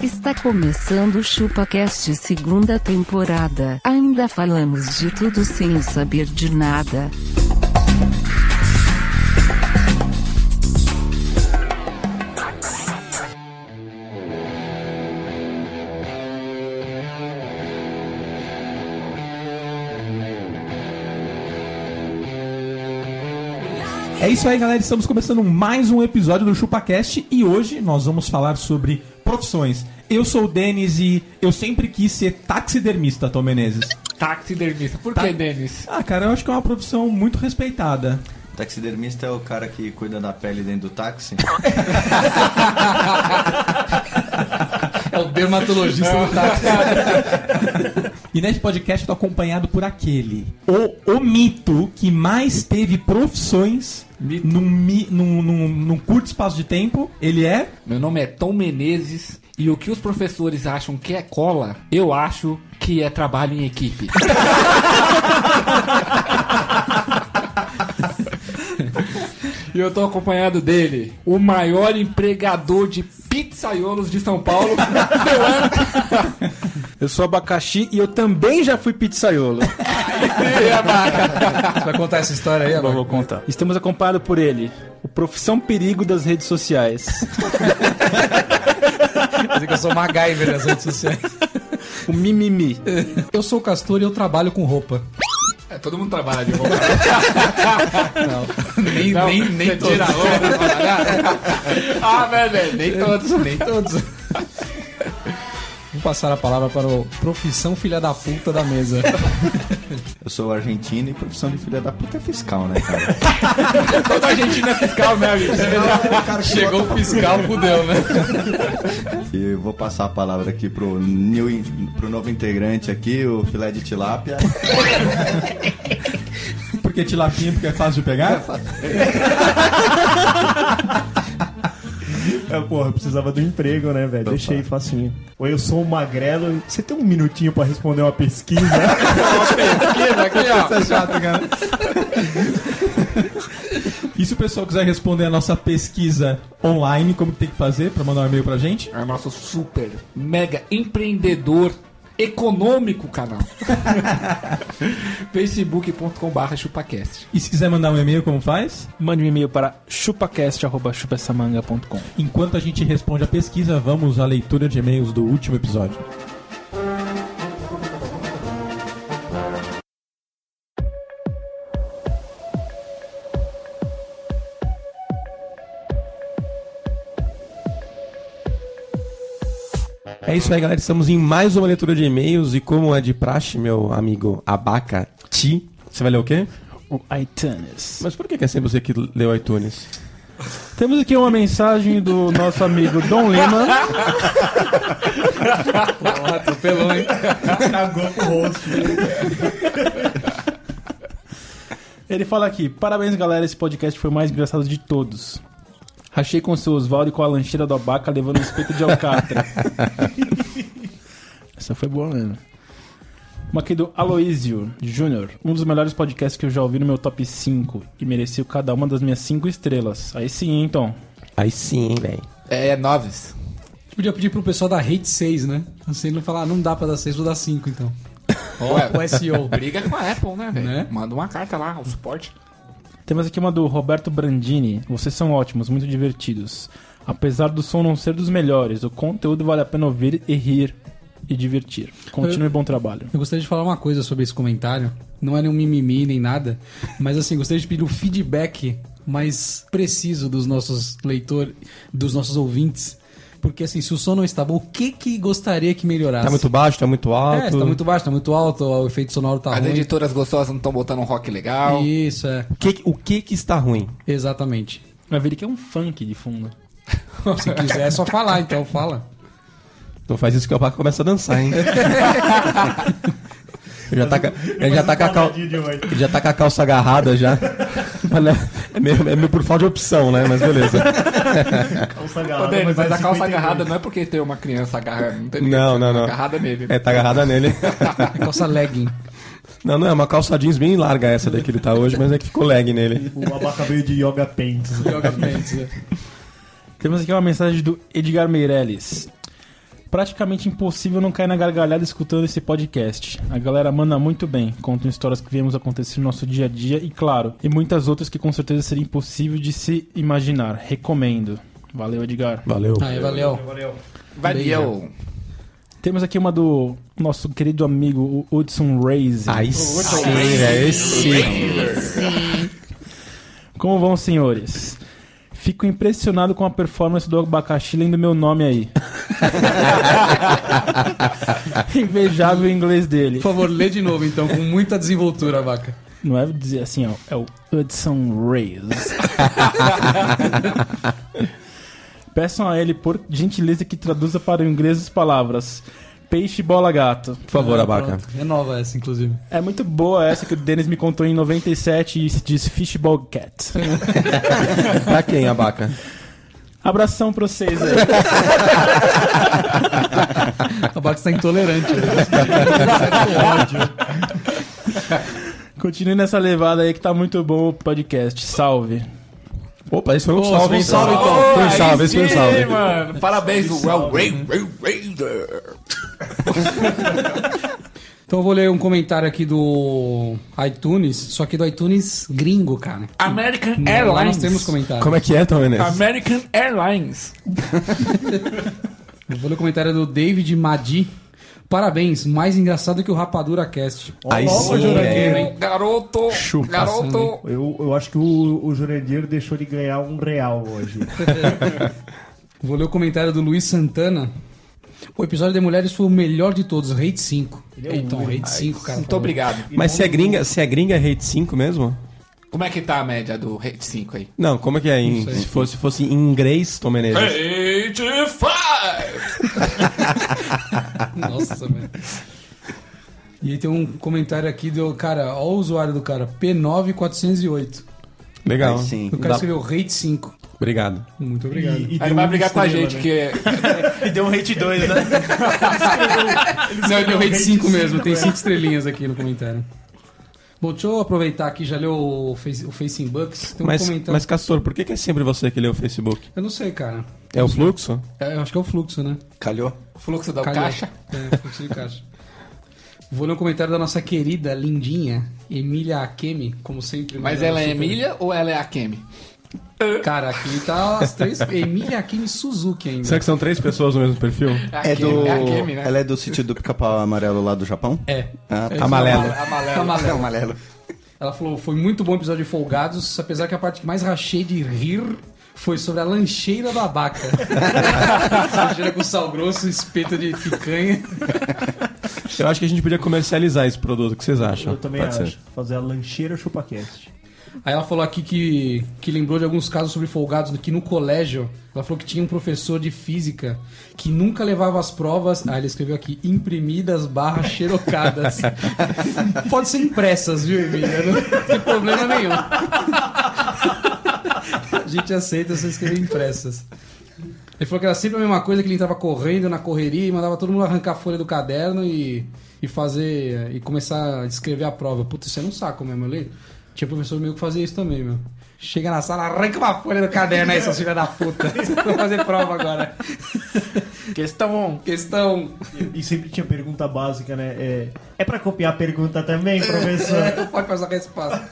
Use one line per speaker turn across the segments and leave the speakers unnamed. Está começando o ChupaCast segunda temporada. Ainda falamos de tudo sem saber de nada.
É isso aí, galera. Estamos começando mais um episódio do ChupaCast e hoje nós vamos falar sobre profissões. Eu sou o Denis e eu sempre quis ser taxidermista, Tom Menezes.
Taxidermista. Por
Ta-
que, Denis?
Ah, cara, eu acho que é uma profissão muito respeitada.
Taxidermista é o cara que cuida da pele dentro do táxi?
É o dermatologista do táxi.
E neste podcast eu tô acompanhado por aquele. O, o mito que mais teve profissões
Mito.
num, mi- num- num- num curto espaço de tempo. Ele é.
Meu nome é Tom Menezes e o que os professores acham que é cola, eu acho que é trabalho em equipe. E eu tô acompanhado dele, o maior empregador de pizzaiolos de São Paulo.
Eu sou abacaxi e eu também já fui pizzaiolo.
Você vai contar essa história aí, Abaca?
contar. Estamos acompanhados por ele, o profissão perigo das redes sociais.
Dizer que eu sou MacGyver nas redes sociais.
O mimimi.
Eu sou o Castor e eu trabalho com roupa.
É, todo mundo trabalha de roupa.
Nem,
Não,
nem, nem
você
todos.
tira a roupa pra trabalhar. Ah, velho, velho, nem todos.
Nem todos. Vou passar a palavra para o profissão filha da puta da mesa.
Eu sou argentino e profissão de filha da puta é fiscal, né, cara?
Toda a gente não é fiscal, né, amigo?
Chegou o fiscal, fudeu, né?
E eu vou passar a palavra aqui pro, new, pro novo integrante aqui, o filé de tilápia.
Porque tilapinha, porque é fácil de pegar?
É, porra, eu precisava do emprego, né, velho?
Então tá.
Deixei facinho. Oi, eu sou o Magrelo. Você tem um minutinho pra responder uma pesquisa?
Tá E se o pessoal quiser responder a nossa pesquisa online, como que tem que fazer para mandar um e-mail pra gente?
É o nosso super, mega empreendedor econômico canal. facebook.com.br chupacast.
E se quiser mandar um e-mail, como faz?
Mande um e-mail para chupacast.chupessamanga.com.
Enquanto a gente responde a pesquisa, vamos à leitura de e-mails do último episódio. É isso aí, galera. Estamos em mais uma leitura de e-mails e como é de praxe, meu amigo Abaca Ti, você vai ler o quê?
O iTunes.
Mas por que que é sempre você que leu iTunes?
Temos aqui uma mensagem do nosso amigo Dom Lima.
Atropelou, hein?
Ele fala aqui: Parabéns, galera. Esse podcast foi o mais engraçado de todos. Rachei com o seu Oswaldo e com a lancheira do abaca levando um espeto de alcatra. Essa foi boa mesmo. Uma aqui do Aloysio Júnior. Um dos melhores podcasts que eu já ouvi no meu top 5 e mereceu cada uma das minhas 5 estrelas. Aí sim, hein, Tom.
Aí sim, hein, velho.
É, noves.
Podia pedir pro pessoal da rede 6, né? Assim não falar, "Ah, não dá pra dar 6, vou dar 5 então.
Ué,
O SEO.
briga com a Apple, né, velho?
Né?
Manda uma carta lá, o suporte.
Temos aqui uma do Roberto Brandini. Vocês são ótimos, muito divertidos. Apesar do som não ser dos melhores, o conteúdo vale a pena ouvir e rir e divertir. Continue bom trabalho.
Eu gostaria de falar uma coisa sobre esse comentário. Não é nenhum mimimi nem nada, mas assim, gostaria de pedir o feedback mais preciso dos nossos leitores, dos nossos ouvintes. Porque assim, se o som não está bom, o que que gostaria que melhorasse?
Tá muito baixo, tá muito alto.
É, se tá muito baixo, tá muito alto, o efeito sonoro tá
As
ruim.
editoras gostosas não estão botando um rock legal.
Isso, é.
O tá- que, o que que está ruim?
Exatamente.
Vai ver que é um funk de fundo.
Se quiser, é só falar, então fala.
Não Então faz isso que o Abaca começa a dançar, hein? Ele já tá, ca- ele já tá com a cal-
Paladinho de hoje.
ele já tá com a calça agarrada já. Mas, né, É meio, é meio por falta de opção, né? Mas beleza.
Calça
Ô,
agarrada,
Denis, mas
é
a calça
52.
agarrada não é porque tem uma criança agarrada. Não, tem ninguém
Não, não, não.
Agarrada nele.
É, tá agarrada nele.
É calça legging.
Não, não, é uma calça jeans bem larga essa daí que ele tá hoje, mas é que ficou lag nele.
O abaca veio de yoga pants.
Joga pants, é.
Temos aqui uma mensagem do Edgar Meirelles. Praticamente impossível não cair na gargalhada escutando esse podcast. A galera manda muito bem, contam histórias que viemos acontecer no nosso dia a dia e, claro, e muitas outras que com certeza seria impossível de se imaginar. Recomendo. Valeu, Edgar.
Valeu.
Aí, valeu.
Valeu.
Temos aqui uma do nosso querido amigo o Hudson Reis.
Aí sim, É
Como vão, senhores? Fico impressionado com a performance do abacaxi lendo meu nome aí. Invejável o inglês dele.
Por favor, lê de novo, então, com muita desenvoltura, vaca.
Não é dizer assim, ó, é o Hudson Reis. Peçam a ele, por gentileza, que traduza para o inglês as palavras peixe, bola, gato.
Por favor, Abaca.
Pronto. É nova essa, inclusive.
É muito boa essa que o Denis me contou em 97 e se diz Fishball Cat.
Pra quem, Abaca?
Abração pra vocês aí.
A vaca está intolerante. né?
Continue nessa levada aí que tá muito bom o podcast. Salve.
Opa, esse foi um
Pô,
salve,
foi um
hein?
salve,
Salve.
então.
Foi um salve, esse foi um salve.
mano. Parabéns, o Well Ray- Ray- Raider.
Então eu vou ler um comentário aqui do iTunes, só que do iTunes gringo, cara.
American
Lá
Airlines.
nós temos comentário.
Como é que é, Tom Menezes?
American Airlines.
Eu vou ler o comentário do David Madi. Parabéns, mais engraçado que o Rapadura Cast.
Aí sim, velho.
Garoto. garoto.
é. Eu, eu acho que o, o Jurandir deixou de ganhar um real hoje.
Vou ler o comentário do Luiz Santana. O episódio de Mulheres foi o melhor de todos, Rate 5. Então, Rate 5,
é
cara.
Muito obrigado.
Mas se é gringa, se é gringa, é rate 5 mesmo?
Como é que tá a média do Rate 5 aí?
Não, como é que é? Em, se, fosse, se fosse em inglês, Tom Menezes.
Rate 5!
Nossa, velho. E aí tem um comentário aqui do cara, ó o usuário do cara, P9408.
Legal.
Aí sim.
O cara escreveu Rate 5.
Obrigado.
Muito obrigado.
Aí ele vai brigar com a gente,
né?
que.
E deu um hate 2, né?
Não, ele deu rate 5 mesmo, tem 5 estrelinhas aqui no comentário. Bom, deixa eu aproveitar aqui, já leu o, face, o Facing Bucks. Tem um
Mas,
comentário.
mas, Castor, por que, que é sempre você que lê o Facebook?
Eu não sei, cara.
É o fluxo?
É, Eu acho que é o fluxo, né?
Calhou?
Fluxo da
Calhou.
caixa.
É, fluxo de caixa. Vou ler um comentário da nossa querida, lindinha, Emília Akemi, como sempre.
Mas
né,
ela é
super-
Emília ou ela é a Kemi?
Cara, aqui tá as três. Emília Akemi Suzuki ainda.
Será que são três pessoas no mesmo perfil?
É do.
a Kemi, né?
Ela é do sítio do pica-pau amarelo lá do Japão?
É.
Ah, tá.
Amarelo.
Amarelo.
É amarelo.
Ela falou, foi muito bom o episódio de Folgados, apesar que a parte que mais rachei de rir foi sobre a lancheira babaca. lancheira com sal grosso, espeto de picanha.
Eu acho que a gente podia comercializar esse produto. O que vocês acham?
Eu também
Pode ser.
acho. Fazer a lancheira chupacast.
Aí ela falou aqui que, que lembrou de alguns casos sobre Folgados, que no colégio, ela falou que tinha um professor de física que nunca levava as provas, ah, ele escreveu aqui, imprimidas barra xerocadas. Pode ser impressas, viu, Emília? Não tem problema nenhum. A gente aceita você escrever impressas. Ele falou que era sempre a mesma coisa, que ele entrava correndo na correria e mandava todo mundo arrancar a folha do caderno e, e fazer. e começar a escrever a prova. Putz, isso é um saco mesmo, eu lembro. Tinha professor meu que fazia isso também, meu. Chega na sala, arranca uma folha do caderno aí, seus filha da puta. Vocês vão fazer prova agora.
Questão
Questão. um.
E, e sempre tinha pergunta básica, né? É, é pra copiar a pergunta também, professor?
É, pode passar com esse passo.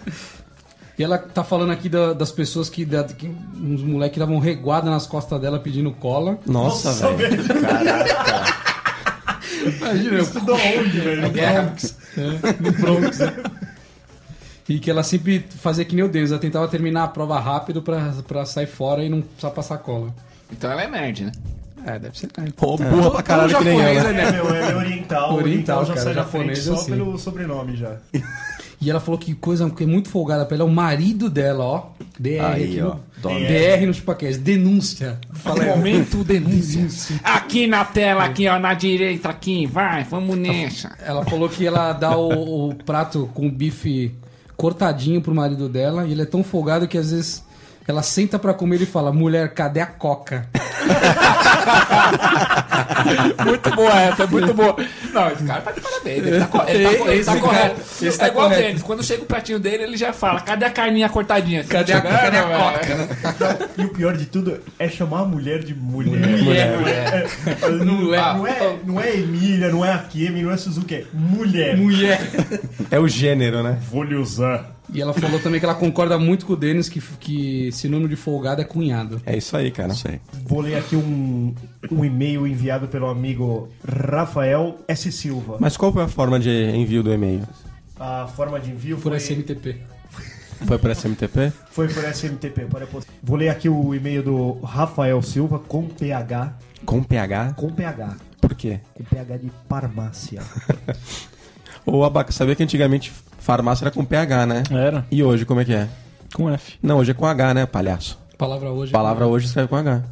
E ela tá falando aqui da- das pessoas que, da- que uns moleques davam reguada nas costas dela pedindo cola.
Nossa, velho.
Imagina, eu
Estudou onde, velho?
É
É.
guerra.
no Bronx, né? E que ela sempre fazia que nem o Denis, ela tentava terminar a prova rápido pra, pra sair fora e não precisar passar cola.
Então ela é nerd, né?
É, Então deve ser.
Pô, burra pra caralho que nem eu, né?
Meu, ele é oriental,
Oriental,
oriental já
cara,
sai na frente
japonês,
só
assim.
pelo sobrenome já.
E ela falou que coisa que é muito folgada pra ela, é o marido dela, ó. DR
Aí,
aqui
ó.
no-
Toma.
DR no Chupacast, denúncia. Fala aí.
Momento denúncia. Aqui na tela, aqui, ó, na direita, aqui, vai, vamos
Tá
nessa.
Ela falou que ela dá o, o prato com o bife cortadinho pro marido dela e ele é tão folgado que às vezes Ela senta pra comer e fala: mulher, cadê a coca?
Muito boa essa, muito boa. Não, esse cara tá de parabéns. Ele tá, co- ele tá co- ele tá
Esse
correto.
cara- esse
é
tá
igual o
correto.
Denis. Quando chega o pratinho dele, ele já fala: cadê a carninha cortadinha? Assim,
Cadê a-
chegando,
cadê a
velho?
coca,
E o pior de tudo é chamar a mulher de mulher.
Mulher.
Não,
é.
não é. Não é Emília, não é Akemi, não é Suzuki, é mulher.
Mulher.
É o gênero, né?
Vou lhe usar.
E ela falou também que ela concorda muito com o Denis que, que sinônimo de folgado é cunhado.
É isso aí, cara.
Vou ler aqui um, um e-mail enviado pelo amigo Rafael S. Silva.
Mas qual foi a forma de envio do e-mail?
A forma de envio
Por
foi,
SMTP.
Foi para SMTP?
foi por SMTP. Para post... Vou ler aqui o e-mail do Rafael Silva com PH.
Com PH?
Com PH.
Por quê?
Com PH de farmácia.
Ou abaca, sabia que antigamente farmácia era com PH, né?
Era?
E hoje como é que é?
Com F.
Não, hoje é com H, né, palhaço?
Palavra hoje.
Palavra hoje escreve com H.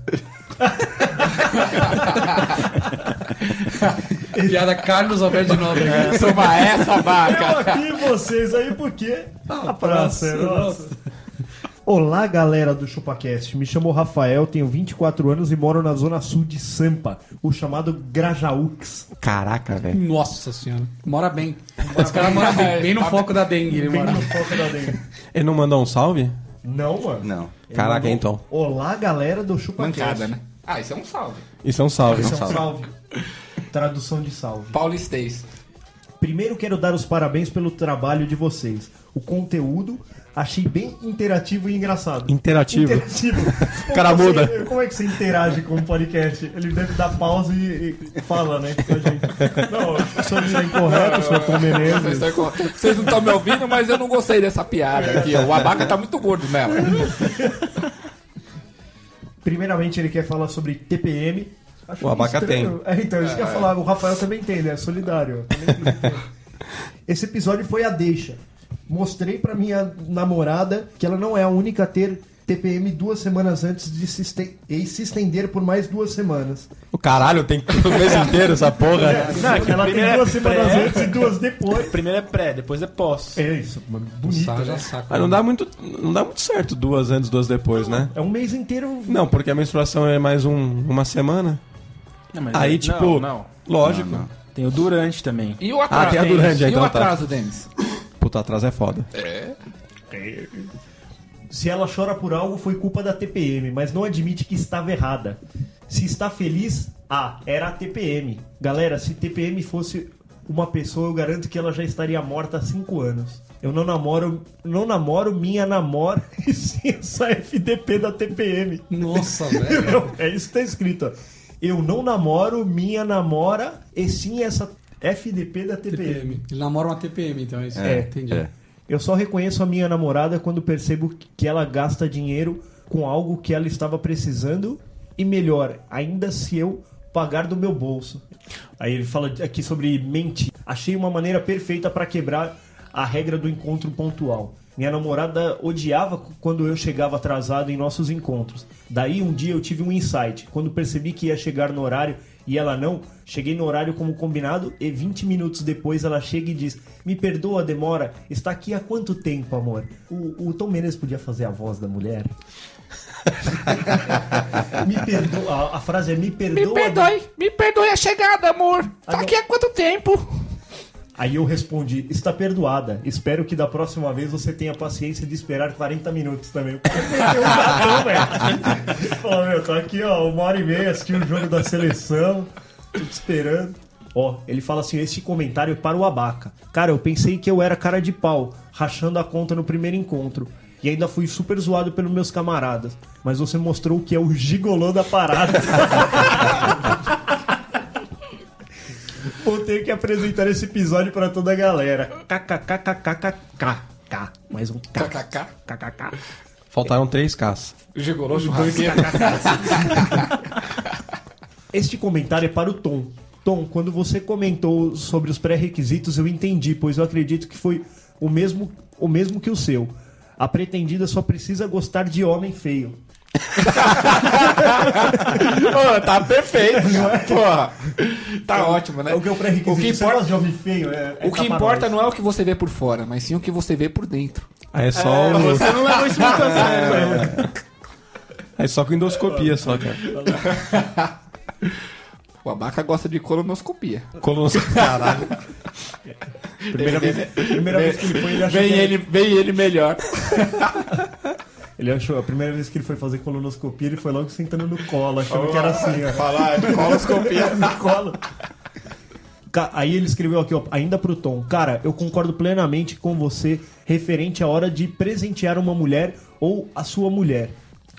Piada Carlos Alberto de Nobre.
Toma essa vaca.
Eu aqui vocês aí porque a praça é nossa. Olá, galera do ChupaCast. Me chamo Rafael, tenho 24 anos e moro na zona sul de Sampa, o chamado Grajaúx.
Caraca, velho.
Nossa senhora. Mora bem. Os caras moram bem. Bem no foco da dengue. Ele
Bem
mora.
no foco da dengue.
Ele não mandou um salve?
Não, mano.
Não.
Ele
Caraca,
mandou,
então.
Olá, galera do ChupaCast.
Mancada, né? Ah, isso é um salve.
Isso é um salve.
Isso é um salve. Tradução de salve.
Paulistês.
Primeiro quero dar os parabéns pelo trabalho de vocês. O conteúdo achei bem interativo e engraçado.
Interativo.
Interativo. Como
Cara
você-
muda.
Como é que você interage com o podcast? Ele deve dar pausa e, e fala, né? Com a gente. Não, o senhor está incorreto, o senhor Tom Menezes.
Vocês não estão me ouvindo, mas eu não gostei dessa piada aqui. ó. O abaca tá muito gordo mesmo.
Primeiramente, ele quer falar sobre TPM. Acho
O Abaca
estranho. É, então, isso que eu ia falar. O Rafael também tem, né? Solidário. Também tem. Esse episódio foi a deixa. Mostrei pra minha namorada que ela não é a única a ter TPM duas semanas antes de se, este- e se estender por mais duas semanas.
O caralho, tem que o mês inteiro essa
É.
porra.
ela tem duas semanas antes e duas depois.
Primeiro é pré, depois é pós.
É isso, mano. Bonito.
Saco,
né?
Tá, já saco.
Mas não dá muito, não dá muito certo duas antes, duas depois, né?
É um mês inteiro.
Não, porque a menstruação é mais um- uma semana. Aí, tipo,
Não,
lógico.
Tem o durante também.
E o atraso?
Ah, tem a Durante,
E o
então tá.
atraso, Denis?
Puta, atrás é foda.
Se ela chora por algo, foi culpa da TPM, mas não admite que estava errada. Se está feliz, ah, era a TPM. Galera, se TPM fosse uma pessoa, eu garanto que ela já estaria morta há 5 anos. Eu não namoro, não namoro minha namora e sim essa FDP da TPM.
Nossa, velho.
Não, é isso que tá escrito. ó. Eu não namoro minha namora e sim essa FDP da TPM.
TPM. Ele namora uma TPM, então é isso. entendi.
é.
Eu só reconheço a minha namorada quando percebo que ela gasta dinheiro com algo que ela estava precisando e melhor, ainda se eu pagar do meu bolso. Aí ele fala aqui sobre mentir. Achei uma maneira perfeita para quebrar a regra do encontro pontual. Minha namorada odiava quando eu chegava atrasado em nossos encontros. Daí um dia eu tive um insight. Quando percebi que ia chegar no horário e ela não, cheguei no horário como combinado e 20 minutos depois ela chega e diz: Me perdoa a demora, está aqui há quanto tempo, amor? O, o Tom Menezes podia fazer a voz da mulher? me perdoa. A, a frase é: Me perdoa.
Me perdoe, me perdoe a chegada, amor.
Ah,
Tá
não.
aqui há quanto tempo?
Aí eu respondi: Está perdoada. Espero que da próxima vez você tenha paciência de esperar 40 minutos também. Porque perdeu o batom, tá velho. Falou: Meu, tô aqui, ó, uma hora e meia assistindo o jogo da seleção. Tô te esperando. Ó, ele fala assim: Esse comentário é para o abaca. Cara, eu pensei que eu era cara de pau, rachando a conta no primeiro encontro. E ainda fui super zoado pelos meus camaradas. Mas você mostrou que é o gigolô da parada. Vou ter que apresentar esse episódio pra toda a galera. KKKKKKK. Mais um K.
KKK.
KKK.
Faltaram três Ks.
Gigolô churrasqueiro.
Este comentário é para o Tom. Tom, quando você comentou sobre os pré-requisitos, eu entendi, pois eu acredito que foi o mesmo, o mesmo que o seu. A pretendida só precisa gostar de homem feio.
Ô, tá perfeito, cara. Porra. Tá ótimo, né?
O que é o pré-requisito?
O que
Você
importa-
gosta de homem feio? É, é
O que
tapa
importa
nós.
não é o que você vê por fora, mas sim o que você vê por dentro.
Aí é só, o- É.
Você não levou isso muito a sério.
aí é só com endoscopia, só, cara.
O Abaca gosta de colonoscopia.
Colonoscopia.
Primeira, vez, primeira vez que ele foi, ele achou.
Vem
que- é-
ele, vem ele melhor.
Ele achou, a primeira vez que ele foi fazer colonoscopia, ele foi logo sentando no colo, achando que era assim, ó.
Falar,
Colonoscopia no colo. Ca- Aí ele escreveu aqui, ó, ainda pro Tom. Cara, eu concordo plenamente com você referente à hora de presentear uma mulher ou a sua mulher.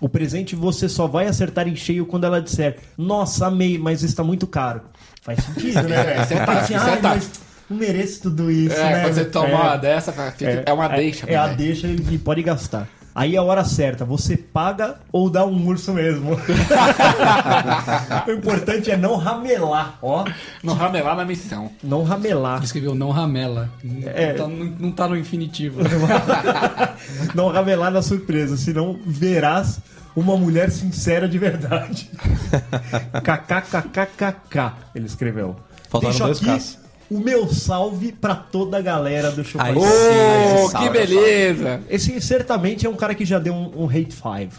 O presente você só vai acertar em cheio quando ela disser, nossa, amei, mas está muito caro. Faz sentido, né, velho?
Isso é
Fala
tático, isso é
"Ai,
tático."
mas não mereço tudo isso,
É,
né?
quando você toma
É.
uma dessa, cara, fica- é, uma deixa.
É, a
velho.
deixa e pode gastar. Aí a hora certa, você paga ou dá um urso mesmo. o importante é não ramelar, ó.
Não ramelar na missão.
Não ramelar.
Escreveu não ramela.
É.
Tá- não, não tá no infinitivo.
Não ramelar na surpresa, senão verás uma mulher sincera de verdade. KKKKKK, ele escreveu.
Faltaram
Deixo
dois
aqui
Ks.
o meu salve pra toda a galera do Chupa
Aí
Isso.
sim,
Ô,
aí
que
salva.
beleza!
Esse certamente é um cara que já deu um, um hate five.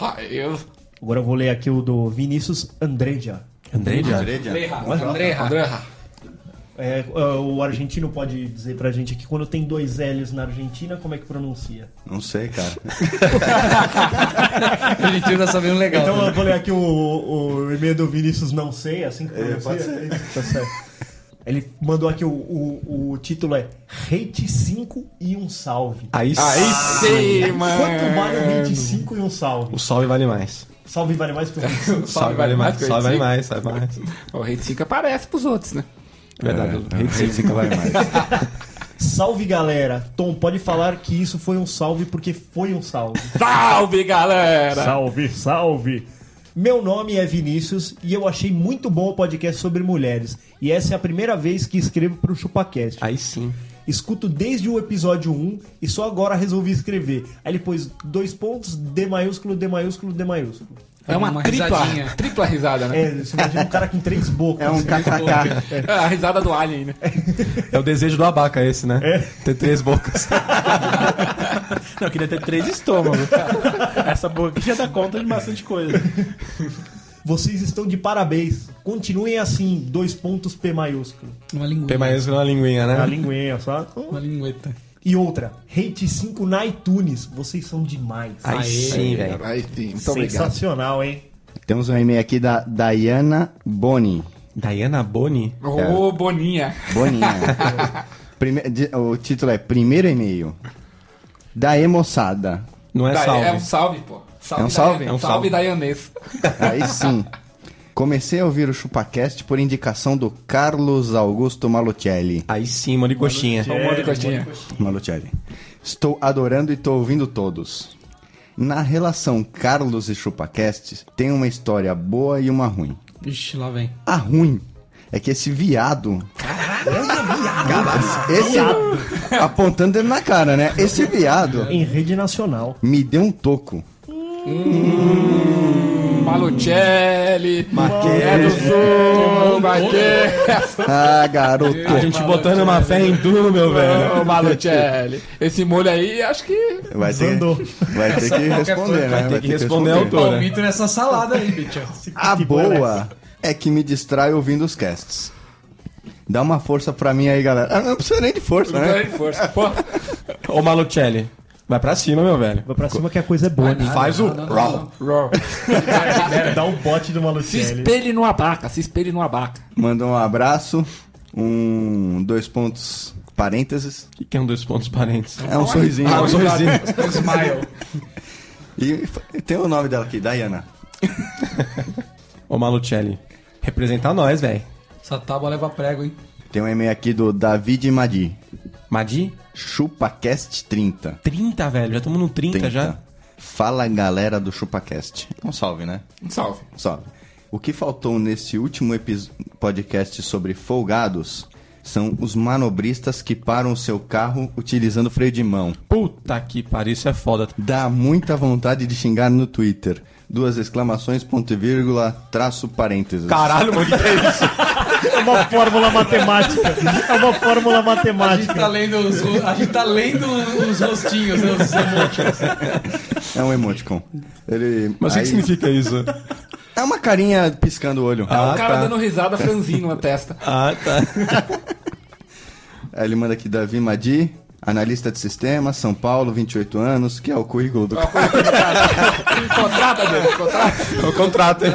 Ah, Eu...
Agora eu vou ler aqui o do Vinícius Andreja.
Andrei já?
André,
É, ah, o argentino pode dizer pra gente aqui quando tem dois L's na Argentina, como é que pronuncia?
Não sei, cara.
A gente tá sabendo legal.
Então
né?
eu vou ler aqui o, o e-mail do Vinícius Não Sei, é assim que pronuncia.
É, pode ser.
Tá certo. Ele mandou aqui o, o, o título é Hate 5 e um salve.
Aí sim.
Aí sim, mano.
Quanto vale um hate 5 e um salve?
O salve vale mais.
Salve vale mais que o hate 5.
Salve vale mais.
que o
Salve vale
Hate
mais, salve vale mais.
Cinco. O Rede 5 aparece pros outros, né?
Verdade. Hate fica vale mais.
Salve galera. Tom, pode falar que isso foi um salve porque foi um salve.
Salve, galera!
Salve, salve! Meu nome é Vinícius e eu achei muito bom o podcast sobre mulheres. E essa é a primeira vez que escrevo pro ChupaCast.
Aí sim.
Escuto desde o episódio 1 e só agora resolvi escrever. Aí ele pôs dois pontos, D maiúsculo, D maiúsculo, D maiúsculo.
É uma,
Uma
tripla,
risadinha.
tripla risada, né?
É, você imagina um cara com três bocas.
É um kkk.
É a risada do Alien, né?
É o desejo do abaca esse, né? Ter três bocas.
Não, eu queria ter três estômagos. Essa boca aqui já
é
dá conta de bastante coisa.
Vocês estão de parabéns. Continuem assim, dois pontos P maiúsculo.
Uma lingueta.
Tem mais uma linguinha, né?
É A linguinha, só.
Uma lingueta.
E outra, Hate 5 na iTunes. Vocês são demais.
Aí sim, velho.
Aí sim, muito obrigado.
Sensacional, hein?
Temos um e-mail aqui da Diana Boni.
Diana Boni.
Ô, Boninha.
Boninha. né? Prime- di- O título é Primeiro e-mail. Daê moçada.
Não é
Da-
salve.
um salve, pô. Salve
É um salve?
Da,
É
um
salve
salve.
da Ianês.
Aí sim. Comecei a ouvir o ChupaCast por indicação do Carlos Augusto Malucelli.
Aí sim, mano de coxinha.
Um monte de coxinha.
Malucelli. Estou adorando e estou ouvindo todos. Na relação Carlos e ChupaCast, tem uma história boa e uma ruim.
Ixi, lá vem.
A ruim é que esse viado. Caraca, esse apontando ele na cara, né? Esse viado
Em rede nacional.
me deu um toco.
Malucelli. É do
Maquê.
Sul. Maquê.
Ah, garoto.
A gente botando uma fé em tudo, meu velho.
Ô, Malucelli. Esse molho aí, acho que...
Vai ter,
Andou.
vai ter que responder, né?
Tem que responder Ah, a autora.
Palmito nessa salada aí, bicho.
A
né?
boa é que me distrai ouvindo os casts. Dá uma força pra mim aí, galera. Ah, não precisa nem de força,
Não tem
né?
força. Pô,
Ô, Malucelli, vai pra cima, meu velho.
Vai pra cima que a coisa é boa. né?
Faz o...
Dá um bote do
se
Malucelli.
espelhe no abaca. Se espelhe no abaca.
Manda um abraço, um dois pontos parênteses.
O que que é um dois pontos parentes?
É um sorrisinho. É
Ah, um sorrisinho.
E f- tem o nome dela aqui, Diana.
Ô, Malucelli, representa nós, velho.
Essa tábua leva prego, hein?
Tem um e-mail aqui do David Madi.
Madi,
ChupaCast 30.
30, velho. Já estamos
um
no 30,
30.
já.
Fala galera do ChupaCast. Um salve, né?
Um salve.
Salve. O que faltou nesse último episo- podcast sobre folgados São os manobristas que param o seu carro utilizando freio de mão.
Puta que pariu, isso é foda.
Dá muita vontade de xingar no Twitter. Duas exclamações, ponto e vírgula, traço, parênteses.
Caralho, mano, que é isso?
É uma fórmula matemática. É uma fórmula
A gente tá
matemática.
lendo os, ro- a gente tá lendo os rostinhos, né, os emoticons.
É um emoticon. Ele...
Mas o que
aí-
que significa isso?
É uma carinha piscando o olho.
É o
Ah,
cara
tá.
dando risada, franzino na testa.
Ah, tá.
Aí ele manda aqui Davi Madi, analista de sistemas, São Paulo, 28 anos, que é o currículo do cara.
Contrata, dele, contrata.
É o contrato, hein?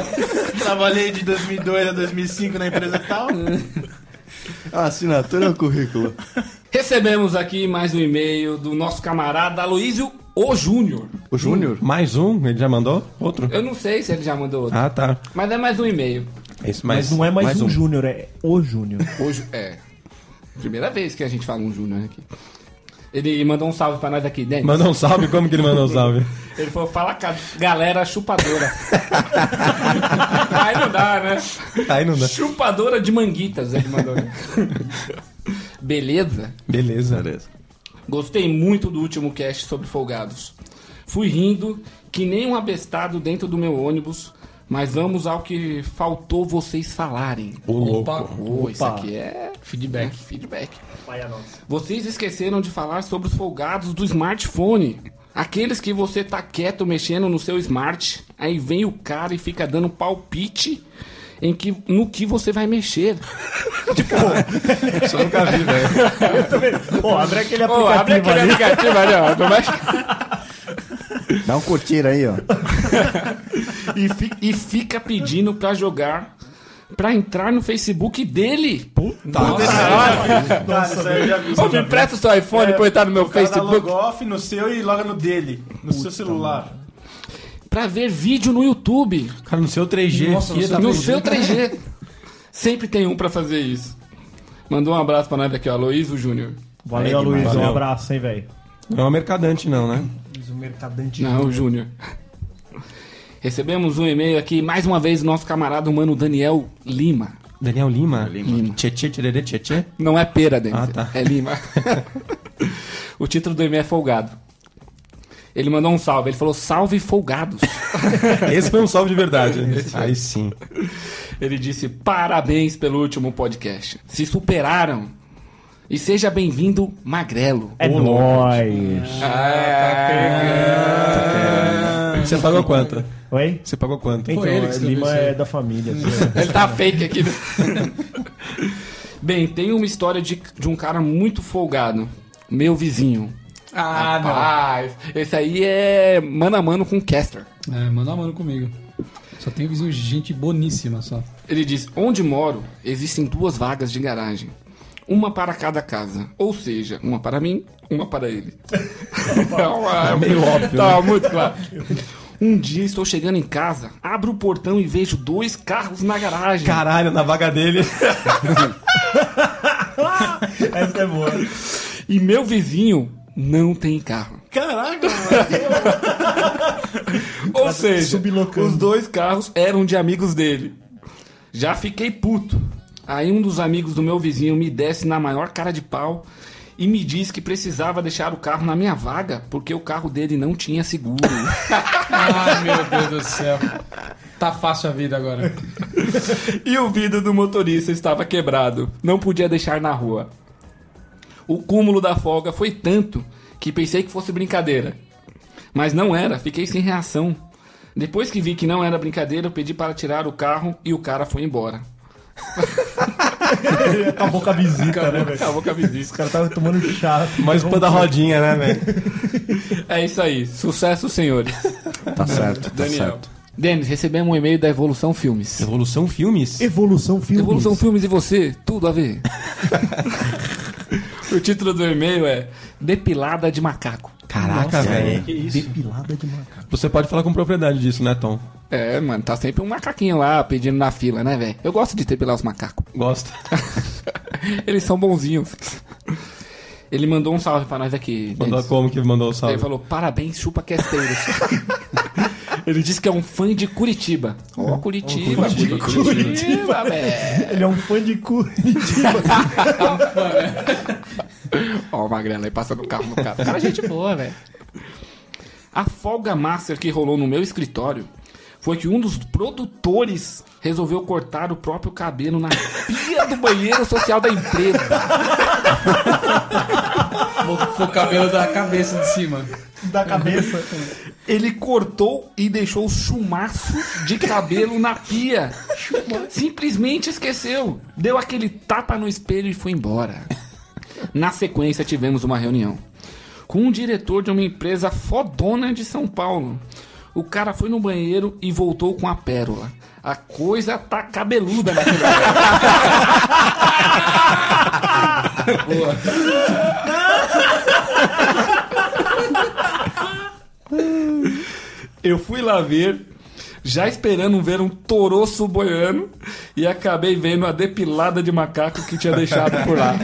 Trabalhei de 2002 a 2005 na empresa tal.
A assinatura é o currículo.
Recebemos aqui mais um e-mail do nosso camarada Aloysio O Júnior.
O Júnior?
Mais um, ele já mandou? Outro?
Eu não sei se ele já mandou outro,
Ah, tá.
mas é mais um e-mail.
É isso,
Mas não é mais, um,
jogo.
Júnior, é o Júnior.
Hoje é. Primeira vez que a gente fala um Júnior aqui. Ele mandou um salve pra nós aqui, Denis.
Mandou um salve? Como que ele mandou um salve?
Ele falou, fala com a galera chupadora. Aí não dá, né?
Aí não dá.
Chupadora de manguitas, ele mandou. né? Beleza?
Beleza. Beleza.
Gostei muito do último cast sobre folgados. Fui rindo, que nem um abestado dentro do meu ônibus, mas vamos ao que faltou vocês falarem. Ô, isso aqui é feedback. feedback. Vocês esqueceram de falar sobre os folgados do smartphone. Aqueles que você tá quieto mexendo no seu smart, aí vem o cara e fica dando palpite em que, no que você vai mexer.
Isso eu nunca vi, velho.
Pô, abre aquele
Ô, abre
aplicativo
aquele
ali.
aplicativo ali, ó. Não vai-
Dá um curtir aí, ó.
e, fi- e fica pedindo pra jogar, pra entrar no Facebook dele. Puta
Cara, isso aí eu já vi. isso
Ô,
eu já
me
vi.
presta o seu iPhone pra eu entrar no meu
É. O cara dá
Facebook.
log off no seu e loga no dele, no seu celular.
Pra ver vídeo no YouTube.
Cara, no seu 3G. filha da
no
puta.
seu 3G. Sempre tem um pra fazer isso. Mandou um abraço pra nós aqui, ó. Aloysio Júnior.
Valeu, Luiz. Um
Valeu.
abraço, hein, velho.
Não é um mercadante, não, né?
O mercadante.
Não, o Júnior. Recebemos um e-mail aqui, mais uma vez, do nosso camarada humano Daniel Lima.
Daniel Lima. Lima. Tchê, tchê, tchê,
Não é pera, Denis.
Ah, tá.
É Lima. o título do e-mail é Folgado. Ele mandou um salve. Ele falou, salve folgados.
Esse foi um salve de verdade. Aí sim.
Ele disse, parabéns pelo último podcast. Se superaram. E seja bem-vindo, Magrelo.
É nóis.
É, tá
É, Você pagou quanto?
Oi?
Você pagou quanto?
Então,
ele que
é,
escreveu
Lima
isso aí.
é da família.
Ele tá fake aqui. né? Bem, tem uma história de, de um cara muito folgado. Meu vizinho. Ah, Rapaz, Esse aí é mano a mano com o Caster.
É, manda uma mano comigo. Só tem vizinho de gente boníssima só.
Ele diz: Onde moro, existem duas vagas de garagem. Uma para cada casa. Ou seja, uma para mim, uma para ele. é meio óbvio. Tá muito claro. Um dia estou chegando em casa, abro o portão e vejo dois carros na garagem.
Caralho, na vaga dele.
Essa é boa.
E meu vizinho não tem carro.
Caraca,
Ou seja,
sublocando.
os dois carros eram de amigos dele. Já fiquei puto. Aí um dos amigos do meu vizinho me desce na maior cara de pau e me diz que precisava deixar o carro na minha vaga porque o carro dele não tinha seguro.
Ah, meu Deus do céu. Tá fácil a vida agora.
e o vidro do motorista estava quebrado. Não podia deixar na rua. O cúmulo da folga foi tanto que pensei que fosse brincadeira. Mas não era, fiquei sem reação. Depois que vi que não era brincadeira, eu pedi para tirar o carro e o cara foi embora.
Acabou com a visita, né, velho?
Acabou com a visita.
O cara tava tomando chá.
Mas pô da rodinha, né, velho?
É isso aí. Sucesso, senhores.
Tá certo, tá
Daniel.
certo.
Denis, recebemos um e-mail da Evolução Filmes.
Evolução Filmes?
Evolução Filmes.
Evolução Filmes e você, tudo a ver. o título do e-mail é Depilada de Macaco.
Caraca, velho.
Depilada de macaco.
Você pode falar com propriedade disso, né, Tom?
É, mano, tá sempre um macaquinho lá pedindo na fila, né, velho? Eu gosto de depilar os macacos.
Gosta.
Eles são bonzinhos. Ele mandou um salve pra nós aqui.
Mandou
Denis.
como que mandou o
Ele
salve?
falou, parabéns, chupa questeiros. Ele disse que é um fã de Curitiba. Ó, Curitiba, Curitiba, Curitiba, velho.
Ele é um fã de cu.
Ó, o Magrela aí passando o carro no cara. O Cara, é gente boa, velho. A folga master que rolou no meu escritório foi que um dos produtores resolveu cortar o próprio cabelo na pia do banheiro social da empresa.
Foi o cabelo da cabeça de cima.
da cabeça.
Ele cortou e deixou o chumaço de cabelo na pia. Simplesmente esqueceu. Deu aquele tapa no espelho e foi embora. Na sequência, tivemos uma reunião com um diretor de uma empresa fodona de São Paulo. O cara foi no banheiro e voltou com a pérola. A coisa tá cabeluda naquele Eu fui lá ver, já esperando ver um toroço boiano, e acabei vendo a depilada de macaco que tinha deixado por lá.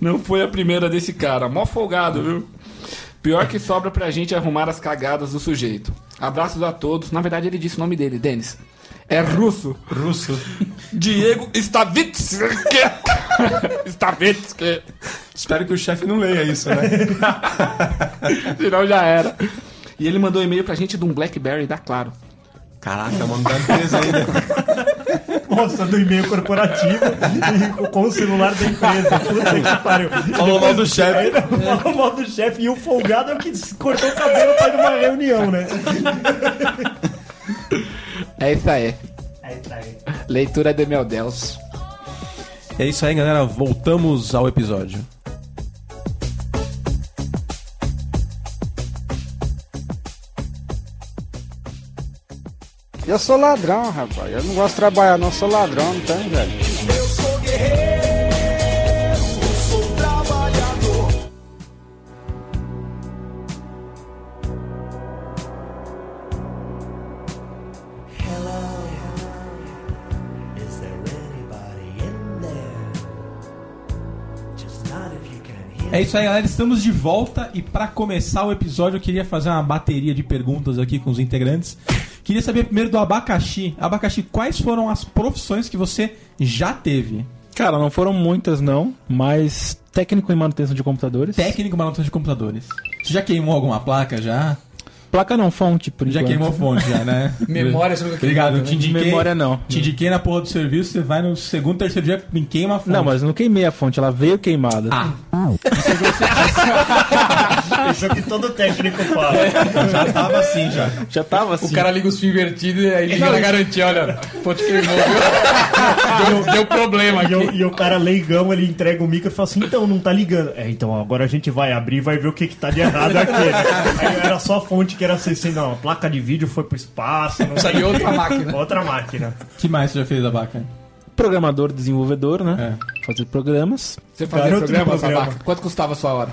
Não foi a primeira desse cara, mó folgado, viu? Pior que sobra pra gente arrumar as cagadas do sujeito. Abraços a todos. Na verdade, ele disse o nome dele, Denis. É russo.
Russo.
Diego Stavitsky. Stavitsky.
Espero que o chefe não leia isso, né?
Senão já era. E ele mandou um e-mail pra gente de um Blackberry da Claro.
Caraca, mano, da
tá
empresa ainda.
Nossa, do e-mail corporativo e com- com o celular da empresa. Puta que pariu.
Falou mal do chefe.
Fala mal do chefe e o folgado é o que cortou o cabelo pra ir numa reunião, né?
É isso aí.
Aí tá aí.
Leitura de meu Deus.
É isso aí, galera. Voltamos ao episódio.
Eu sou ladrão, rapaz. Eu não gosto de trabalhar, não. Eu sou ladrão, não tem, velho.
Is there anybody in there? Just not if you can hear.
É isso aí, galera. Estamos de volta e para começar o episódio eu queria fazer uma bateria de perguntas aqui com os integrantes. Queria saber primeiro do Abacaxi. Abacaxi, quais foram as profissões que você já teve?
Cara, não foram muitas, não, mas técnico em manutenção de computadores.
Técnico em manutenção de computadores. Você já queimou alguma placa já?
Placa não, fonte, por
Já
enquanto.
queimou fonte já, né?
Memória, você nunca queimou
Obrigado, eu
também?
te indiquei.
Memória não.
Te indiquei na porra do serviço, você vai no segundo, terceiro dia, me queima a fonte.
Não, mas eu não queimei a fonte, ela veio queimada. Ah.
Isso é o que todo técnico fala.
já tava assim já.
Já tava assim.
O cara liga os fios invertidos e aí liga na garantia, olha, pô, te queimou, viu? Deu, deu problema
E, o-
aqui.
e o cara leigão, ele entrega o micro e fala assim, então, não tá ligando. É, então, agora a gente vai abrir e vai ver o que, que tá de errado aqui. né? Aí era só a fonte que era assim, assim, não, a placa de vídeo foi pro espaço. Não
Saiu outra máquina.
Outra máquina.
que mais você já fez, Abaca?
Programador, desenvolvedor, né?
É.
Fazer programas.
Você fazia
Garoto de
programa,
programa.
Sabaca? Quanto custava a sua hora?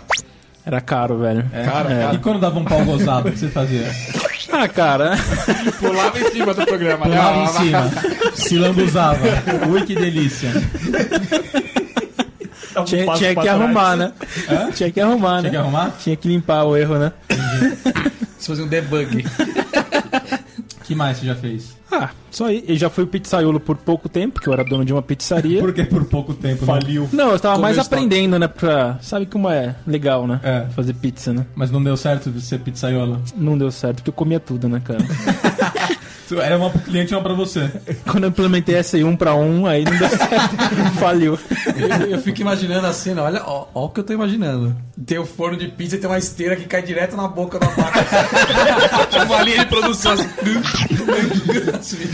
Era caro, velho.
É.
Cara,
E
cara.
quando dava um pau gozado, o que você fazia?
Ah, cara.
Pulava em cima do programa. né?
É,
Pulava em cima, se lambuzava. Ui, que delícia.
Dá um
Tinha,
passo
tinha
pra
que
trás.
arrumar, né? Tinha que arrumar,
Tinha
né?
que arrumar?
Tinha que limpar o erro, né?
Se fazer um debug.
que mais você já fez?
Ah, só aí. Eu já fui pizzaiolo por pouco tempo, que eu era dono de uma pizzaria.
Porque por pouco tempo né?
Faliu.
Não, eu tava mais
estoque.
aprendendo, né? Pra... Sabe como é legal, né?
É.
Fazer pizza, né?
Mas não deu certo de ser pizzaiolo.
Não deu certo, porque eu comia tudo, né, cara?
Tu- Era uma pro cliente e uma pra você.
Quando eu implementei essa aí um pra um, aí não deu certo. Faliu.
Eu, eu fico imaginando a cena, olha, ó, ó o que eu tô imaginando. Tem o forno de pizza e tem uma esteira que cai direto na boca da vaca. uma linha de produção assim.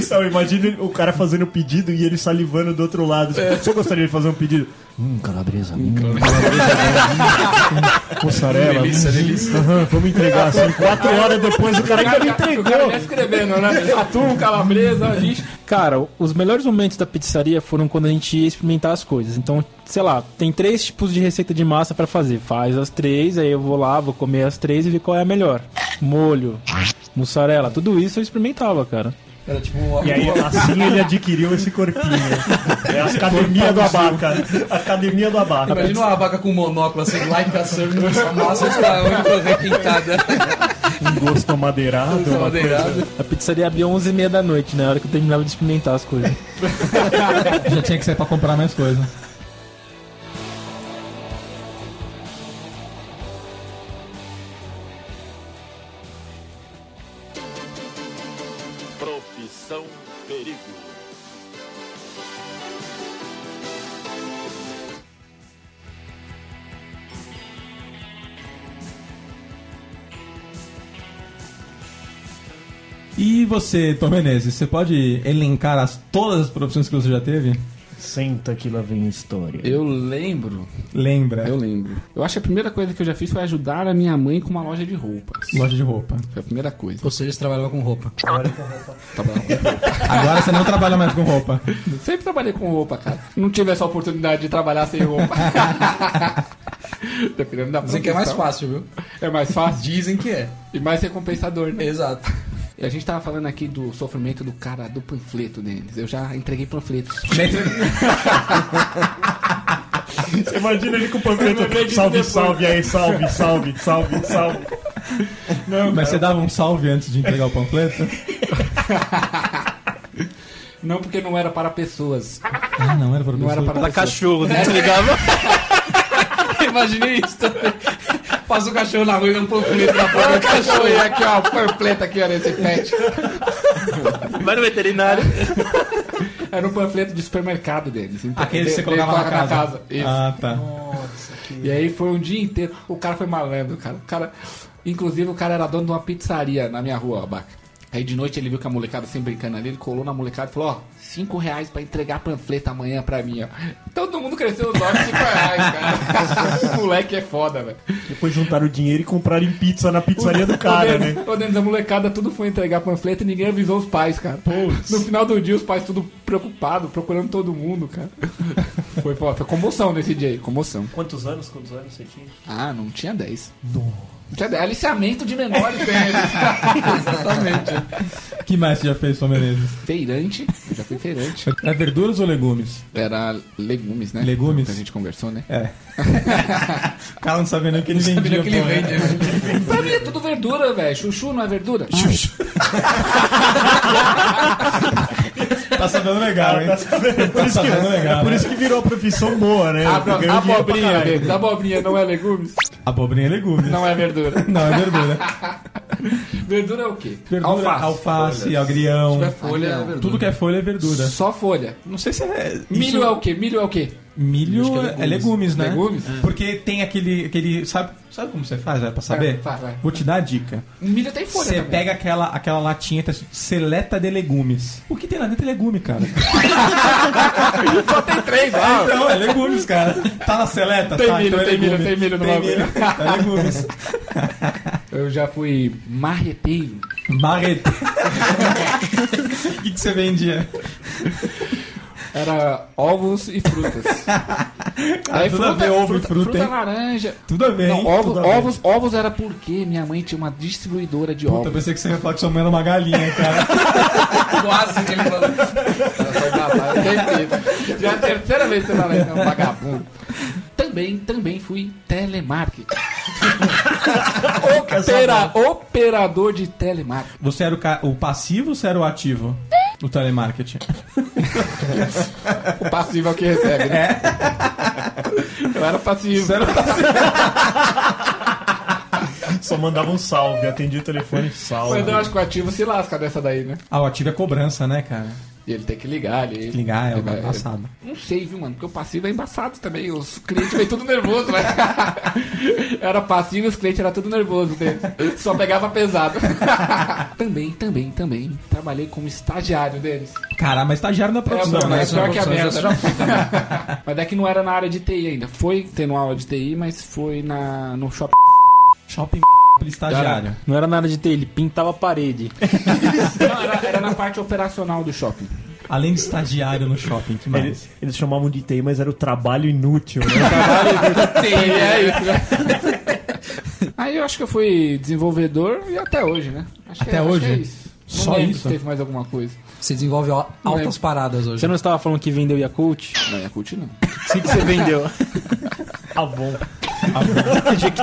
Então, imagina o cara fazendo o pedido e ele salivando do outro lado.
É.
Você gostaria de fazer um pedido? Hum, calabresa. Hum, calabresa. hum, Mussarela.
delícia,
hum,
delícia.
aham, vamos entregar. Assim, quatro horas depois o cara ainda não
O cara tá
entregou.
escrevendo, né? Atum, calabresa, giz.
Cara, os melhores momentos da pizzaria foram quando a gente ia experimentar as coisas. Então, sei lá, tem três tipos de receita de massa pra fazer. Faz as três, aí eu vou lá, vou comer as três e ver qual é a melhor. Molho, mussarela, tudo isso eu experimentava, cara.
Era tipo uma,
E aí, assim ele adquiriu esse corpinho. É a academia do abaca. Academia do abaca.
Imagina uma vaca com monóculo assim, like a surf, com essa massa está requintada.
Um gosto madeirado.
uma coisa. A pizzaria abria 11h30 da noite, né? A hora que eu terminava de experimentar as coisas.
Já tinha que sair pra comprar mais coisa.
Profissão Perigo.
E você, Tom Menezes, você pode elencar as, todas as profissões que você já teve?
Senta que lá vem história.
Eu lembro.
Lembra?
Eu lembro. Eu acho que a primeira coisa que eu já fiz foi ajudar a minha mãe com uma loja de roupas.
Loja de roupa.
Foi a primeira coisa.
Ou seja, você trabalhava com roupa.
Agora você não trabalha mais com roupa.
Sempre trabalhei com roupa, cara. Não tive essa oportunidade de trabalhar sem roupa. Dependendo da
Dizem que é mais
profissão.
fácil, viu?
É mais fácil.
Dizem que é.
E mais recompensador, né?
Exato.
E a gente tava falando aqui do sofrimento do cara do panfleto deles. Eu já entreguei panfletos.
Você imagina ele com o panfleto. Salve, salve aí, salve, salve, salve, salve.
Mas você dava um salve antes de entregar o panfleto?
Não porque não era para pessoas.
Ah, não, era para
Não era para
Pra
pessoas.
cachorro, né? Desligava.
Imaginei isso também. Passa o cachorro na rua e dá um panfleto na porta do
Cachorro,
cachorro.
e aqui, ó, panfleto aqui, ó, nesse pet.
Vai no veterinário.
Era um panfleto de supermercado deles. Então,
Aquele que
de-
você
de-
colocava na
coloca
casa.
Isso.
Ah, tá.
E aí foi um dia inteiro. O cara foi malandro, cara. O cara. Inclusive, o cara era dono de uma pizzaria na minha rua, ó, Baca. Aí de noite ele viu que a molecada sempre brincando ali, ele colou na molecada e falou, ó, 5 reais pra entregar panfleto amanhã pra mim, ó. Todo mundo cresceu os olhos 5 reais, cara. o moleque é foda, velho.
Depois juntaram o dinheiro e compraram em pizza na pizzaria do
O
cara,
dentro-
né?
o dentro da molecada, tudo foi entregar panfleto e ninguém avisou os pais, cara. No final do dia, os pais tudo preocupados, procurando todo mundo, cara. Foi, foda, foi comoção nesse dia aí, comoção.
Quantos anos, quantos anos você tinha?
Ah, não tinha 10. Não tinha 10. Aliciamento de menores velhos. Exatamente.
que mais você já fez, Tom Menezes?
Feirante, eu já fui feirante.
É verduras ou legumes?
Era legumes, né?
Legumes.
Que a gente conversou, né?
É. o cara não sabia nem o que ele vendia.
que ele
pô. né?
vende. né?
Pra mim é tudo verdura, velho. Chuchu não é verdura?
Tá sabendo legal, hein? Tá sabendo legal.
Por isso que virou uma profissão boa,
é
né?
A, a,
Ganhou dinheiro pra
abobrinha,
caralho.
velho. Abobrinha não é legumes?
Abobrinha é legume.
Não é verdura.
Não, é verdura.
Verdura é o quê?
Verdura, alface, agrião.
É folha,
Ah, não.
é verdura.
Tudo que é folha é verdura.
Só folha.
Não sei se é.
Milho
isso-
é o quê? Milho é o quê?
Milho é, é legumes, né?
Legumes?
Porque tem aquele. aquele sabe, sabe como você faz? É pra saber?
vai, vai.
Vou te dar a dica.
Milho tem folha
Você
também.
pega aquela, aquela latinha tá escrito seleta de legumes. O que tem lá dentro é legume, cara.
Só tem três, ó.
Então, é legumes, cara. Tá na seleta,
Ah. Tem
tá?
milho,
Então é
tem
legume.
milho, tem milho no
Tem
bagulho.
milho, tá legumes.
Eu já fui marreteiro.
Barrete. O que, que você vendia?
Era ovos e frutas. Aí
tudo a ver, ovo e fruta, hein?
laranja.
Tudo a ver,
Não,
hein?
ovos,
Tudo a ver.
ovos, ovos era porque minha mãe tinha uma distribuidora de
Puta, eu
ovos.
pensei que você ia falar que sua mãe era uma galinha, cara.
Quase que ele falou.
Perfeito. Já é a terceira vez que você fala isso, é um vagabundo. Também, também fui telemarketing. Opera- operador de telemarketing.
Você era o, ca- o passivo ou você era o ativo? O telemarketing.
O passivo é o que recebe, né?
É.
Eu era passivo.
Só mandava um salve, atendia o telefone, salve.
Mas eu acho que o ativo se lasca dessa daí, né?
Ah, o ativo é cobrança, né, cara?
E ele tem que ligar ali.
Ligar é
Ele
o
vai-
passado.
Não sei, viu, mano? Porque o passivo é embaçado também. Os clientes vêm tudo nervoso, né? Era passivo e os clientes eram tudo nervoso deles. Só pegava pesado. também, também, também. Trabalhei como estagiário deles.
Cara, mas estagiário na produção,
É,
né?
mas
Essa é uma
pior que a
opção,
merda.
essa já fui
mas é que não era na área de TI ainda. Foi tendo aula de TI, mas foi na, no shopping.
Shopping estagiário.
Não era nada de ter, ele pintava a parede.
Não, era, era na parte operacional do shopping.
Além de estagiário no shopping, que mais?
Eles, eles chamavam de TI, mas era o trabalho inútil, né?
Sim, é isso, né? Aí eu acho que eu fui desenvolvedor e até hoje, né? Acho que
Até
é- acho
hoje?
que é isso. Não
Só
lembro
isso?
se teve mais alguma coisa.
Você desenvolve al- altas paradas hoje.
Você não estava falando que vendeu Yakult?
Assim
Não, Yakult não.
O que que você vendeu?
Avon.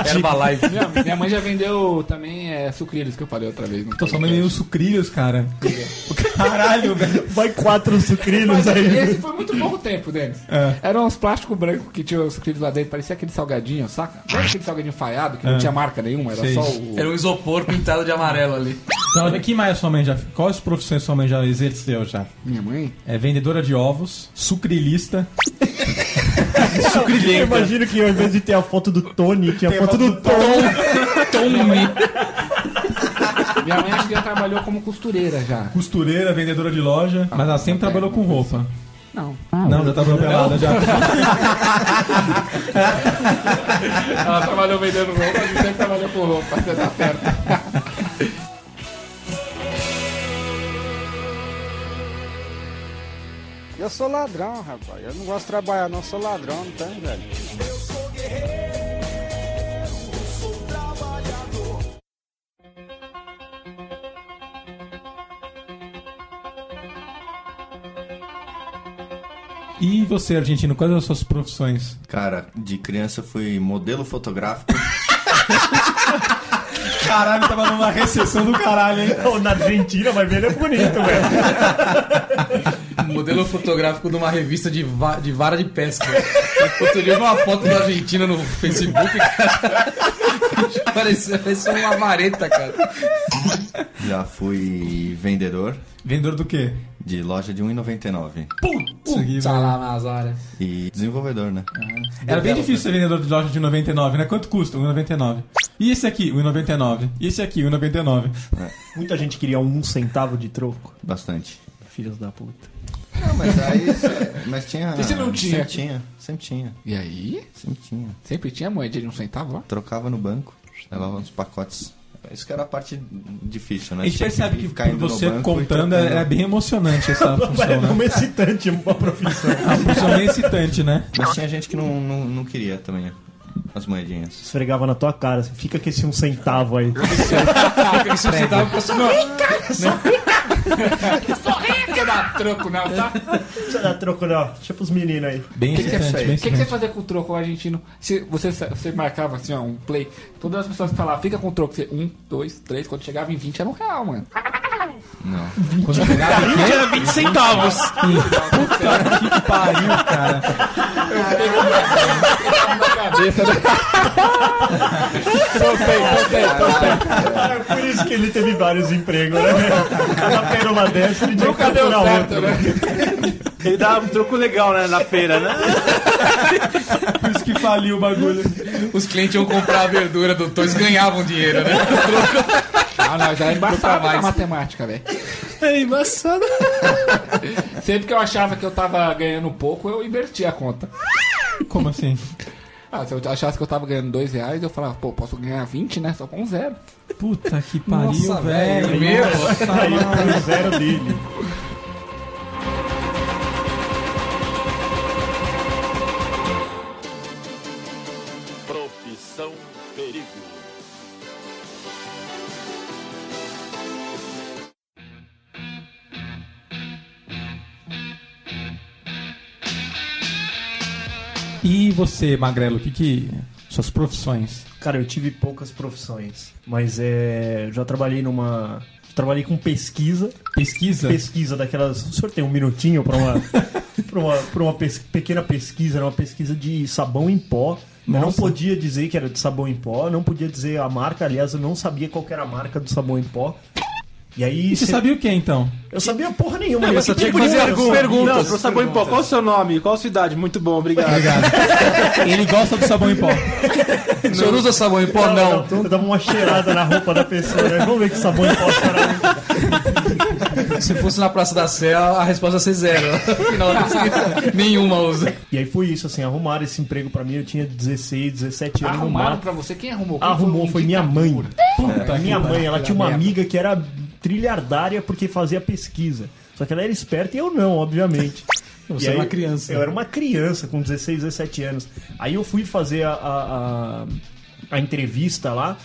Herbalife. Minha, minha mãe já vendeu também é, sucrilhos, que eu falei outra vez.
Tô Então só vendendo sucrilhos, cara. Caralho, velho.
Vai quatro sucrilhos
Mas
aí.
esse foi muito pouco tempo, Denis.
É.
Era uns plásticos brancos que tinha os sucrilhos lá dentro, parecia aquele salgadinho, saca? Lembra aquele salgadinho falhado que
Ah. É.
não tinha marca nenhuma, era
Sei.
só o.
Era um isopor pintado de amarelo ali.
Então, olha, que mais sua mãe já. Quais profissões sua mãe já exerceu já?
Minha mãe?
É vendedora de ovos, sucrilista.
Eu imagino que ao invés de ter a foto do Tony, tinha a foto do Tom.
Minha mãe acho que já trabalhou como costureira já.
Costureira, vendedora de loja, mas ela sempre trabalhou com roupa. Ah,
Não.
não, já trabalhou pelada já.
Ela trabalhou vendendo roupa, a gente sempre trabalhou com roupa, você tá certo.
Eu sou ladrão, rapaz. Eu não gosto de trabalhar, não. Eu sou ladrão, não tem, velho.
E você, argentino, quais são as suas profissões?
Cara, de criança eu fui modelo fotográfico.
Caralho, tava numa recessão do caralho, hein?
na Argentina, vai ver, ele é bonito, velho.
Modelo fotográfico de uma revista de, va- de vara de pesca. Outro dia eu vi uma foto da Argentina no Facebook, cara. Parecia, parecia uma vareta, cara.
Já fui vendedor.
Vendedor do quê?
De loja de 1,99.
Putz, lá nas áreas.
E desenvolvedor, né?
Era bem difícil ser vendedor de loja de 99, né? Quanto custa? 1,99. E esse aqui, 1,99. E esse aqui, 1,99.
Muita gente queria um centavo de troco.
Bastante.
Filhos da puta.
Não, mas aí. cê- Mas tinha.
E se não tinha?
Sempre tinha. Sempre tinha.
E aí?
Sempre tinha.
Sempre tinha moeda de um centavo lá?
Trocava no banco, levava uns pacotes. Isso que era a parte difícil, né?
A gente
Tinha
percebe que
ficar
por
indo no
você
banco e
contando
então,
trocando.
é bem emocionante essa função,
Era uma
né?
excitante, uma profissão.
A função é excitante, né?
Mas tinha gente que não, não, não queria também as moedinhas.
Esfregava na tua cara, assim, fica com esse um centavo aí.
Fica esse um
Né?
centavo pra sua-
Né? Sou rica! Dá troco, não, tá?
Deixa eu dar troco, né, não. Deixa pros meninos aí.
Bem
O que, que,
excitante,
você,
bem
o que que você
excitante.
fazia com o troco argentino? Se você, você marcava assim, ó, um play, todas as pessoas que falavam, fica com o troco, você, um, dois, três, quando chegava em 20 era um real, mano.
Não.
Quando chegava em 20
era 20 centavos.
Puta que pariu, cara.
Cabeça da... Topei, topei, topei.
É por isso que ele teve vários empregos, né? velho? Cada pérola dessa, ele tinha que
Nunca deu
procurar
certo,
né?
outra.
Ele dava um troco legal, né? Na feira, né?
Por isso que faliu o bagulho.
Os clientes iam comprar a verdura do Toys e ganhavam dinheiro, né?
Ah, não, já é embaçado
mais.
na matemática, velho.
É embaçado.
Sempre que eu achava que eu tava ganhando pouco, eu invertia a conta.
Como assim?
Ah, se eu achasse que eu tava ganhando dois reais, eu falava, pô, posso ganhar 20, né? Só com zero.
Puta que pariu,
Nossa,
velho. tá
velho, meu.
Nossa,
Tá Aí
mano.
foi o zero dele.
Profissão perigo.
E você, Magrelo, o que que... Suas profissões?
Cara, eu tive poucas profissões, mas é, já trabalhei numa. Trabalhei com pesquisa.
Pesquisa?
Pesquisa daquelas. Sorteio um minutinho pra uma. pra uma, pra uma pes- pequena pesquisa, era uma pesquisa de sabão em pó. Eu não
Nossa.
podia dizer que era de sabão em pó, não podia dizer a marca, aliás, eu não sabia qual que era a marca do sabão em pó. E aí.
E você
cê-
sabia o que, então?
Eu sabia porra nenhuma.
Não,
eu
mas você
sabia
tinha que fazer
porra, eu
perguntas.
sabia.
perguntas. Não,
Não,
pro
Tá
sabão em
então,
pó. Qual o seu nome? Qual a sua idade? Muito bom, obrigado.
Obrigado. Ele gosta do sabão em pó.
O senhor usa sabão em pó?
Não,
Não.
não, Eu dava uma cheirada na roupa da pessoa, né? Vamos ver que sabão em pó será.
Se fosse na Praça da Sé, a resposta ia ser zero. Afinal, tá- nenhuma usa.
E aí foi isso, assim, arrumaram esse emprego pra mim, eu tinha 16, 17 anos. no
Arrumaram
máximo.
pra você? Quem arrumou? Quem
Arrumou,
o
foi minha mãe.
Puta
É, Minha
que
mãe, ela tinha uma
merda.
amiga que era trilhardária porque fazia pesquisa. Só que ela era esperta e eu não, obviamente.
Você
E
era
aí,
uma criança.
Eu era uma criança com 16, 17 anos. Aí eu fui fazer a, a, a- a entrevista lá,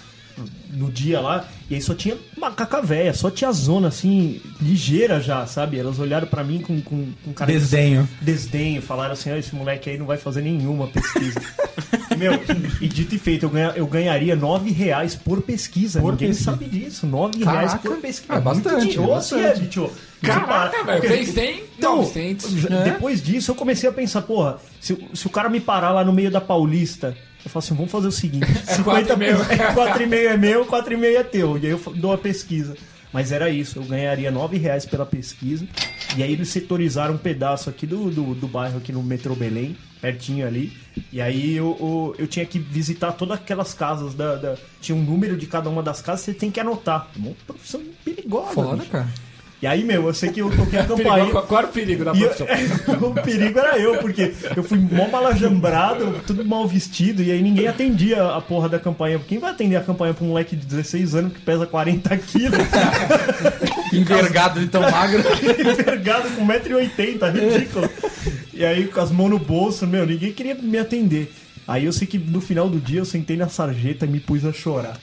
no dia lá, e aí só tinha macaca velha, só tinha zona assim, ligeira já, sabe? Elas olharam pra mim com, com, com cara de-
Desdenho.
desdenho, falaram assim, "Ah, esse moleque aí não vai fazer nenhuma pesquisa. Meu, e dito e feito, eu, ganha- eu ganharia 9 reais por pesquisa.
Por
Ninguém
pesquisa.
sabe disso. 9
Caraca.
reais por pesquisa.
É
Muito
bastante,
dinheiro.
é
Ô,
bastante.
Sérgio, tio.
Caraca,
Tipo,
velho,
porque-
600,
Então,
900.
já-
né?
É.
Depois disso, eu comecei a pensar, porra, se, o- se o cara me parar lá no meio da Paulista... Eu falo assim, vamos fazer o seguinte:
É
50
4,5.
4,5 é meu, 4,5 é teu. E aí eu fa- dou a pesquisa. Mas era isso, eu ganharia 9 reais pela pesquisa. E aí eles setorizaram um pedaço aqui do, do, do bairro, aqui no metrô Belém, pertinho ali. E aí eu, eu, eu tinha que visitar todas aquelas casas. Da, da- tinha um número de cada uma das casas, você tem que anotar. Uma profissão perigosa.
Foda,
bicho.
cara.
E aí, meu, eu sei que eu toquei a campainha.
Perigo- qual era o perigo da
E eu-
profissão?
o perigo era eu, porque eu fui mó malajambrado, tudo mal vestido, e aí ninguém atendia a porra da campanha. Quem vai atender a campanha pra um moleque de 16 anos que pesa 40 quilos?
Envergado de tão magro.
Envergado com 1,80m, ridículo. E aí com as mãos no bolso, meu, ninguém queria me atender. Aí eu sei que no final do dia eu sentei na sarjeta e me pus a chorar.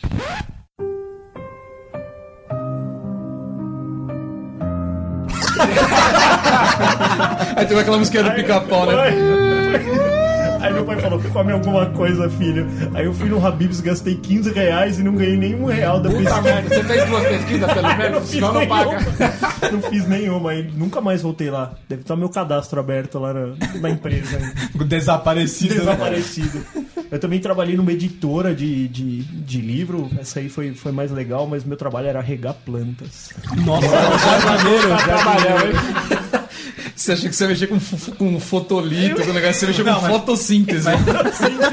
Aí tem aquela música do pica-pau, né?
Aí meu pai falou, come alguma coisa, filho. Aí eu fui no Habib's, gastei 15 reais e não ganhei nenhum real da
Puta merda, você
pesquisa.
fez duas pesquisas pelo
Ah, Eu não
menos?
fiz
Senão não paga.
nenhuma. Não fiz nenhuma, aí nunca mais voltei lá. Deve estar meu cadastro aberto lá na, na empresa ainda.
Desaparecido. né?
Desaparecido. Eu também trabalhei numa editora de, de, de livro, essa aí foi, foi mais legal, mas meu trabalho era regar plantas. um
Nossa,
jardineiro,
jardineiro.
Você acha que você vai mexer com, fo- com fotolito, com um negócio? Você mexeu com
Não, mas-
fotossíntese.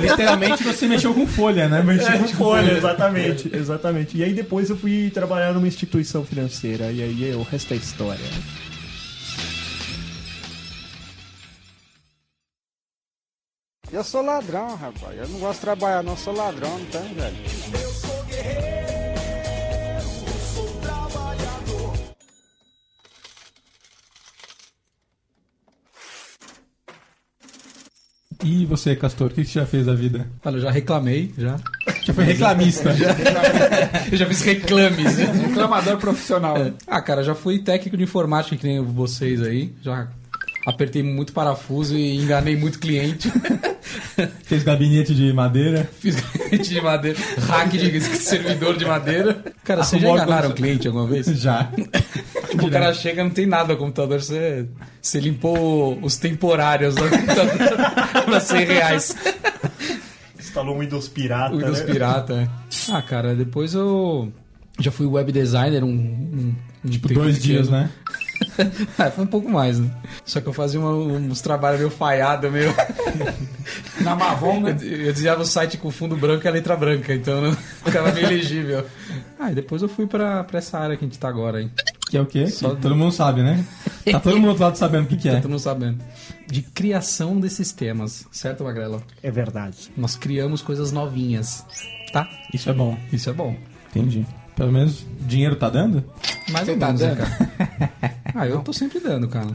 Literalmente você mexeu com folha, né?
É,
Mexi com tipo um
tipo
folha, exatamente, exatamente. E aí depois eu fui trabalhar numa instituição financeira, e aí é, o resto é história.
Eu sou ladrão, rapaz. Eu não gosto de trabalhar, não. Eu sou ladrão, não tem, velho?
E você, Castor, o que você já fez da vida?
Olha, eu já reclamei, já.
Já foi reclamista.
Eu já fiz reclames.
Reclamador profissional.
É. Ah, cara, já fui técnico de informática que nem vocês aí. Já apertei muito parafuso e enganei muito cliente.
Fez gabinete de madeira.
Fiz cliente de madeira, hack de servidor de madeira. Cara, vocês já
Arrumou a
enganaram o
condição.
cliente alguma vez?
Já.
Tipo, o cara chega não tem nada no computador, você, você limpou os temporários do computador pra 100 reais.
Instalou um Windows pirata.
O Windows
né?
pirata, é. Ah, cara, depois eu já fui web designer um... um- um
Tipo,
tempo
dois dias,
inteiro.
né?
É, foi um pouco mais, né? Só que eu fazia uma- uns trabalhos meio falhado, meio...
Na Mavon, né?
Eu, eu desenhava o site com fundo branco e a letra branca, então não ficava meio legível. Ah, e depois eu fui pra, pra essa área que a gente tá agora, hein?
Que é o quê?
Só-
Que todo mundo sabe, né? Tá todo mundo do outro lado sabendo o que, que é.
Todo mundo sabendo. De criação desses temas, certo, Magrela?
É verdade.
Nós criamos coisas novinhas, tá?
Isso é bom.
Isso é bom.
Entendi. Pelo menos dinheiro tá dando?
Mais
Você
ou
tá
menos, né,
dando?
cara? Ah, eu tô sempre dando, cara.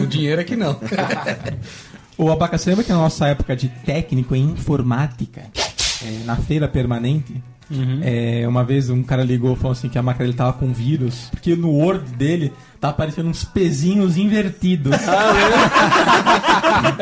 O dinheiro é que não.
O Abaca, você lembra que na nossa época de técnico em informática, é, na feira permanente, é, uma vez um cara ligou e falou assim que a máquina dele tava com vírus, porque no Word dele tá aparecendo uns pezinhos invertidos.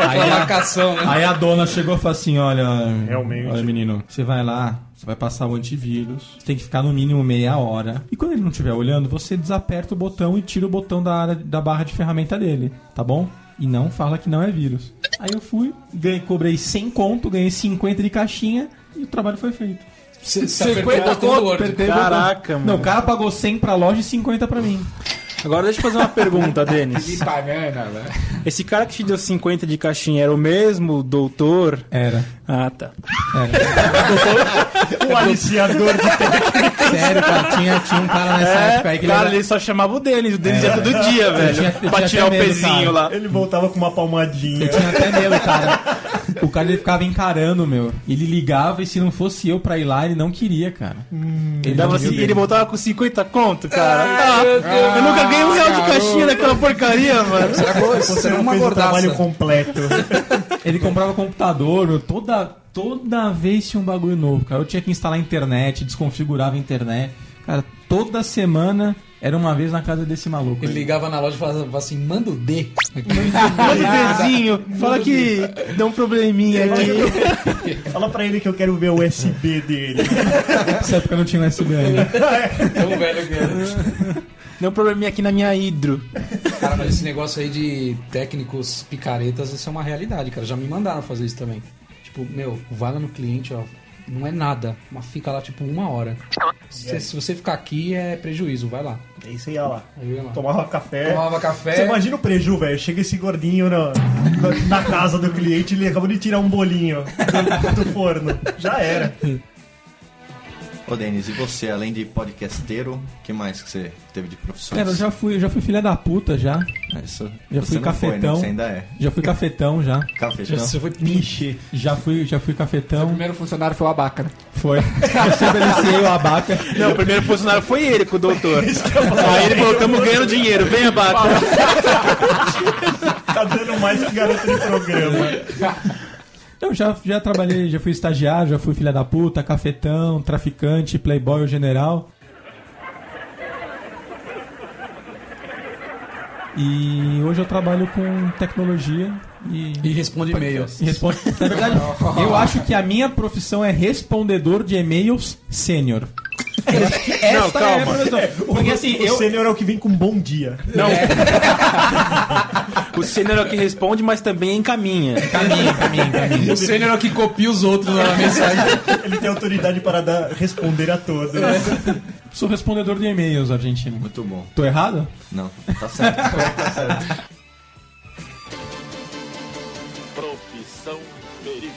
Aí a marcação, né?
Aí a dona chegou e falou assim: olha,
Realmente.
olha, menino, você vai lá, você vai passar o antivírus, você tem que ficar no mínimo meia hora. E quando ele não estiver olhando, você desaperta o botão e tira o botão da, área- da barra de ferramenta dele, tá bom? E não fala que não é vírus. Aí eu fui, ganhei, cobrei 100 conto, ganhei 50 de caixinha e o trabalho foi feito.
Você você
50
apertou o botão do Word.
Apertei o botão.
Caraca, mano.
Não, o cara pagou 100 pra loja e 50 pra mim.
Agora deixa eu fazer uma pergunta,
Que
Denis.
banana, velho.
Esse cara que te deu 50 de caixinha era o mesmo doutor?
Era.
Ah, tá.
O aliciador de
Sério, cara, tinha, tinha um cara nessa época aí que ele
cara,
era-
ele só chamava o Denis. O Denis
É.
ia todo dia, velho.
tinha- eu
pra
tinha
tirar o
até medo,
pezinho
cara.
lá.
Ele voltava com uma palmadinha.
Eu tinha até medo, cara. O cara ele ficava encarando, meu. Ele ligava e se não fosse eu pra ir lá, ele não queria, cara.
Ele, dava
não queria
assim,
mesmo.
ele voltava com 50 conto, cara. Ah,
Deus.
eu nunca ganhei um real de
Garoto.
caixinha naquela porcaria, mano.
Você era uma
fez o
gordaça.
trabalho completo.
Ele comprava computador, meu. Toda, toda vez tinha um bagulho novo, cara. Eu tinha que instalar a internet, desconfigurava a internet. Cara, Toda semana era uma vez na casa desse maluco.
Ele
aí.
ligava na loja e falava falava assim, manda o D.
Manda o Dzinho, fala que dá um probleminha aqui.
Fala pra ele que eu quero ver o USB dele.
Nessa época não tinha USB ainda.
Tão velho que era.
Deu um probleminha aqui na minha hidro.
Cara, mas esse negócio aí de técnicos picaretas, isso é uma realidade, cara. Já me mandaram fazer isso também. Tipo, meu, vai lá no cliente, ó. Não é nada, mas fica lá tipo uma hora. Se, se você ficar aqui é prejuízo, vai lá. Tá
É isso aí, olha lá.
Aí eu ia lá.
Tomava café.
Tomava café.
Você imagina o preju, velho. Chega esse gordinho na, na, na casa do cliente e ele acabou de tirar um bolinho do, do forno. Já era.
Ô, Denis, e você, além de podcasteiro, o que mais que você teve de profissões?
Cara, eu já fui, eu já fui filha da puta já.
Ah, Isso,
Já
você
fui
não Foi,
cafetão.
né? Você ainda é.
Já fui cafetão já.
Cafetão.
Você foi
Miche. Já fui, já fui
O
cafetão.
primeiro funcionário foi o Abaca, né?
Foi. Eu estabeleci o abaca.
Não, o primeiro funcionário foi ele com o doutor. Aí ele falou, tamo ganhando dinheiro, vem abata.
Tá dando mais que garoto de programa.
Eu já, já trabalhei, já fui estagiário, já fui filha da puta, cafetão, traficante, playboy ou general. E hoje eu trabalho com tecnologia e.
E responde e-mail.
e respondo- Na verdade, eu acho que a minha profissão é respondedor de e-mails sênior. Eu acho que
Não,
Esta é a
calma.
profissão. Porque assim,
o
eu,
sênior é o que vem com bom dia.
Não,
O sênior é o que responde, mas também encaminha.
Caminho, caminho, caminho.
O sênior é o que copia os outros na mensagem.
Ele tem autoridade para dar, responder a todos.
Sou respondedor de e-mails argentino.
Muito bom.
Tô errado?
Não, tá certo. tá certo.
Profissão perigo.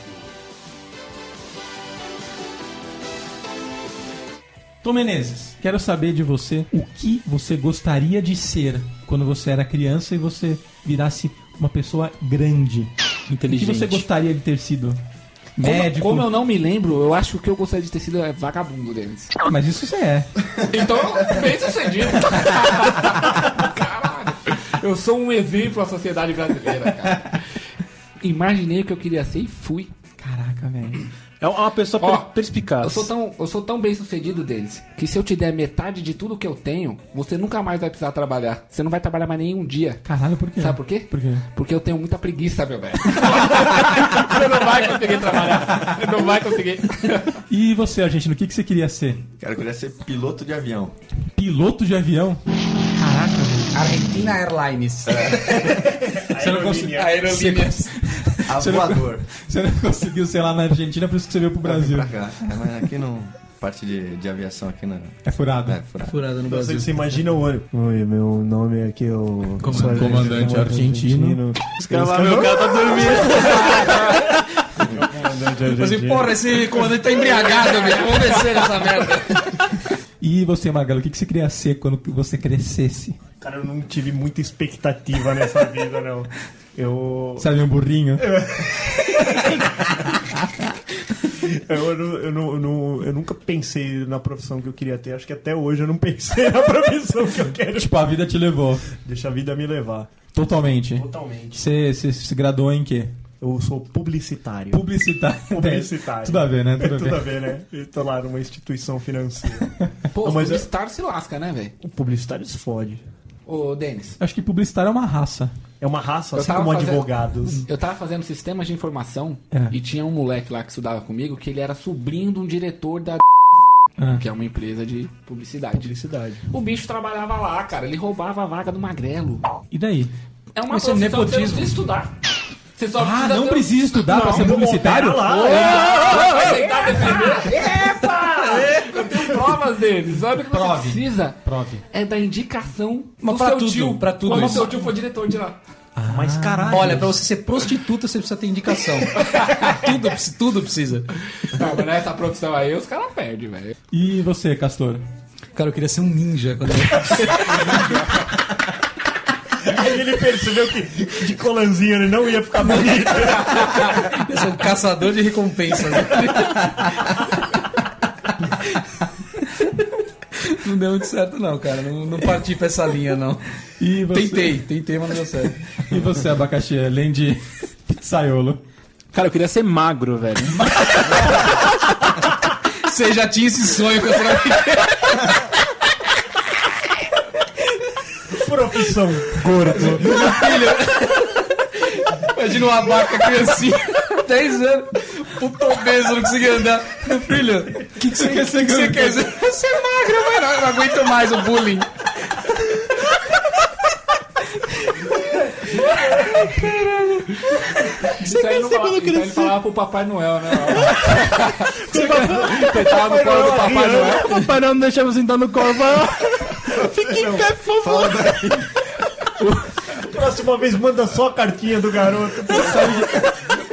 Tom Menezes, quero saber de você o que você gostaria de ser quando você era criança e você virasse uma pessoa grande. O que
Inteligente.
você gostaria de ter sido?
Como,
É,
Médico?
como eu não me lembro, eu acho que o que eu gostaria de ter sido é vagabundo deles.
Mas isso você é.
Então, bem sucedido. Caralho. Eu sou um exemplo à sociedade brasileira, cara. Imaginei o que eu queria ser e fui.
Caraca, velho.
É uma pessoa
Ó,
per- perspicaz.
Eu sou tão, eu sou tão bem sucedido deles que se eu te der metade de tudo que eu tenho, você nunca mais vai precisar trabalhar. Você não vai trabalhar mais nenhum dia.
Caralho, por
É.
quê?
Sabe por quê?
Por quê?
Porque eu tenho muita preguiça, meu velho. você não vai conseguir trabalhar. Você não vai conseguir.
E você, argentino, o que, que você queria ser?
Cara, eu queria ser piloto de avião.
Piloto de avião? Caraca, velho.
Argentina Airlines.
Você não, consegui-
Aerolíneas.
Avoador.
você não conseguiu, sei lá, na Argentina, por isso que você veio pro Brasil.
Pra cá. É, mas aqui não... Parte de, de aviação aqui não...
É furado.
É, furado.
Furada no
Você,
Brasil.
você imagina o ônibus. Oi, meu nome aqui é o... Comandante,
argentino.
Os caras lá, meu cara tá dormindo.
Comandante
Assim,
argentino.
porra, esse comandante tá embriagado, velho. Vamos descer nessa merda.
E você, Magalo, o que, que você queria ser quando você crescesse?
Cara, eu não tive muita expectativa nessa vida, não. Eu...
Sabe, um burrinho?
Eu, não- eu, não- eu não- eu nunca pensei na profissão que eu queria ter. Acho que até hoje eu não pensei na profissão que eu quero.
Tipo, a vida te levou.
Deixa a vida me levar.
Totalmente.
Totalmente.
Você você se graduou em quê?
Eu sou publicitário.
Publicitário.
Publicitário.
Tudo a ver, né? Tudo a ver.
né? Eu tô lá numa instituição financeira.
Pô,
Não,
o
mas eu-
publicitário se lasca, né, velho?
o publicitário se fode.
Ô, Denis.
Acho que publicitário é uma raça.
É uma raça,
Eu
assim
tava
como
fazendo-
advogados.
Eu tava fazendo sistemas de informação
É.
e tinha um moleque lá que estudava comigo que ele era sobrinho de um diretor da
Ah.
que é uma empresa de publicidade.
Publicidade.
O bicho trabalhava lá, cara. Ele roubava a vaga do magrelo.
E daí?
É uma
Isso
profissão que você
é
não
nepotismo.
precisa estudar. Você só
Ah,
precisa
não
ter- um-
precisa estudar pra
Não,
ser publicitário?
Pera lá, né?
Vai sentar nesse primeiro. Epa! Eu tenho provas deles. Sabe o que você
Prove.
precisa?
Prove.
É da indicação
Mas
do
pra
seu
tudo,
tio.
pra tudo
Quando
isso.
seu tio for diretor de lá.
mas caralho.
Olha, pra você ser prostituta, você precisa ter indicação. tudo, precisa- tudo precisa.
Não, mas nessa profissão aí, os caras perdem, velho.
E você, Castor?
Cara, eu queria ser um ninja. Quando eu...
Aí ele percebeu que de colanzinho ele não ia ficar bonito.
eu sou um caçador de recompensas. Não deu muito certo, não, cara. Não, não parti pra essa linha, não.
E você,
Tentei, tentei, mas não deu certo.
E você, abacaxi, além de pizzaiolo?
Cara, eu queria ser magro, velho.
Você já tinha esse sonho quando você era pequeno.
Profissão.
Gordo.
Imagina uma vaca criancinha, 10 anos, puto obeso, não conseguia andar. Meu filho, o que, que você quer ser? Que você quer ser? Você é magra, mas não, não aguento mais o bullying.
Caralho. Você quer ser quando crescer? Ele falava pro Papai Noel, né? Você tava no colo do Papai Noel.
O papai não deixava sentar no colo. Fica em pé, por favor.
Próxima vez manda só a cartinha do garoto.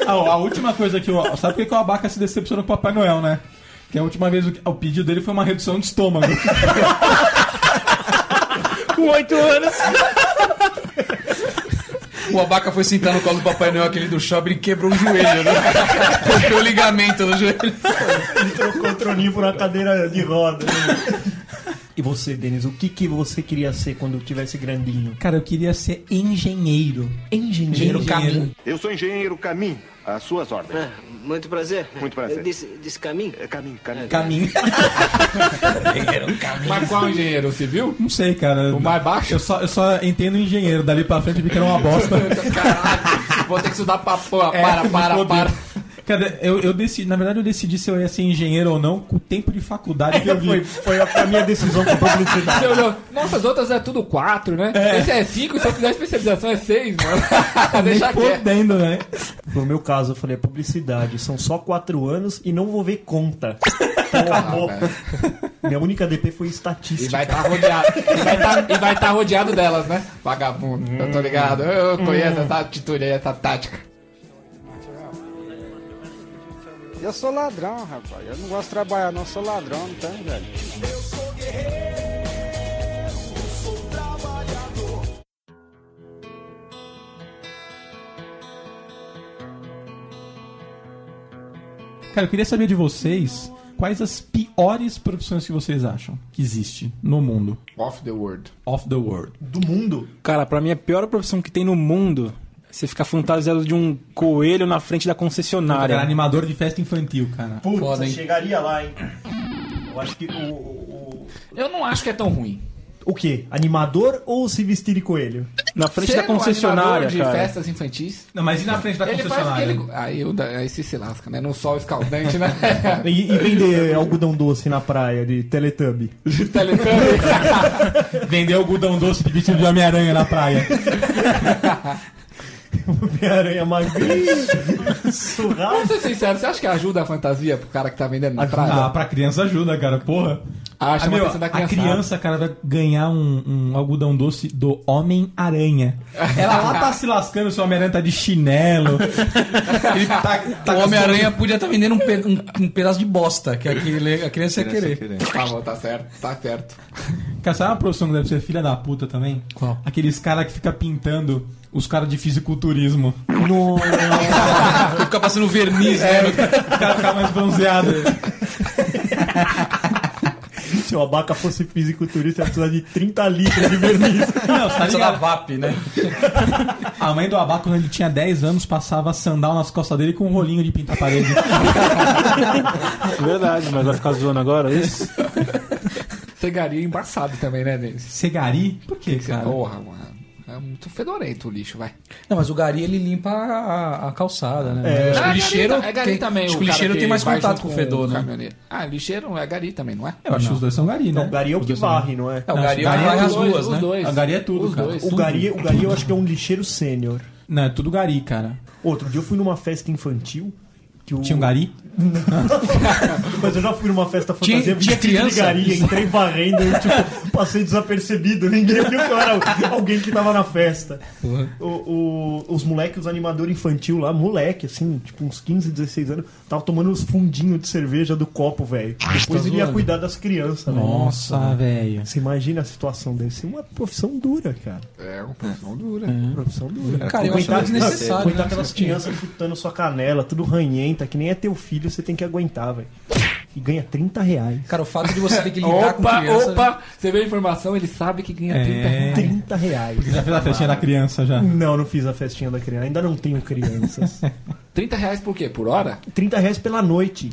Ah, ó, a última coisa que o. Sabe por que que o Abaca se decepcionou com o Papai Noel, né? Que a última vez o, o pedido dele foi uma redução de estômago.
Com 8 anos.
O abaca foi sentar no colo do Papai Noel, aquele do shopping, e quebrou o joelho, né? Rompeu o ligamento no joelho.
Trocou o troninho por uma cadeira de roda. né? E você, Denis, o que, que você queria ser quando tivesse grandinho?
Cara, eu queria ser engenheiro.
Engenheiro, caminho.
Eu sou engenheiro Caminho, às suas ordens.
Ah, Muito prazer.
Muito prazer.
Disse, disse caminho?
É Caminho, Caminho.
Caminho.
Mas qual engenheiro? Civil?
Não sei, cara. O
mais baixo?
Eu só, eu só entendo engenheiro. Dali pra frente eu vi que era uma bosta.
Caralho, vou ter que estudar pra porra. Para,
me
para,
fodeu.
para.
Cara, eu, eu decidi, na verdade eu decidi se eu ia ser engenheiro ou não com o tempo de faculdade que eu vi.
Foi, foi a, a minha decisão com a publicidade.
Você olhou, Nossa, as outras é tudo 4, né? Esse é 5, se eu fizer especialização é 6, mano. Deixa quieto.
fodendo, né?
No meu caso, eu falei, publicidade, são só quatro anos e não vou ver conta. Então, acabou. Minha única DP foi
E
estatística.
vai estar rodeado. E vai estar rodeado delas, né? Vagabundo. Eu tô ligado. Eu conheço essa atitude aí, essa tática.
Eu sou ladrão, rapaz. Eu não gosto de trabalhar, não. Eu sou ladrão, não tá, velho?
Cara, eu queria saber de vocês quais as piores profissões que vocês acham que existe no mundo.
Off the world.
Of the world.
Do mundo?
Cara, pra mim a pior profissão que tem no mundo é você ficar fantasiado de um coelho na frente da
Cara,
concessionária.
animador de festa infantil, cara.
Putz,
Foda,
eu
hein?
chegaria lá, hein? Eu acho que o. O, o-
Eu não acho que é tão ruim.
o quê? Animador ou se vestir de coelho?
Na frente
é
Ser
da
um
concessionária,
animador de
cara.
festas infantis.
Não, mas e na frente da
Ele faz
concessionária?
aquele. Aí, o da- aí se se lasca, né? Num sol escaldante, né?
E, e vender algodão doce na praia de Teletubby.
Teletubbies.
Vender algodão doce de vestido de Homem-Aranha na praia.
Homem-Aranha magrinho.
Vamos
Surrado.
ser sincero, você acha que ajuda a fantasia pro cara que tá vendendo na
Ah,
praia?
pra criança ajuda, cara, porra.
Ah, chama
meu,
a atenção da
a
criançada.
criança, cara, vai ganhar um, um algodão doce do Homem-Aranha. Ela lá tá se lascando, se o Homem-Aranha tá de chinelo. Ele tá, tá
o
com-
Homem-Aranha podia estar vendendo um, pe- um- um pedaço de bosta, que aquele- a criança ia querer.
Tá bom, tá certo, tá certo.
Cara, sabe uma profissão que deve ser filha da puta também?
Qual?
Aqueles caras que fica pintando os caras de fisiculturismo.
Vai ficar passando verniz, né?
O cara fica mais bronzeado.
Se o abaca fosse fisiculturista, ia precisar de 30 litros de verniz.
Não, você tá
Só da
ligado?
VAP, né?
A mãe do Abaco, quando ele tinha 10 anos, passava sandal nas costas dele com um rolinho de pintar parede.
Verdade, mas vai ficar zoando agora isso?
Cegaria é embaçado também, né, Denis?
Segari? Por quê, cara?
Porra, mano. É muito fedorento o lixo, vai.
Não, mas o Gari ele limpa a, a calçada, né?
É.
Acho que
Ah,
o lixeiro,
gari ta- é gari
tem,
também,
acho
o
que o
cara
lixeiro
que
tem mais
vai
contato
junto
com o
com
fedor,
o
né?
caminhoneiro. Ah, lixeiro é gari também, não é?
Eu acho que os dois são gari, né?
Não, o Gari é o que varre, não é?
É, o Gari é o que
Gari é
varre
os
as
dois,
ruas,
os
né?
dois.
A gari é tudo,
Os
cara.
dois.
O Gari, o Gari eu acho que é um lixeiro sênior.
Não, é tudo gari, cara.
Outro dia eu fui numa festa infantil. Que o...
Tinha um gari?
Mas eu já fui numa festa fantasia,
Tinha- tinha
vestido de
criança?
gari, entrei varrendo, eu, tipo, passei desapercebido, ninguém viu que eu era alguém que tava na festa. O- o- os moleques, os animadores infantil lá, moleque, assim, tipo uns 15, 16 anos, tava tomando os fundinhos de cerveja do copo, velho. Depois ele ia
Tá zoando.
cuidar das crianças, velho.
Nossa, velho.
Você imagina a situação desse? Uma profissão dura, cara.
É uma profissão dura.
Profissão dura.
Hum. Cara, eu acho
Aguentar-
meio desnecessário.
Aguentar
né?
aquelas crianças chutando sua canela, tudo ranhenta, que nem é teu filho, você tem que aguentar, velho. E ganha 30 reais.
Cara, o fato de você ter que lidar tá com
Opa,
criança... né?
opa! Você vê a informação, ele sabe que ganha
É.
30 reais.
30 reais.
Você já fez a festinha da criança já?
Não, não fiz a festinha da criança. Ainda não tenho crianças.
30 reais por quê? Por hora?
30 reais pela noite.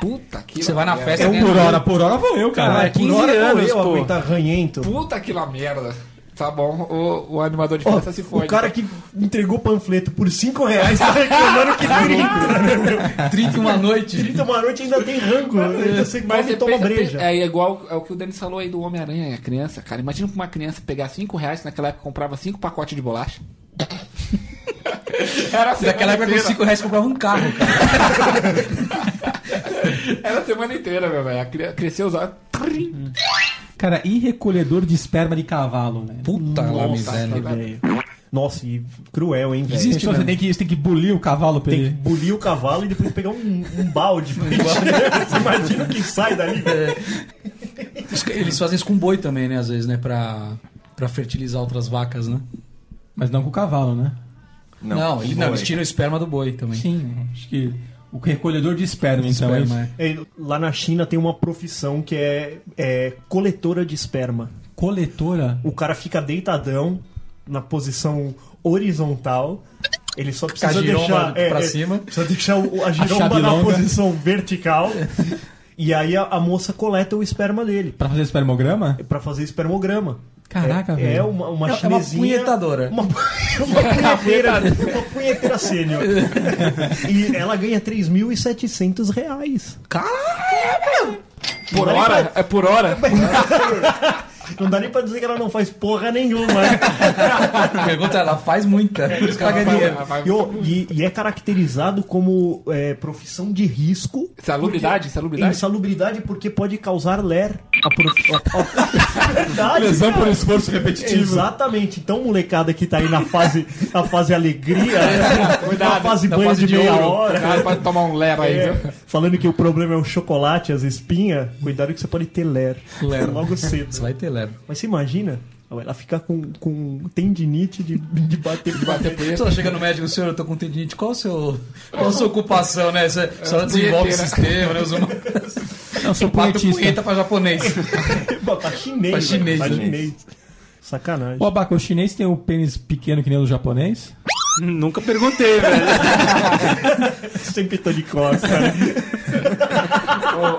Puta que
Você vai na
merda.
festa...
Eu
ganha
por
mil.
hora, por hora vou eu, cara.
Caralho,
Por
15
hora vou
anos,
eu
pô.
aguentar tá ranhento.
Puta que lá merda. Tá bom, o, o animador de
Ó,
festa se foi.
o cara que entregou panfleto por 5 reais tá reclamando que 30.
30 uma noite.
30 uma noite ainda tem rango. Ainda você come e
você
toma
pensa-
breja.
É igual ao que o Denis falou aí do Homem-Aranha, a criança, cara. Imagina pra uma criança pegar 5 reais, naquela época comprava 5 pacotes de bolacha. Era a semana
Naquela época, com
inteira.
5 reais, comprava um carro, cara.
Era a semana inteira, meu velho. A cri- Cresceu os olhos. Hum.
Cara, e recolhedor de esperma de cavalo, né? velho.
Puta
Tá lá, miséria. Nossa, e cruel, hein, velho?
Existe,
Então,
né?
você tem
que, você tem que bulir o cavalo pra
ele. Tem que bulir o cavalo e depois pegar um, um balde. pra encher. Você imagina o que sai dali, velho.
Isso que- Eles fazem isso com boi também, né? Às vezes, né? Pra, pra fertilizar outras vacas, né?
Mas não com o cavalo, né?
Não, ele- não, eles tiram o esperma do boi também.
Sim, acho que o recolhedor de esperma, então.
Esperma,
é. isso?
É, Lá na China tem uma profissão que é, é coletora de esperma.
é. Coletora?
O cara fica deitadão na posição horizontal. Ele só precisa
giromba
deixar
pra cima.
Precisa deixar o- a
A
giromba na
chabilonga.
posição vertical. E aí a, a moça coleta o esperma dele.
Pra fazer espermograma?
Pra fazer espermograma.
Caraca,
é,
velho.
É uma, uma
É- é uma
chinesinha.
punhetadora.
Uma, uma punheteira. uma punheteira sênior. E ela ganha 3.700 reais. Caralho!
Por hora? É por hora?
Não dá nem pra dizer que ela não faz porra nenhuma.
é. Pergunta, ela faz muita. Por isso que ela ganha dinheiro.
E, ô, e- e é caracterizado como é, profissão de risco.
Salubridade,
porque-
salubridade?
Insalubridade porque pode causar ler. A prof... a- a- Verdade,
Lesão
cara.
por esforço repetitivo.
Exatamente. Então, molecada que tá aí na fase, na fase alegria, na
Cuidado,
fase
na
banho
fase
de,
de
meia
ouro.
hora.
Cuidado pra tomar um lero aí,
É,
viu?
Falando que o problema é o chocolate, as espinhas, cuidado que você pode ter ler.
Lero.
Logo cedo.
Você vai ter ler.
Mas você imagina ela ficar com, com tendinite de, de bater de
bater
Se ela chega no médico, senhor, eu tô com tendinite, qual a seu, qual a sua ocupação, né? Você, a senhora desenvolve o
Punheteira.
sistema, né? Usa uma...
Não,
sou punheta pra japonês.
pra chinês.
Pra chinês,
velho, pra
né?
chinês. Sacanagem.
Ô, Abaca, o chinês tem o pênis pequeno que nem o do japonês?
Nunca perguntei, velho.
Sempre tô de costas. né?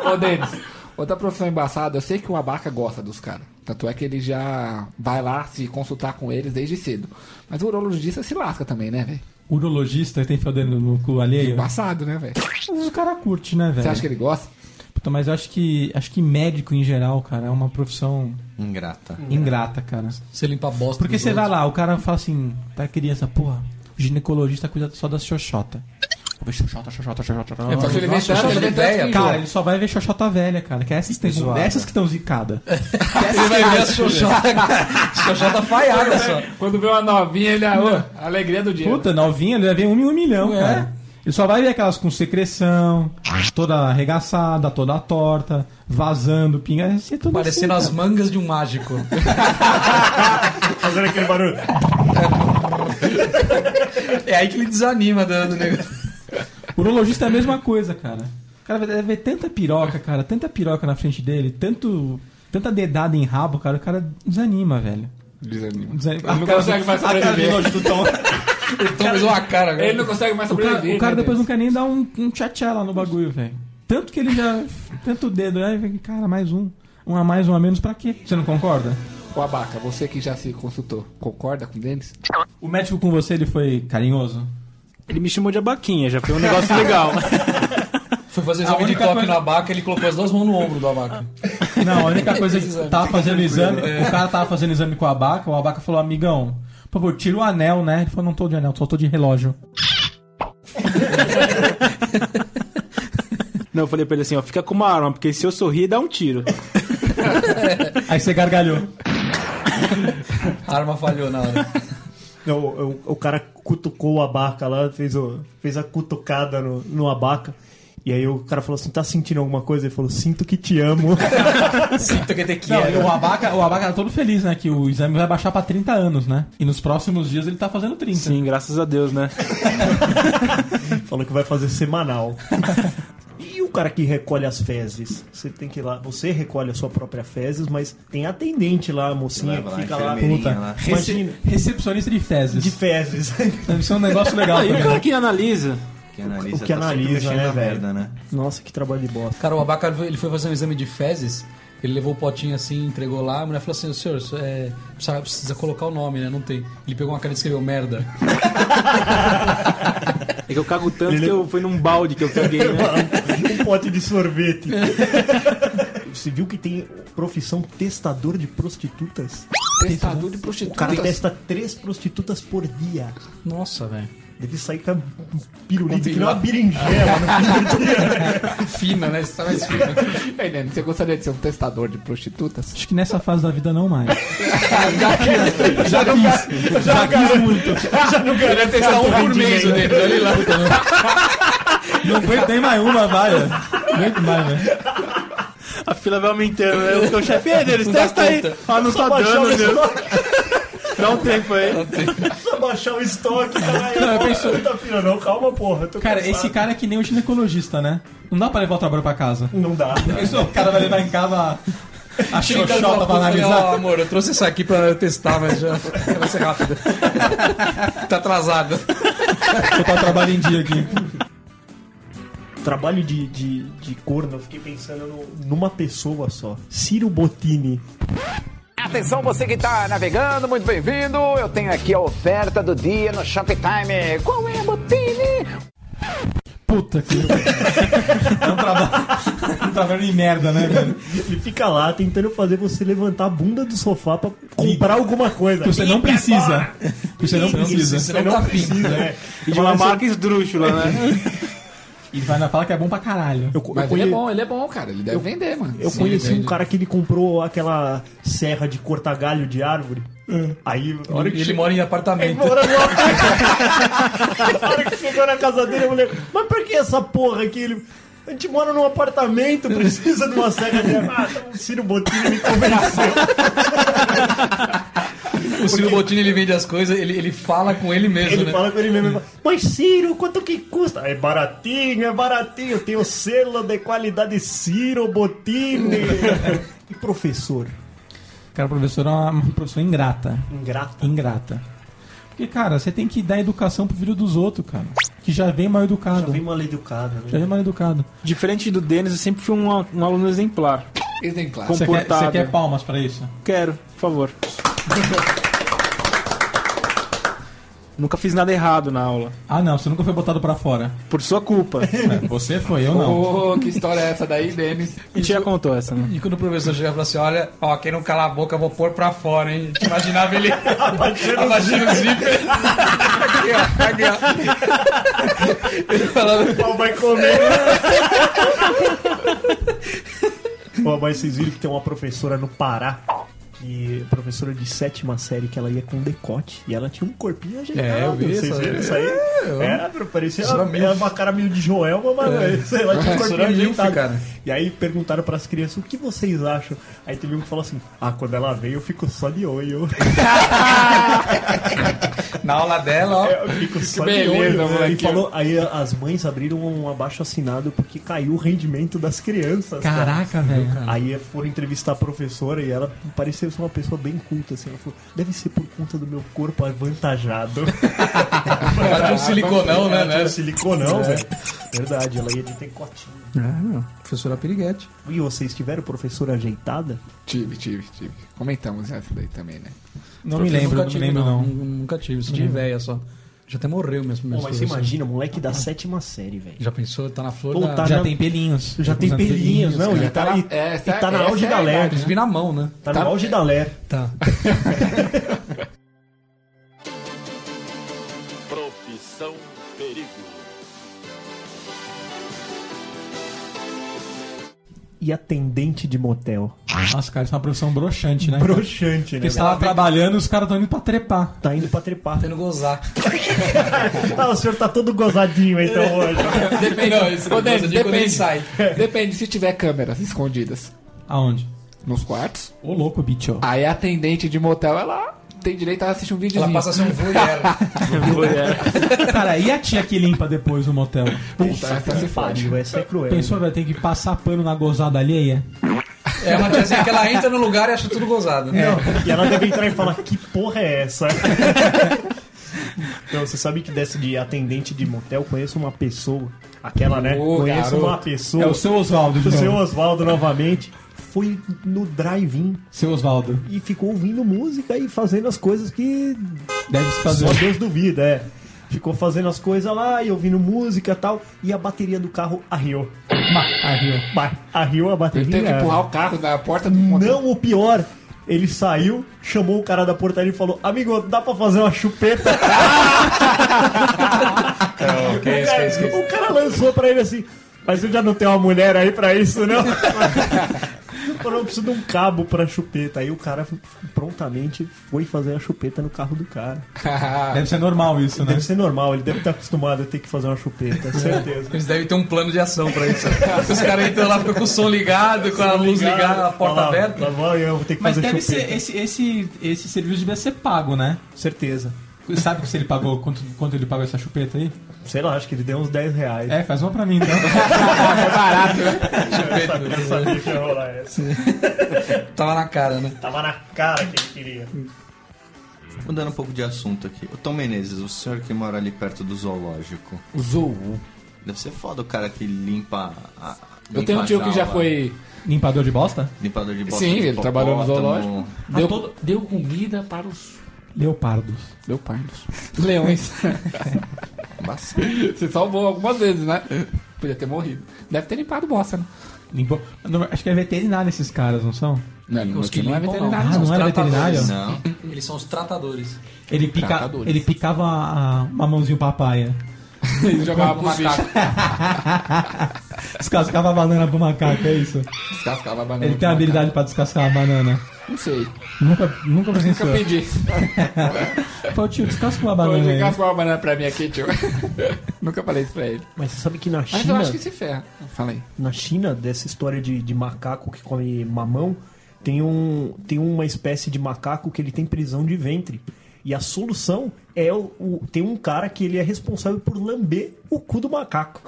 ô, ô Denis, outra profissão embaçada, eu sei que o Abaca gosta dos caras. Tanto é que ele já vai lá se consultar com eles desde cedo. Mas o urologista se lasca também, né, velho?
Urologista que tem fio dentro no cu alheio?
Embaçado, né, velho?
Mas o cara curte, né, velho?
Você acha que ele gosta?
Puta, mas eu acho que acho que médico em geral, cara, é uma profissão
Ingrata.
ingrata, cara.
Você limpa a bosta.
Porque
dos
você vai
outros.
lá, o cara fala assim, tá criança, porra, o ginecologista cuida só da xoxota. Vê xoxota, xoxota, xoxota.
É, só que ele vê
Nossa,
xoxota
xoxota
velha,
velha.
cara.
Cara, ele só vai ver xoxota velha, cara. Que é essas, tem,
zoada. É.
essas que estão zicadas.
Ele vai ver a xoxota, xoxota falhada só.
Quando vê uma novinha, ele é a alegria do dia.
Puta, novinha, ele vai ver um em um milhão,
É.
cara. Ele só vai ver aquelas com secreção, toda arregaçada, toda torta, vazando, pinga. Isso é tudo
Parecendo
assim,
as
cara.
mangas de um mágico.
Fazendo aquele barulho.
É aí que ele desanima né, do, do negócio.
Urologista é a mesma coisa, cara. O cara deve ver tanta piroca, cara, tanta piroca na frente dele, tanto, tanta dedada em rabo, cara, o cara desanima, velho.
Desanima.
Desanima.
Ele não consegue mais
a cara de
sobreviver.
nojo do Tom.
Ele fez uma cara agora.
Ele não consegue mais
O cara,
sobreviver.
o cara
né,
depois
Denis?
não quer nem dar um, um tchatchela no bagulho, velho. Tanto que ele já. Tanto dedo, aí, vem, cara, mais um. Um a mais, um a menos, pra quê? Você não concorda?
O Abaca, você que já se consultou, concorda com o Denis?
O médico com você, ele foi carinhoso?
Ele me chamou de abaquinha, já foi um negócio legal.
Foi fazer
A
exame de
única
toque
coisa-
na abaca, ele colocou as duas mãos no ombro do abaca.
Não, a única coisa
Esse
que
exame.
tava fazendo o exame,
É.
o cara tava fazendo exame com a abaca, o abaca falou, amigão, por favor, tira o anel, né? Ele falou, não tô de anel, só tô de relógio.
Não, eu falei pra ele assim, ó, fica com uma arma, porque se eu sorrir, dá um tiro.
Aí você gargalhou.
A arma falhou na hora.
Não, o, o- o cara cutucou o abaca lá, fez, o, fez a cutucada no, no abaca. E aí o cara falou assim, tá sentindo alguma coisa? Ele falou, sinto que te amo.
Sinto que te
Não, e
quero.
o abaca, o abaca tá todo feliz, né? Que o exame vai baixar pra 30 anos, né? E nos próximos dias ele tá fazendo 30.
Sim, graças a Deus, né?
falou que vai fazer semanal. E o cara que recolhe as fezes? Você tem que ir lá, você recolhe a sua própria fezes, mas tem atendente lá, a mocinha,
Leva
que
lá,
fica lá.
enfermeirinha
Puta,
lá.
Imagina,
Rece- recepcionista de fezes.
de fezes.
Deve ser um negócio legal
Aí o
também.
cara que analisa.
Que analisa,
O que
tá sempre
analisa,
mexendo
né,
na
velho?
merda, né?
Nossa, que trabalho de bosta.
Cara, o abaca ele foi fazer um exame de fezes Ele levou o potinho assim, entregou lá, a mulher falou assim, senhor, isso é, precisa, precisa colocar o nome, né? Não tem. Ele pegou uma caneta e escreveu merda.
É que eu cago tanto que eu fui num balde que eu caguei, né?
um pote de sorvete. Você viu que tem profissão testador de prostitutas?
Testador de
O cara
prostitutas.
testa três prostitutas por dia.
Nossa, velho.
Deve sair com a pirulito
Um
que não é uma berinjela no fim do dia. né?
fina, né? Você tá mais fina.
Ei, Nene, você gostaria de ser um testador de prostitutas?
Acho que nessa fase da vida não mais.
já não
quis. Já quis muito.
Já não quero.
Ele testar um por mês, o Denis, olha lá.
Não aguento nem mais uma, vai. é. ó. Aguento mais, né?
A fila vai aumentando, né? O teu chefe é deles,
Não dá
testa aí.
conta.
Ah, não
Só
tá
baixar o
dando, meu. Dá um tempo aí.
Só baixar o estoque,
Não, eu
cara.
penso-
Puta filha, não, calma, porra. eu tô
Cara,
cansado.
esse cara é que nem o ginecologista, né? Não dá pra levar o trabalho pra casa.
Não dá.
Pensou, o cara vai levar em casa a, a
Chega
xoxota
uma
pra
puta,
analisar.
ó, amor, eu trouxe isso aqui pra eu testar, mas já vai ser rápido. tá atrasado.
Botar o trabalho em dia aqui.
Trabalho de, de, de corno, eu fiquei pensando no- numa pessoa só. Ciro Bottini.
Atenção você que está navegando, muito bem-vindo. Eu tenho aqui a oferta do dia no Shoptime. Qual é, Botini?
Puta que. é um trabalho. Um trabalho de merda, né, velho?
Ele fica lá tentando fazer você levantar a bunda do sofá pra comprar alguma coisa.
Que você não
Liga
precisa.
agora!
Que você não
Liga,
precisa.
Você não precisa, é.
E de uma marca esdrúxula, né? E vai na fala que é bom pra caralho.
Eu,
Mas ele é bom, ele é bom, cara. Ele deve
Eu-
vender, mano. né?
Eu conheci um cara que ele comprou aquela serra de cortar galho de árvore. Aí, a hora que
Ele, ele
chegou-
mora em apartamento.
Ele mora no apartamento. A hora que chegou na casa dele, eu falei, mas por que essa porra aqui? Ele, a gente mora num apartamento, precisa de uma serra de árvore. Ah, então o Ciro Bottini me convenceu.
O Ciro Bottini, ele vende as coisas, ele, ele fala com ele mesmo,
Ele
né?
fala com ele mesmo, ele fala, mas Ciro, quanto que custa? É baratinho, é baratinho, tem o selo de qualidade Ciro Bottini. E professor?
Cara, o professor é uma, uma professora ingrata.
Ingrata.
Ingrata. Porque, cara, você tem que dar educação pro filho dos outros, cara. Que já vem mal educado. Já vem
mal educado, né?
Já vem mal educado.
Diferente do Denis, eu sempre fui um, al- um aluno exemplar.
um
Exemplar.
Você quer,
Comportado.
você quer palmas pra isso?
Quero, por favor. Nunca fiz nada errado na aula.
Ah, não, você nunca foi botado pra fora.
Por sua culpa.
É, você foi, eu não.
Ô, que história é essa daí, Denis?
A gente já contou essa, né?
E quando o professor chega e fala assim, olha, ó, quem não calar a boca, eu vou pôr pra fora, hein? Te Imaginava ele
abaixando
o zíper. aqui, ó, aqui, ó. Ele falando,
pau vai comer. Ó, mas vocês viram que tem uma professora no Pará, que professora de sétima série, que ela ia com decote. E ela tinha um corpinho ajeitado.
É, eu vi
vocês
isso aí. É,
viram isso aí?
eu-
Era, pro- parecia
Professora
ela,
Milf.
ela uma cara meio de Joelma, mas
É.
sei lá, tinha um
Professora
corpinho
Milf,
ajeitado.
cara.
E aí perguntaram pras crianças, o que vocês acham? Aí teve um que falou assim, ah, quando ela veio eu fico só de olho.
na aula dela, ó.
Eu fico só
beleza,
de olho. né? E
moleque.
falou, aí as mães abriram um abaixo assinado porque caiu o rendimento das crianças. cara.
Caraca, velho.
Aí foram entrevistar a professora e ela parecia ser uma pessoa bem culta, assim. Ela falou, deve ser por conta do meu corpo avantajado.
Ela tinha um siliconão, né,
Ela tinha
né?
um siliconão,
É.
velho. Verdade, ela ia de decotinho.
Ah, meu, professora Piriguete.
E vocês tiveram professora ajeitada?
Tive, tive, tive. Comentamos essa daí também, né?
Não me
Professor,
lembro,
nunca
não me
tive,
lembro, não.
Nunca tive, isso de véia só. Já até morreu mesmo.
Pô,
mesmo
mas você imagina, moleque da sétima série, velho.
Já pensou? Tá na flor
Pô,
da...
tá
Já
na-
tem pelinhos.
Já tem
Já tem
pelinhos,
pelinhos, né?
não?
cara.
Já tá,
Tá na-
e,
essa-
e tá na
essa
auge
é
da
a
ler.
idade,
né?
Cuspi na mão, né?
Tá no auge da ler.
Tá.
Profissão Perigo.
E atendente de motel.
Nossa, cara, isso é uma profissão broxante, né?
Broxante, né?
Porque você tá lá trabalhando e os caras estão indo pra trepar.
Tá indo pra trepar.
Tendo gozar.
Ah, o senhor tá todo gozadinho então hoje.
Depende.
Não, esse
Ô, Denis,
negócio de quando ele
depende.
sai.
Depende se tiver câmeras escondidas
Aonde?
nos quartos.
Ô, louco, bicho.
Aí a atendente de motel, ela tem direito a assistir um videozinho.
Ela passa a ser um voyeur.
é.
Cara, e a tia que limpa depois no motel?
Puta, Tá, essa se fode.
Pariu, essa é cruel.
Pensou, vai ter que passar pano na gozada alheia?
É uma tiazinha que ela entra no lugar e acha tudo gozado. né?
É. E ela deve entrar e falar, que porra é essa? Não, você sabe que dessa de atendente de motel, conheço uma pessoa. Aquela, né?
Ô,
conheço
garoto.
uma pessoa.
É o seu Oswaldo,
O
então.
seu Oswaldo novamente. foi no drive-in.
Seu Oswaldo.
E ficou ouvindo música e fazendo as coisas que.
Deve se fazer.
Só Deus duvida, é. Ficou fazendo as coisas lá e ouvindo música e tal. E a bateria do carro arriou. Arriou. Arriou a bateria.
Ele teve que empurrar o carro da porta do
Não, o pior. Ele saiu, chamou o cara da portaria e falou: Amigo, dá pra fazer uma chupeta?
Não, que
o, cara, o cara lançou pra ele assim, mas eu já não tenho uma mulher aí pra isso, não? Falou, eu preciso de um cabo pra chupeta. Aí o cara prontamente foi fazer a chupeta no carro do cara.
Deve ser normal isso, né?
Deve ser normal, ele deve estar acostumado a ter que fazer uma chupeta, certeza.
Eles devem ter um plano de ação pra isso. Os caras entram lá, ficam com o som ligado, com a luz ligada, a porta
Olha lá,
aberta.
lá vai eu, vou ter que
Mas
fazer
deve
chupeta.
ser. Esse, esse, esse serviço devia ser pago, né?
Certeza.
Sabe se ele pagou, quanto, quanto ele pagou essa chupeta aí?
Sei lá, acho que ele deu uns 10 reais.
É, faz uma pra mim, então.
É barato, né?
Eu sabia que ia rolar essa.
Tava na cara, né?
Tava na cara que ele queria.
Mudando um pouco de assunto aqui. O Tom Menezes, o senhor que mora ali perto do zoológico.
Zou.
Deve ser foda o cara que limpa a. a-
Eu
limpa
tenho um
a
tio que já
jaula,
foi.
Limpador de bosta?
Limpador de bosta.
Sim,
de
ele trabalhou no
hipopótamo.
zoológico. Deu, deu comida para os
Leopardos.
leopardos. Leões. Você salvou algumas vezes, né? Podia ter morrido. Deve ter limpado bosta, né?
Limpou. Não, Acho que é veterinário esses caras, não são?
Não, meu
Os que
tio não é
limpam,
veterinário.
Ah,
Os
não era
tratadores.
veterinário?
Não. Eles são os tratadores.
Ele, pica,
Tratadores.
ele picava a- uma mãozinha papaya.
Ele jogava pro macaco.
Descascava a banana pro macaco, é isso?
Descascava a banana.
Ele tem a habilidade pra descascar a banana.
Não sei.
Nunca, nunca presenciou.
Nunca pedi.
Fala, tio, descasca uma
Pô,
é banana aí.
Descasca uma banana pra mim aqui, tio. Nunca falei isso pra ele.
Mas você sabe que na
Mas
China.
eu acho que se ferra. Fala aí.
Na China, dessa história de, de macaco que come mamão, tem, um, tem uma espécie de macaco que ele tem prisão de ventre. E a solução é o, o- tem um cara que ele é responsável por lamber o cu do macaco.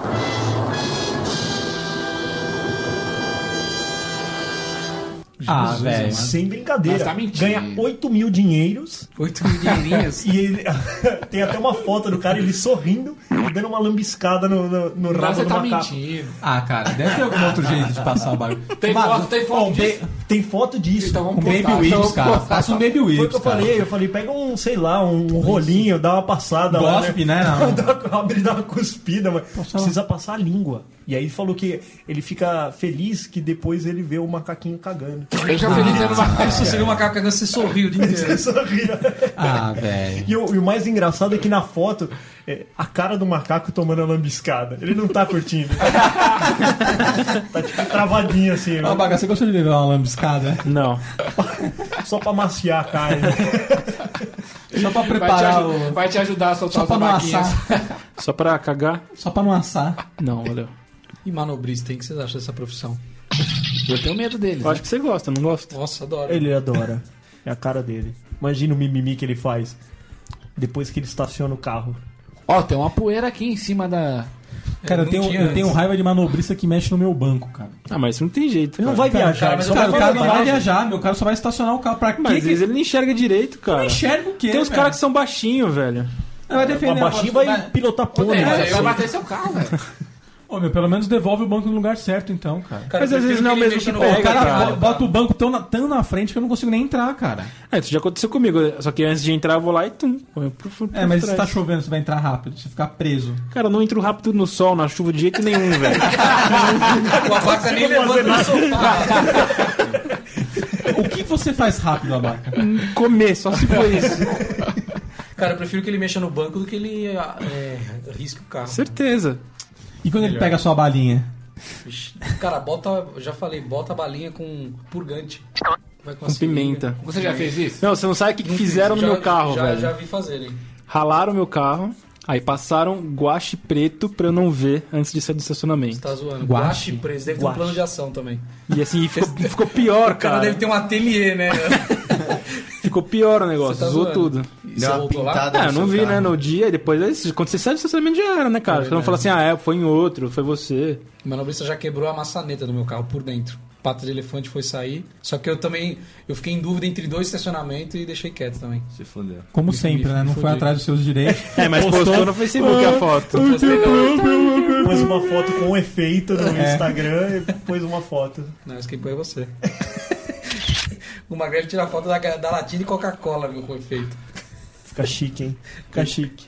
Ah, velho.
Sem brincadeira.
Mas tá mentindo.
Ganha 8 mil dinheiros.
8 milheirinhas.
E ele- tem até uma foto do cara ele sorrindo e dando uma lambiscada no, no, no
Mas
rabo
você
do
tá
macaco.
mentindo.
Ah, cara, deve ter algum outro jeito de passar o bagulho.
Tem
Mano,
foto, tem foto
um
disso.
ba-
Tem foto disso.
Então vamos
Um baby
postar. então
whips,
vamos
cara.
postar.
Passa um baby whips,
Foi o que eu
cara.
falei, eu falei, pega um, sei lá, um rolinho, dá uma passada lá.
Gospe, né, não?
Dá uma- Abre e dá uma cuspida, mas precisa passar a língua. E aí ele falou que ele fica feliz que depois ele vê o macaquinho cagando.
Eu já feliz ano
Aí se você viu uma macaca você sorriu o dia
Ele
inteiro.
sorria.
Ah, velho.
E o, e o mais engraçado é que na foto, é, a cara do macaco tomando a lambiscada. Ele não tá curtindo. tá tipo travadinho assim,
Ô, Baga, você gostou de levar uma lambiscada?
Não.
só pra maciar a carne.
Só pra
Vai te,
preparar
ajudar,
o...
vai te ajudar a soltar
Só
os
pra não
abaquinhas.
assar.
Só pra cagar?
Só pra não assar.
Não, valeu.
E manobrista, hein? O que vocês acham dessa profissão?
Eu tenho medo deles.
Eu acho que você gosta, não gosta?
Nossa, adoro.
Ele adora. É a cara dele. Imagina o mimimi que ele faz depois que ele estaciona o carro.
né? Ó, tem uma poeira aqui em cima da.
Cara, eu
não
tenho,
tinha
eu
antes.
tenho um raiva de manobrista que mexe no meu banco, cara.
Ah, mas isso não tem jeito.
Ele não
cara.
vai viajar, ele
Mas,
só
cara, o
vai
cara
fazer
não vai
viagem.
viajar, meu. O cara só vai estacionar o carro pra quê?
Mas às
que...
vezes ele não enxerga direito, cara.
Enxerga o quê,
é.
Tem uns
velho?
caras que são baixinhos, velho.
Vai defender
O baixinho
a-
vai pilotar
Poder,
pônei. vai-
você vai É, bater seu carro, velho.
Ô, meu, pelo menos devolve o banco no lugar certo, então, cara.
Mas às vezes não é o mesmo que pega,
o cara,
cara.
bo- bota o banco tão na, tão na frente que eu não consigo nem entrar, cara.
É, isso já aconteceu comigo. Só que antes de entrar, eu vou lá e tum. põe pro- pro- pro
É, mas se
trás.
tá chovendo, você vai entrar rápido, você ficar preso.
Cara, eu não entro rápido no sol, na chuva de jeito nenhum, velho.
O abaca nem levanta do sofá.
O que você faz rápido, Abaca?
Comer, só se for isso.
Cara, eu prefiro que ele mexa no banco do que ele ah, é, risque o carro.
Certeza.
E quando ele pega a sua balinha?
Vixe. Cara, bota, já falei, bota a balinha com purgante. Vai
Com pimenta.
Você já fez isso?
Não, você não sabe o que que fizeram no
Já-
meu carro,
já,
velho.
Já vi fazerem.
Ralaram meu carro, aí passaram guache preto pra eu não ver antes de sair do
Você
estacionamento.
tá zoando.
Guache?
Guache, preso. Deve ter um
Guache.
plano de ação também.
E assim, ficou, ficou pior,
O cara,
cara.
deve ter um ateliê, né?
Ficou pior o negócio,
Você tá
zoou
zoando.
tudo.
E
Deu
você
uma
voltou lá?
pintada
Ah, eu
no seu
não vi,
tá
carro.
né? No
um
dia, depois, aí, quando você sai do estacionamento já era, né,
É
cara? você não fala assim, ah, é, foi em outro, foi você.
O manobrista já quebrou a maçaneta do meu carro por dentro. pata de elefante foi sair. Só que eu também eu fiquei em dúvida entre dois estacionamentos e deixei quieto também.
Se fudeu.
Como sempre, né? Não foi atrás dos seus direitos.
É, mas postou no Facebook a foto.
Pôs uma foto com efeito no
É.
Instagram e pôs uma foto.
Não, isso quem põe é você. o Magrelo tira foto da, da latinha de Coca-Cola, meu, com efeito.
Fica chique, hein? Fica chique.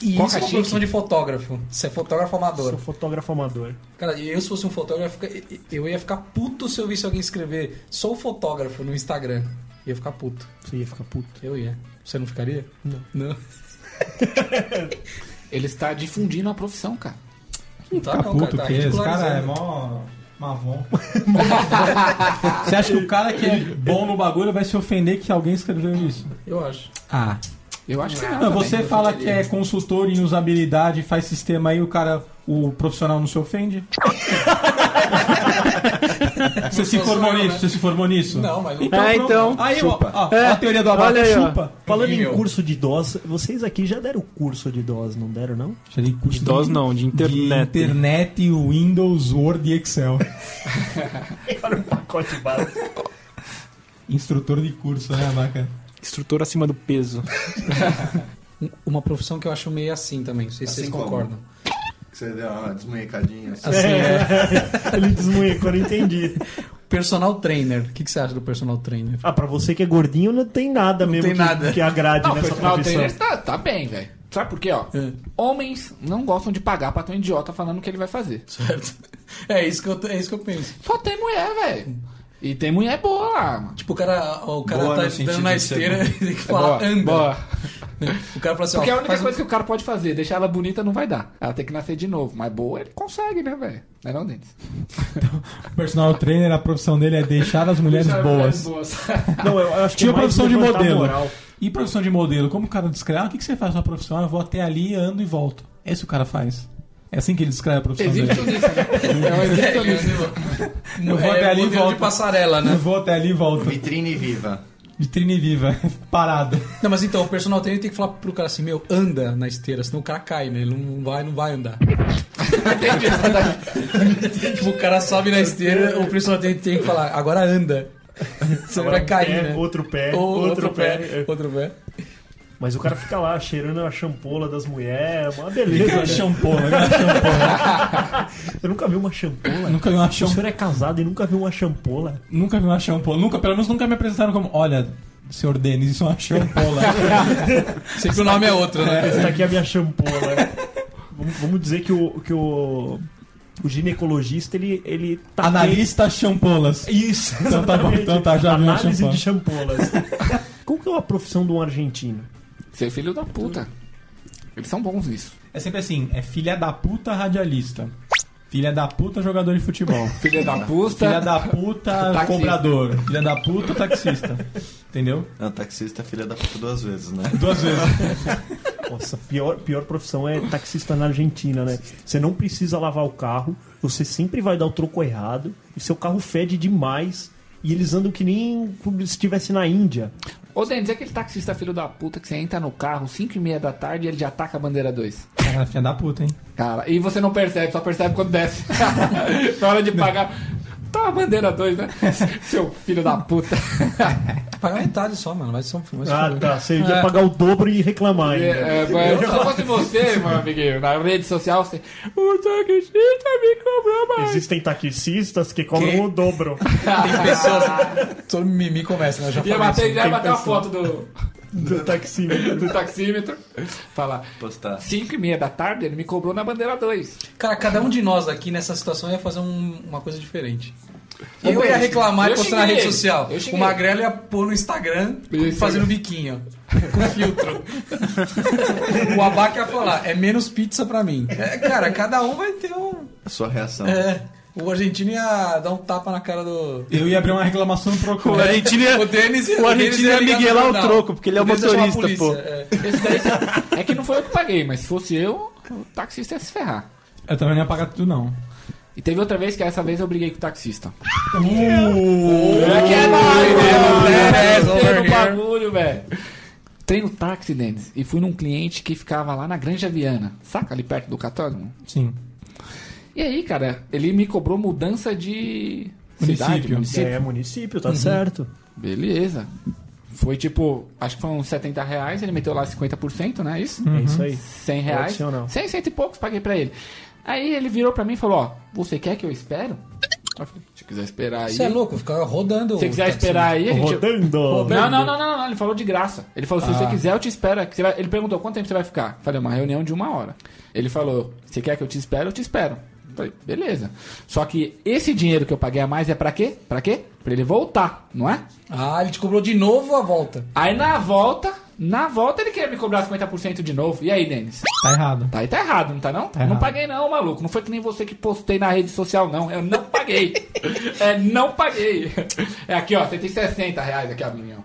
E
Coca
isso é uma
chique.
profissão de fotógrafo. Você é fotógrafo amador.
Sou fotógrafo amador.
Cara, eu se fosse um fotógrafo, eu ia ficar puto se eu visse alguém escrever sou fotógrafo no Instagram. Ia ficar puto.
Você ia ficar puto?
Eu ia. Você não ficaria?
Não.
Não.
Ele está difundindo a profissão, cara.
Não
Fica puto,
Tá,
que esse cara é
ridicularizando.
mó mavon. Você acha que o cara que é bom no bagulho vai se ofender que alguém escreveu isso?
Eu acho.
Ah.
Eu acho que não. tá
Não,
também,
você
eu
fala que
sentiria.
é consultor em usabilidade, faz sistema aí, o cara, o profissional não se ofende? você se formou nisso? Você se formou nisso?
Não, mas
então,
Ah,
pronto.
então.
Aí, ó, ó,
É.
a teoria do abaco chupa.
Falando em
Horrível.
curso de DOS, vocês aqui já deram curso de DOS, não deram, não?
Já dei curso
De DOS não, de internet.
De internet, Windows, Word e Excel.
Olha o pacote básico.
Instrutor de curso, né, Abaca?
Estrutura acima do peso.
Uma profissão que eu acho meio assim também. Não sei se
Assim
vocês
como?
concordam.
Você deu uma desmunhecadinha.
Assim, é.
Ele desmunhecou, não entendi.
Personal trainer. O que, que você acha do personal trainer?
Ah, pra você que é gordinho, não tem nada
Não
mesmo
tem
que,
nada.
que agrade
Não,
nessa
personal
profissão.
trainer
Tá, tá bem, velho. Sabe por quê, ó? Homens não gostam de pagar pra ter um idiota falando o que ele vai fazer.
Certo. É isso que eu, é isso que eu penso.
Só tem mulher, velho. E tem mulher boa lá, mano.
Tipo, o cara, o cara
Boa no
tá
sentido
dando na
de ser
esteira
bom.
e tem que
É
falar
boa,
anda.
boa.
O cara fala assim,
Porque
ó,
a única
faz um-
coisa que o cara pode fazer, deixar ela bonita, não vai dar. Ela tem que nascer de novo. Mas boa, ele consegue, né, velho? Não é não, Denis?
O personal trainer, a profissão dele é deixar as mulheres
Deixar as mulheres
boas.
boas.
Não, eu acho que
Tinha
é mais
profissão de
levantar
modelo.
moral.
E profissão de modelo, como o cara descreve, ah, o que que você faz na profissão? Ah, eu vou até ali, ando e volto. Esse o cara faz. É assim que ele descreve a profissão dele.
É um
então,
exibicionista.
Eu vou
É,
até ali e
modelo
volto.
de passarela,
um-
né?
Eu vou até ali e volto.
Vitrine viva.
Vitrine viva, parado.
Não, mas então, o personal trainer tem que falar pro cara assim, meu, anda na esteira, senão o cara cai, né? Ele não vai, não vai andar. tipo, o cara sobe na esteira, o personal trainer tem que falar, agora anda. Você
Agora
vai cair,
um pé,
né?
outro pé,
Ou
outro
pé,
pé, é.
outro pé.
Mas o cara fica lá cheirando a champola das mulheres, uma beleza.
Aquela
né?
champola, aquela champola.
Eu nunca vi uma champola.
Nunca vi uma
O
champola.
senhor é casado e nunca viu uma champola?
Nunca vi uma champola. Nunca, pelo menos nunca me apresentaram como, olha, senhor Denis, isso é uma champola.
Sempre o nome é outro, né?
Essa aqui é a minha champola. vamos, vamos dizer que o, que o, o ginecologista, ele, ele tá...
Analista champolas.
Isso,
Então tá bom,
exatamente.
então tá, já vi uma
Análise
champola.
de champolas. Qual que é a profissão de um argentino?
Ser filho da puta. Eles são bons nisso.
É sempre assim, é filha da puta radialista. Filha da puta jogador de futebol.
Filha da puta.
Filha da puta
Taxista.
comprador. Filha da puta taxista. Entendeu?
Não, taxista é filha da puta duas vezes, né?
Duas vezes.
Nossa, pior, pior profissão é taxista na Argentina, né? Você não precisa lavar o carro, você sempre vai dar o troco errado, e seu carro fede demais, e eles andam que nem como se estivesse na Índia.
Ô, Denis, é aquele taxista filho da puta que você entra no carro 5 e meia da tarde e ele já taca a bandeira 2.
Cara, filha da puta, hein?
Cara, e você não percebe, só percebe quando desce. Na hora de pagar. Tá a bandeira 2, né? Seu filho da puta.
Pagar metade só, mano. Vai ser um filme.
Ah, tá. Você ia pagar o dobro e reclamar ainda.
É, é, mas se eu fosse você, meu amiguinho, na rede social, você. O taxista me cobrou mais.
Existem taxistas que cobram o dobro.
Tem pessoas... Todo mimimi começa, né? Eu Já
Ia
falei
bater,
isso.
ia
Tem
bater uma
pessoa.
foto do,
Do né? taxímetro.
do taxímetro. Falar.
Postar.
5 e meia da tarde, ele me cobrou na bandeira 2.
Cara, cada um de nós aqui nessa situação ia fazer um- uma coisa diferente. Eu ia reclamar e
Eu
postar na
xinguei
rede
ele.
social.
Eu xinguei
O Magrelo ia pôr no Instagram
Isso.
fazendo biquinho. Com filtro. o Abaca ia falar, é menos pizza pra mim. É, cara, cada um vai ter um.
A sua reação.
É. O argentino ia dar um tapa na cara do.
Eu ia abrir uma reclamação no Procon.
O argentino ia-
O Denis
o argentino ia
ligar no
miguelar o
jornal.
troco, porque ele é o
Denis ia chamar a
motorista,
polícia,
pô.
é.
Esse daí, é que não foi eu que paguei, mas se fosse eu, o taxista ia se ferrar.
Eu também não ia pagar tudo, não.
E teve outra vez que essa vez eu briguei com o taxista.
Uh,
Que é nóis, né?
Dennis, over
Tem no
here.
bagulho, velho. Entrei no táxi, Denis, e fui num cliente que ficava lá na Granja Viana. Saca ali perto do catódromo?
Sim.
E aí, cara, ele me cobrou mudança de Cidade,
Município.
município.
É, município, tá certo.
Beleza. Foi tipo, acho que foram 70 reais, ele meteu lá 50%, né? Isso?
É isso aí.
100 reais.
Adicional.
100, 100 e poucos, paguei pra ele. Aí ele virou pra mim e falou, ó, você quer que eu espero? Eu falei, se quiser esperar aí...
Você é louco, ficar rodando.
Se você
o
quiser
taxi.
esperar aí, a gente... Não,
Rodando.
não, não, não, não, ele falou de graça. Ele falou, se
Ah.
você quiser, eu te espero. aqui. Você vai- Ele perguntou, quanto tempo você vai ficar? Eu Falei, uma reunião de uma hora. Ele falou, você quer que eu te espero? Eu te espero. Eu Falei, beleza. Só que esse dinheiro que eu paguei a mais é pra quê? Pra quê? Pra ele voltar, não é?
Ah, ele te cobrou de novo a volta.
Aí na volta, na volta ele queria me cobrar 50% de novo. E aí, Denis?
Tá errado.
Tá, aí tá errado, não tá não?
Tá
não
errado.
paguei não, maluco. Não foi que nem você que postei na rede social, não. Eu não paguei. é, não paguei. É aqui, ó, você tem 60 reais aqui, amigão.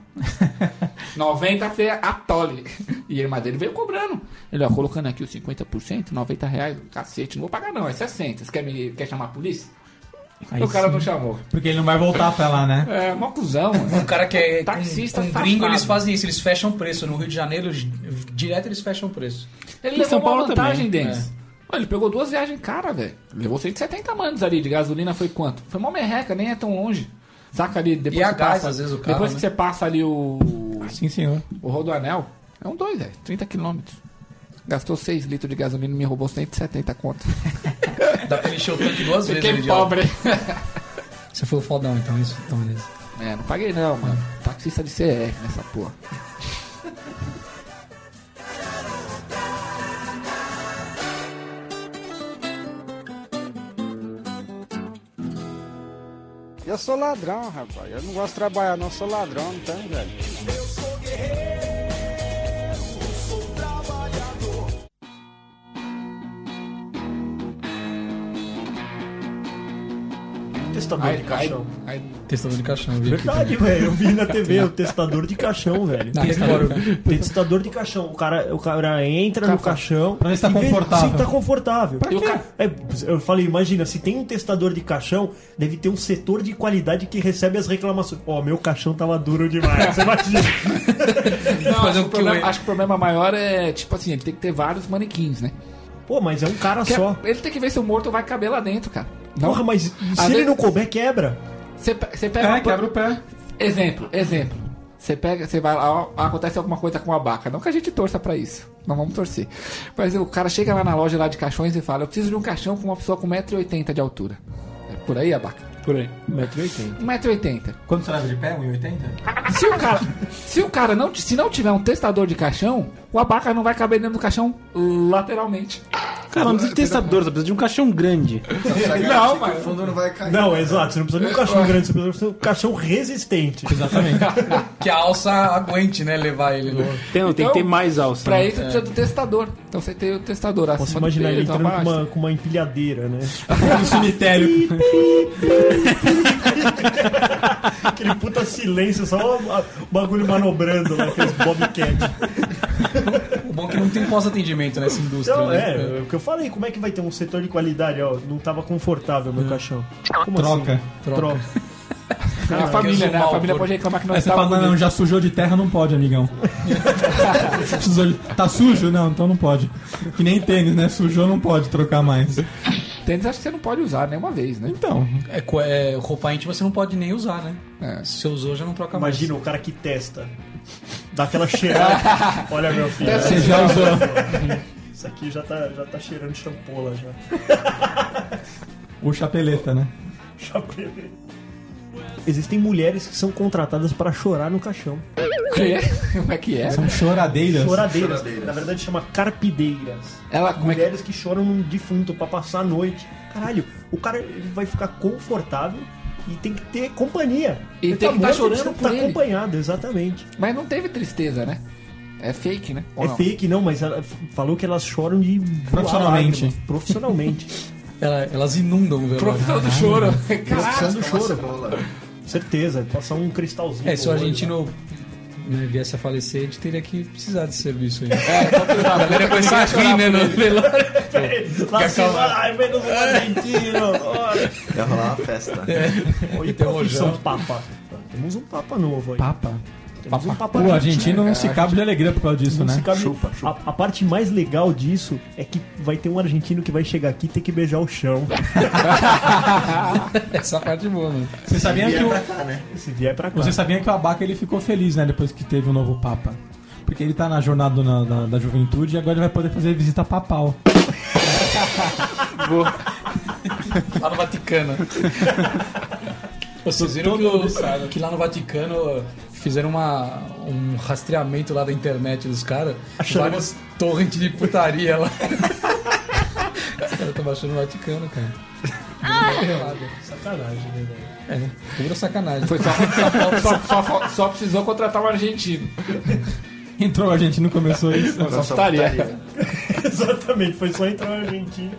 90 você atole. E ele, mas ele veio cobrando. Ele, ó, colocando aqui os 50%, 90 reais. Cacete, não vou pagar não, é 60. Você quer, me, quer chamar a polícia?
Aí
o cara
sim.
não chamou.
Porque ele não vai voltar pra lá, né?
É, mó cuzão.
O cara que é
Taxista
com, com
safado.
gringo, eles fazem isso, eles fecham o preço. No Rio de Janeiro, eles- direto eles fecham o preço.
Ele
Em
levou
São
uma
Paulo
vantagem,
também, né?
Denis. Olha, Ele pegou duas viagens cara, velho. Levou 170 manos ali de gasolina, foi quanto? Foi uma merreca, nem é tão longe. Saca ali, depois
E a
que
gás,
passa,
às vezes, o carro,
Depois
né?
que você passa ali o.
Sim, senhor.
O Rodoanel, é um dois, velho. 30 quilômetros. Gastou 6 litros de gasolina e me roubou 170 conto.
É. Dá pra ele encher o tanque duas vezes.
Fiquei
né, idiota?
pobre.
Você foi o fodão, então, isso, então, beleza.
É, não paguei não, mano. Taxista de CR nessa porra.
Eu sou ladrão, rapaz. Eu não gosto de trabalhar, não. Eu sou ladrão, não tem, velho.
Testador
Aí-
de caixão.
aí-
Testador de caixão, eu vi aqui
Verdade,
também.
velho. Eu vi na TV o testador de caixão, velho.
Tá,
Na Record, eu vi.
testador de caixão. O cara, o cara entra no caixão.
Pra ver se tá
e vê
confortável.
Se tá confortável.
E o cara-
É, eu falei, imagina, se tem um testador de caixão, deve ter um setor de qualidade que recebe as reclamações. Ó, meu caixão tava duro demais. Você imagina.
Não,
um
acho, que o
QA.
problema, acho que o problema maior é, tipo assim, ele tem que ter vários manequins, né?
Pô, mas é um cara
Que é-
só.
Ele tem que ver se o morto vai caber lá dentro, cara.
Porra, mas se
Às
ele
vezes-
não couber, quebra.
Você pe- você
É,
É,
pega. uma-
É, o pé.
Exemplo, exemplo. Você pega, você vai lá, ó, acontece alguma coisa com a abaca. Não que a gente torça pra isso. Não vamos torcer. Mas o cara chega lá na loja lá de caixões e fala: Eu preciso de um caixão com uma pessoa com 1,80m de altura. É por aí, Um abaca?
Por aí.
1,80m.
1,80m.
Quanto você leva de pé? 1,80?
Se o cara, se o cara não, se não tiver um testador de caixão, o abaca não vai caber dentro do caixão lateralmente.
Cara, não precisa de testador, só precisa de um caixão grande.
Não, mas
O fundo não vai cair.
Não, exato. Você não precisa de um caixão grande, você precisa de um caixão resistente.
Exatamente.
Que a alça aguente, né? Levar ele. No...
Tem, não, tem
Então,
que ter mais alça.
Pra
né?
isso precisa do testador. Então você tem o testador acima
é. Posso imaginar ele
dele, então
entrando com
abaixa.
uma, com uma empilhadeira, né?
No cemitério.
Aquele puta silêncio, só o a- o bagulho manobrando, né? Aqueles bobcat.
O bom é que não tem pós-atendimento nessa indústria,
Então,
né?
é, é o que eu falei, como é que vai ter um setor de qualidade? Ó, não tava confortável meu caixão. Como
Troca.
assim? Troca. Ah,
É a família, né? A família pode reclamar que não
Tá
Aí você
estava
fala, não,
bonito.
não, já sujou de terra, não pode, amigão. Sujou de- tá sujo? Não, então não pode. Que nem tênis, né? Sujou, não pode trocar mais.
Tênis acho que você não pode usar nenhuma vez, né?
Então,
É, co- é, roupa íntima você não pode nem usar, né?
É.
Se você usou, já não troca
Tá
mais.
Imagina
assim.
o cara que testa. Dá aquela cheirada. Olha, meu filho.
você já usou.
Isso aqui já tá, já tá cheirando champola já.
O chapeleta, né?
Chapeleta. Existem mulheres que são contratadas para chorar no caixão.
O quê? Como é que é?
São choradeiras.
Choradeiras. Na verdade chama carpideiras.
Ela, como é que...
Mulheres que choram num defunto pra passar a noite. Caralho, o cara ele vai ficar confortável e tem que ter companhia.
E tem que tá
morto,
chorando
precisa
por
tá
ele.
acompanhado, exatamente.
Mas não teve tristeza, né? É fake, né? Ou
é
não?
fake, não, mas ela f- falou que elas choram de voar
Profissionalmente.
lágrimas. Profissionalmente.
Ela- elas inundam o velório.
Profissão do choro.
Profissão
Caralho.
do choro. Certeza, passar um cristalzinho.
É, se o
no olho,
argentino né, viesse a falecer, a gente teria que precisar desse serviço aí.
Ele
começar a rir, né, no velório.
né? Lá se vai, menos
É.
um argentino. Olha.
Ia
É.
rolar uma festa.
Oi,
Interrogando.
profissão um papa. Temos um papa novo aí.
Papa.
Temos um Papa
O
Hit,
argentino
né,
não se
cara?
cabe de alegria por causa disso,
Não
né?
se cabe- A, a parte mais legal disso é que vai ter um argentino que vai chegar aqui e ter que beijar o chão.
Essa parte boa, mano.
Você sabia que o...
Se vier pra cá.
Você sabia que o Abaca ele ficou feliz, né? Depois que teve o novo Papa. Porque ele tá na jornada na- da, da juventude e agora ele vai poder fazer visita papal.
Boa. Lá no Vaticano. Vocês viram que, o- que lá no Vaticano eh, fizeram uma, um rastreamento lá da internet dos caras?
Acharam-
Várias torrentes de putaria lá. Os caras estão baixando o Vaticano, cara.
Ah! Sacanagem, né, velho?
É, pura sacanagem.
Foi só, só, só- só- só precisou contratar um argentino.
Entrou o argentino começou isso.
Só putaria.
Exatamente, foi só entrar na Argentina.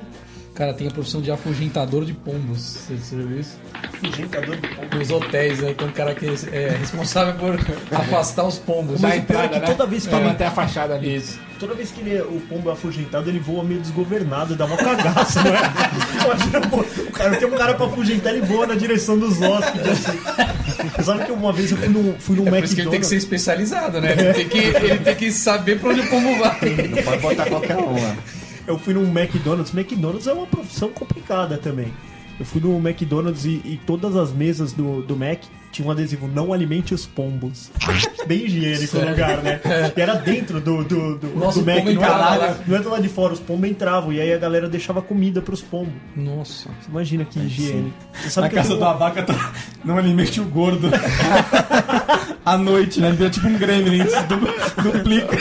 Cara, tem a profissão de afugentador de pombos. Você você já viu isso?
Afugentador de pombos?
Nos hotéis, né? Tem um cara que é responsável por afastar os pombos.
Mas o pior é que
né?
toda vez que ele-
fachada ali. Isso.
Toda vez que ele é- o pombo é afugentado, ele voa meio desgovernado, dá uma cagaça, não é? Imagina, pô, o cara tem um cara pra afugentar, ele voa na direção dos hóspedes, assim. Sabe que uma vez eu fui num, fui num
É por
McDonald's...
isso que ele tem que ser especializado, né? Ele tem que, ele tem que saber pra onde o pombo vai. Não pode botar qualquer um,
Eu fui num McDonald's. McDonald's é uma profissão complicada também. Eu fui num McDonald's e, e todas as mesas do, do Mac tinham um adesivo Não alimente os pombos. Bem higiênico o
Sério?
lugar, né? E era dentro do, do, do,
Nossa,
do
o
Mac,
pombo
não era,
entrava lá.
lá, não era lá de fora. Os pombos entravam e aí a galera deixava comida pros pombos.
Nossa.
Você imagina que higiene. Você
Na
que eu
casa
tenho
do
um-
Abaca tá... não alimente o gordo. à noite, né? Vira tipo um gremlin, se du- duplica.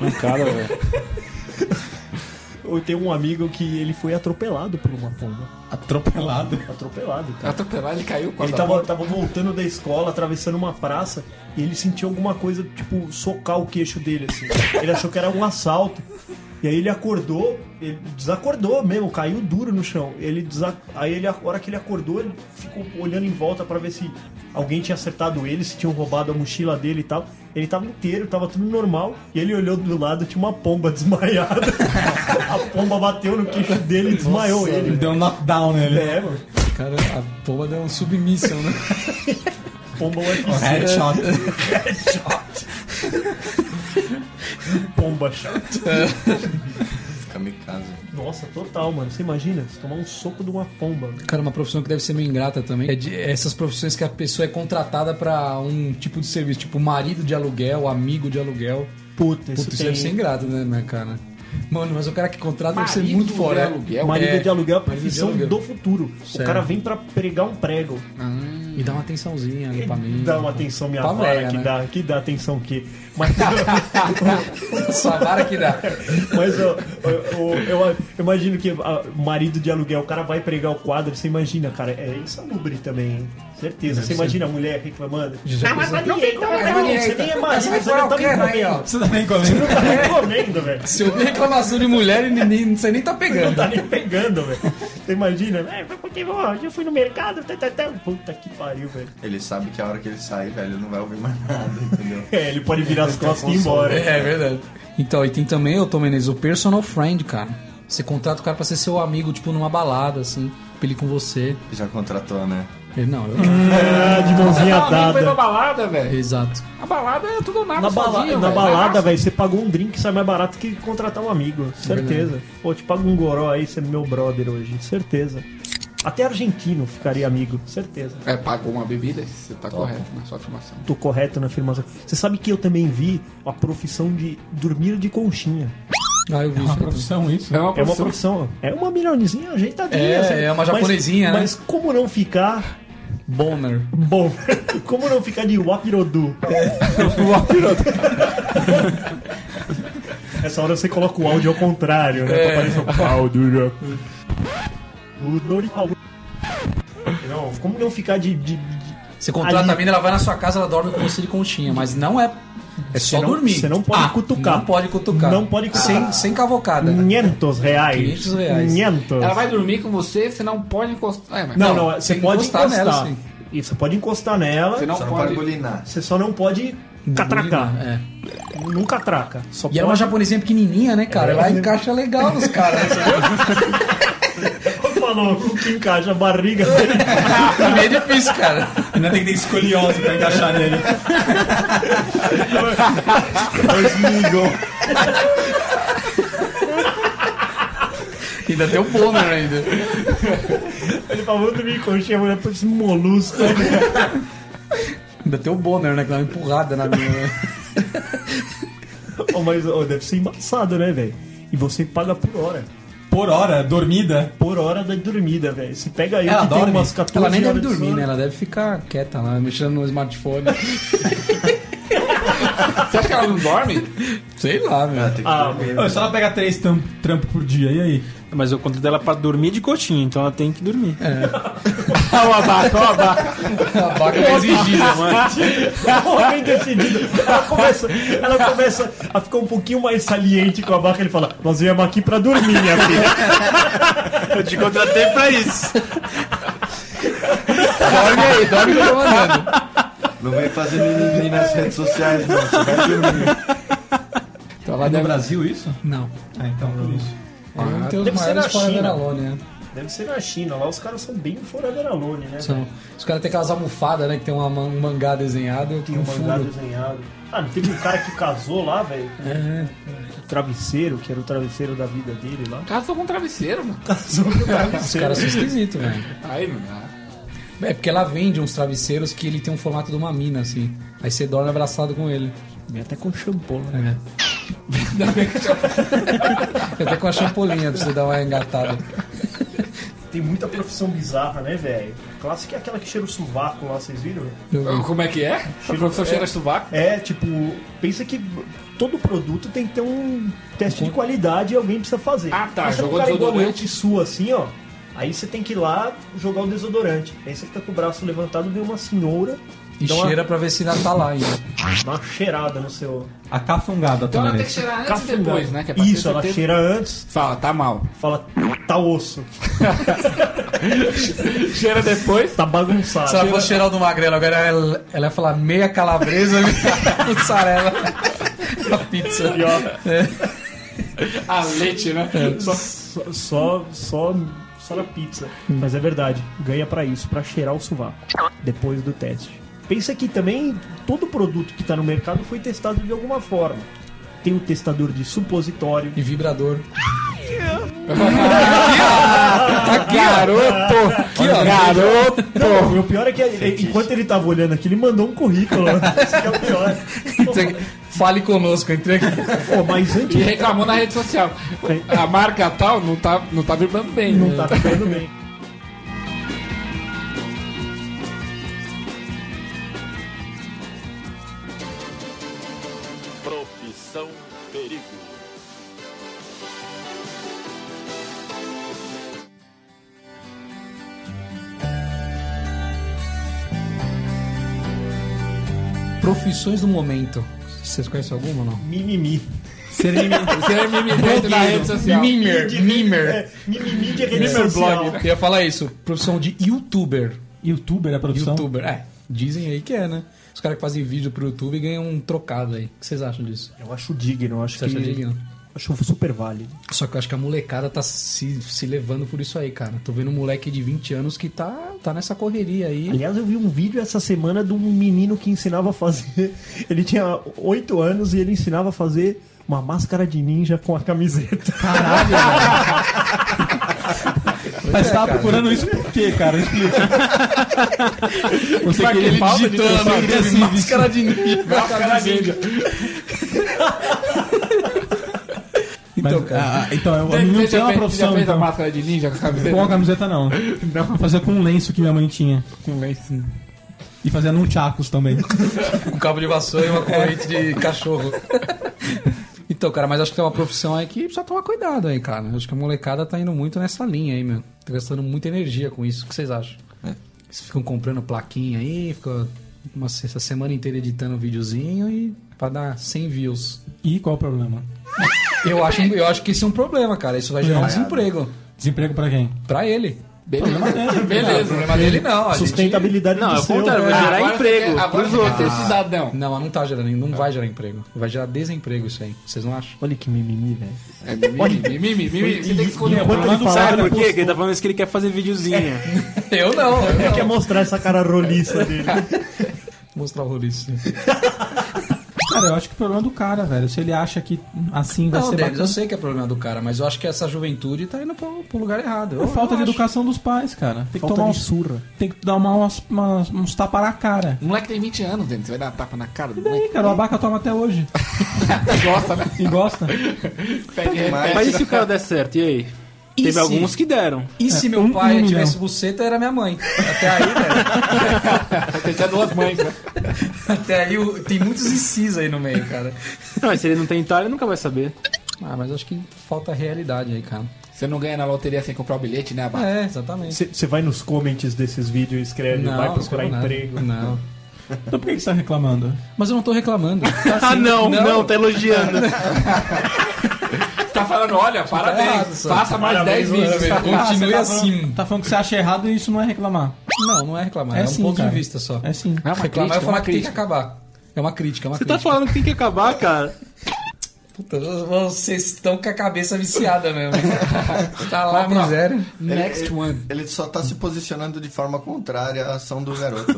Mancada, velho.
Eu tenho um amigo que ele foi atropelado por uma pomba.
Atropelado?
Atropelado, cara.
Atropelado, Tá ele caiu com a
Ele
da
tava, tava voltando da escola, atravessando uma praça, e ele sentiu alguma coisa, tipo, socar o queixo dele, assim. Ele achou que era um assalto. E aí ele acordou, ele desacordou mesmo, caiu duro no chão. Ele desa... Aí ele, a hora que ele acordou, ele ficou olhando em volta pra ver se alguém tinha acertado ele, se tinham roubado a mochila dele e tal. Ele tava inteiro, tava tudo normal. E ele olhou do lado, tinha uma pomba desmaiada. a pomba bateu no queixo dele e desmaiou
Nossa,
ele.
velho.
Deu um knockdown nele.
É, mano.
Cara, a pomba deu um submissão, né?
Pomba UFC.
Headshot.
Pomba shot.
É.
Kamikaze.
Nossa, total, mano. Você imagina? Você tomar um soco de uma pomba. velho.
Cara, uma profissão que deve ser meio ingrata também. É de- essas profissões que a pessoa é contratada pra um tipo de serviço, tipo marido de aluguel, amigo de aluguel.
Puta,
isso,
isso é tem-
deve ser ingrato, né, minha cara? Mano, mas o cara que contrata deve ser
Marido
muito
de
fora. é.
aluguel? Marido de aluguel é a profissão do futuro.
Sério.
O cara vem pra pregar um prego.
E dá uma atençãozinha ali pra mim.
Dá uma atenção minha
Pra
vara,
velha,
que,
né?
dá, que dá atenção que... Mas...
Só vara que dá.
Mas ó, eu, eu- eu imagino que ah, o marido de aluguel, o cara vai pregar o quadro, você imagina, cara, é insalubre também, hein?
Deve
Certeza.
ser.
você imagina a mulher reclamando.
Já
Ah, mas
pensou?
não tem como,
Mas
não,
ninguém
você
tá-
nem é marido,
Você
você
vai
não
falar
tá
o quê,
nem
né, ó?
comendo.
Você tá nem
Você não
comendo.
tá nem comendo, velho.
Se eu vi reclamação de mulher, ele nem, não sei nem tá
Você não
pegando.
tá nem pegando, velho. Você imagina? É, porque ó, eu fui no mercado, tá, tá, tá. puta que pariu, velho.
Ele sabe que a hora que ele sair, velho, ele não vai ouvir mais nada, entendeu?
É, ele pode virar as costas e ir embora.
É, verdade. Então, e tem também, ô Tom Menezes, o personal friend, cara. Você contrata o cara pra ser seu amigo, tipo, numa balada, assim, pra ele ir com você.
Já contratou, né?
Ele, não, eu...
Ah, de mãozinha
Não, nem foi
dada.
pra balada, velho.
Exato.
A balada é tudo ou nada
Na, bala-
sozinho,
na
velho.
balada, velho, você pagou um drink, sai mais barato que contratar um amigo.
É
Certeza. Pô, te pago um goró aí, você é meu brother hoje. Certeza. Até argentino ficaria amigo. Certeza.
É, pagou uma bebida, você tá correto na sua afirmação.
Tô correto na afirmação. Você sabe que eu também vi a profissão de dormir de conchinha.
Ah, eu vi isso.
Profissão isso.
É uma profissão. É uma milhãozinha ajeitadinha.
É,
sabe?
é uma japonesinha, né?
Mas como não ficar
Boner.
bom? Como não ficar de wapirodu?
É.
Essa hora você coloca o áudio ao contrário,
É.
né? Pra parecer um pau duro. O Norival. Não, como não ficar de. de- de-
Você contrata
Ali-
a mina, ela vai na sua casa, ela dorme com você de conchinha, mas não é. É só
não-
dormir.
você não pode
Ah,
cutucar.
Não pode cutucar.
Não pode cutucar. Hum,
Sem, sem cavocada. né?
500 reais.
500 reais.
500.
Ela vai dormir com você, você não pode encostar. É, mas-
Não, não,
Não,
você
tem que
pode
encostar
encostar.
nela, sim.
Isso, você pode encostar nela.
Você não
Só não pode
pode.
bolinar.
Você só não pode catracar.
É.
Não catraca. Só
E era uma
pode-
japonesinha pequenininha, né, cara?
É.
Ela encaixa legal nos caras. né?
falou, o que encaixa a barriga dele.
É
Meio difícil, cara. Ainda tem que ter escoliose pra encaixar nele.
Dois
Ainda tem o Bonner ainda.
Ele falou do minha coxinha, mas parece um molusco. né?
Ainda tem o Bonner, né? Que dá uma empurrada na minha. né?
oh, mas oh, deve ser embaçado, né, velho? E você paga por hora.
Por hora, dormida?
Por hora da dormida, velho. Você pega aí
Ela
que
dorme?
tem umas 14
Ela nem deve
horas de
dormir,
sono.
né? Ela deve ficar quieta lá, mexendo no smartphone.
Você acha que ela não dorme?
Sei lá, meu.
tipo,
Ah, ô, se ela pega três tam- trampos por dia, e aí?
Mas eu conto dela pra dormir de coxinha, então ela tem que dormir.
É.
o abaco, o abaco.
A vaca é exigida, mano.
Ela bem decidida. Ela começa, ela começa a ficar um pouquinho mais saliente com a vaca. Ele fala: Nós viemos aqui pra dormir, né?" minha filha.
Eu te contratei pra isso.
Dorme
tá
aí, dorme que eu tô mandando.
Não vai fazer mimimi nas redes sociais, não. Você vai dormir.
Então
É
ela
no
deve...
Brasil isso?
Não.
Ah, então por isso.
É um dos
Deve ser na
maiores forever
China.
alone, né?
Deve ser na China. Lá os caras são bem forever alone, né?
São-
velho?
Então, Os caras têm aquelas almofadas, né? Que tem uma, man- um mangá desenhado e
Tem
um
um mangá
furo.
desenhado. Ah, não teve um cara que casou lá, velho?
É.
O travesseiro, que era o travesseiro da vida dele lá.
Casou com um travesseiro, mano.
Casou com o
Os
travesseiro.
caras são esquisitos, velho.
Aí, mano. né?
É porque ela vende uns travesseiros que ele tem um formato de uma mina, assim. Aí você dorme abraçado com ele.
E até com shampoo, né?
É. Eu até com a champolinha pra você dar uma engatada.
Tem muita profissão bizarra, né, velho? Clássica é aquela que cheira o sovaco lá, vocês viram?
Como é que é? A professor cheira sovaco?
É, tipo, pensa que todo produto tem que ter um teste de qualidade e alguém precisa fazer.
Ah, tá,
Mas se um
jogou
cara igual eu
desodorante.
que sua assim, ó. Aí você tem que ir lá jogar o desodorante. Aí você fica com o braço levantado, vem uma senhora
E
dá uma-
cheira pra ver se ainda tá lá ainda.
dá uma cheirada no seu.
A cafungada,
Então ela
Tonelli.
tem que cheirar antes e
Cafungada.
depois, né? Que é pra
Isso,
ter
ela
certeza.
cheira antes,
Fala, tá mal.
fala, tá osso,
Cheira depois.
tá bagunçado.
Se ela fosse cheirar o do magrelo, agora ela, é- ela ia falar meia calabresa, meia mussarela. na pizza.
E, ó,
A leite, né?
Só, só, só, só, só na pizza.
Hum.
Mas é verdade, ganha pra isso, pra cheirar o sovaco. Depois do teste. Pensa que também todo produto que tá no mercado foi testado de alguma forma. Tem o testador de supositório.
E vibrador. aqui, ó. Garoto! Aqui, ó.
Ah,
Garoto!
Não, e o pior é que enquanto ele tava olhando aqui, ele mandou um currículo. Isso que é o pior.
Fale conosco, entrei aqui.
Pô, mas
E
antes
reclamou na rede social. A marca tal não tá, não tá vibrando bem.
não tá ficando bem.
Profissão perigo.
Profissões do momento. Vocês conhecem alguma ou não?
Mimimi.
Você é mimimento na rede social.
Mimer. Mimer.
É, mimimi de rede
Mimer
social.
blog. Eu ia falar isso. Profissão de youtuber.
Youtuber é a profissão?
Youtuber. É, dizem aí que é, né? Os caras que fazem vídeo pro YouTube ganham um trocado aí. O que vocês acham disso?
Eu acho digno, eu acho
Você
que...
acha digno?
Acho super válido.
Só que eu acho que a molecada tá se, se levando por isso aí, cara. Tô vendo um moleque de 20 anos que tá, tá nessa correria aí.
Aliás, eu vi um vídeo essa semana de um menino que ensinava a fazer. Ele tinha 8 anos e ele ensinava a fazer uma máscara de ninja com a camiseta.
Mas você tava procurando isso por quê, cara? Explica. Você queria falta de você queria assim,
máscara de ninja.
Máscara de ninja.
Mas,
Então, cara.
ah, ah, então, eu
Você
não
já
tenho uma
fez- já
profissão.
fez a
Então.
máscara de ninja com a
Com a
camiseta?
camiseta, não. Não. Fazia com um lenço que minha mãe tinha. E fazia num chacos também.
um cabo de vassoura e uma corrente de cachorro. Então, cara, mas acho que tem uma profissão aí que precisa tomar cuidado aí, cara. Acho que a molecada tá indo muito nessa linha aí, meu. Tá gastando muita energia com isso. O que vocês acham? Vocês ficam comprando plaquinha aí, ficam uma, se- essa semana inteira editando um videozinho e pra dar 100 views.
E qual o problema?
Eu acho, eu acho que isso é um problema, cara. Isso vai gerar um desemprego
Desemprego pra quem?
pra ele.
Beleza.
Beleza.
Beleza. O problema
é
dele não. a gente-
Sustentabilidade do seu.
É, agora você quer- Agora você quer ser
Ah,
cidadão.
Não, mas não tá gerando, não vai gerar emprego. Vai gerar desemprego isso aí. Vocês não acham?
Olha que mimimi, velho.
É mimimi, mimimi, mimimi. Você tem que escolher
Enquanto
uma.
ele
Manda um
falava,
saco.
ele
Por quê? É. Que ele tá falando isso que ele quer fazer videozinho.
Eu não.
Ele quer mostrar essa cara roliça dele.
Mostrar o roliço.
Cara, eu acho que o problema é do cara, velho. Se ele acha que assim vai
Não,
ser
Denis,
bacana.
eu sei que é problema do cara, mas eu acho que essa juventude tá indo pro, pro lugar errado. Eu,
É falta
eu
de
acho.
educação dos pais, cara. Tem que
Falta
tomar
de
uns, surra. Tem que dar uma, umas, umas- uns tapa na cara.
O moleque tem 20 anos, Denis. Você vai dar tapa na cara do
E aí,
moleque.
cara, o abaca toma até hoje.
Gosta, né?
E gosta.
Pede
Mas, e se o cara der certo? E aí?
E
Teve
se-
alguns que deram.
E se meu
um-
pai
um
tivesse buceta, era minha mãe. Até aí, né? velho.
Você tinha duas mães, né?
Até aí o- tem muitos incis aí no meio, cara.
Não, mas se ele não tentar, ele nunca vai saber.
Ah, mas acho que falta realidade aí, cara.
Você não ganha na loteria sem comprar o bilhete, né, Abaca?
É, exatamente.
Você vai nos comments desses vídeos e escreve,
Não,
vai
não
procurar
escrevo nada.
emprego.
Não.
Então por que que você tá reclamando?
Mas eu não tô reclamando. assim,
Ah, não, não, tá elogiando.
Você tá falando, olha, parabéns. Faça mais 10 vídeos.
Continue assim. Tá falando que você acha errado e isso não é reclamar.
Não, não é reclamar,
É
é,
sim,
um ponto
cara.
de vista só.
É sim.
É uma
reclamar
crítica,
é falar
uma
que tem que
crítica.
acabar. É uma crítica, é uma
Você tá
crítica.
falando que tem que acabar, cara?
Puta, vocês estão com a cabeça viciada mesmo. tá lá,
Vamos lá.
miséria.
Ele-
Next
ele-
one.
Ele só tá se posicionando de forma contrária à ação do garoto.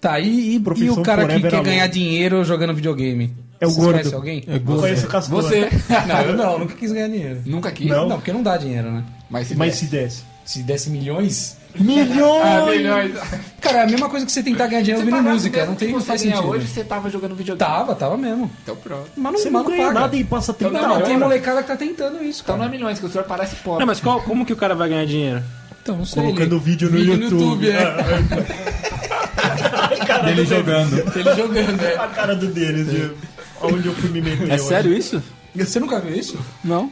Tá, e, e- e
Profissão
o cara que
forever
quer
alone.
ganhar dinheiro jogando videogame?
É o
Vocês
gordo.
conhecem alguém?
É gordo. Eu conheço o Castor.
Você.
né?
Não, eu não, nunca quis ganhar dinheiro. Nunca quis? Não, porque não dá dinheiro, né? Mas
Mas se desse.
Se desse milhões?
Milhões!
Ah, milhões. Cara, é a mesma coisa que você tentar ganhar dinheiro
Você
ouvindo
pagasse
música.
mesmo
Não
que
tem não
você
faz
ganha
sentido. Tá.
hoje, você tava jogando videogame.
Tava, tava mesmo.
Então pronto.
Mas
Você não
mas
ganha
paga.
nada e passa 30
Não,
horas.
tem molecada que tá tentando isso,
Então
cara.
não é milhões, que o senhor parece pobre.
Não, mas qual- como que o cara vai ganhar dinheiro?
Então, não sei.
Colocando
ele-
vídeo no YouTube.
é.
Ele
jogando.
Ele jogando, é.
A cara do Denis, viu? Onde eu fui me meter
É
hoje.
sério isso?
Você nunca viu isso?
Não.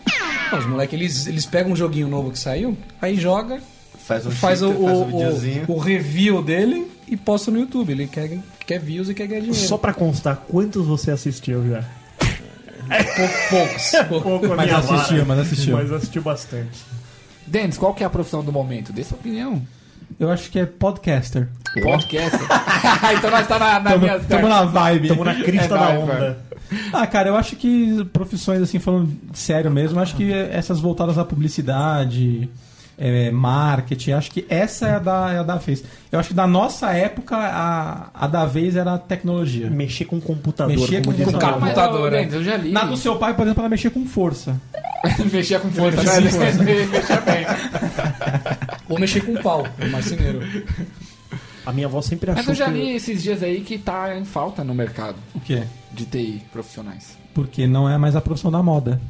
Não, os moleques, eles, eles pegam um joguinho novo que saiu, aí joga,
Faz um
faz,
cheater,
o,
faz um
o-
videozinho.
o review dele e posta no YouTube. Ele quer, quer views e quer ganhar dinheiro.
Só pra constar, quantos você assistiu já?
poucos.
Pouco a
Mas
minha
assistiu,
vara.
mas assistiu.
Mas assistiu bastante.
Denis, qual que é a profissão do momento? Dê sua opinião.
Eu acho que é podcaster.
Podcast. então nós tá na, na
Tamo-
minha...
tamo na vibe.
Tamo na crista da
É, vai,
onda.
vai.
Ah, cara, eu acho que profissões, assim, falando sério mesmo, eu acho que essas voltadas à publicidade, é, marketing, acho que essa é a, da, é a da vez. Eu acho que da nossa época, a, a da vez era a tecnologia.
Mexer com computador.
Mexer com,
como diz a
com
minha avó.
Mas,
Computador,
ô,
é.
Denis, eu já li.
Na do seu pai, por exemplo, ela mexia com força.
Mexia com força, né?
Sim, força.
Mexia bem.
Ou mexer com pau, o marceneiro.
A minha avó sempre
Mas
achou
eu já
que...
li esses dias aí que tá em falta no mercado
O quê?
de TI profissionais.
Porque não é mais a profissão da moda.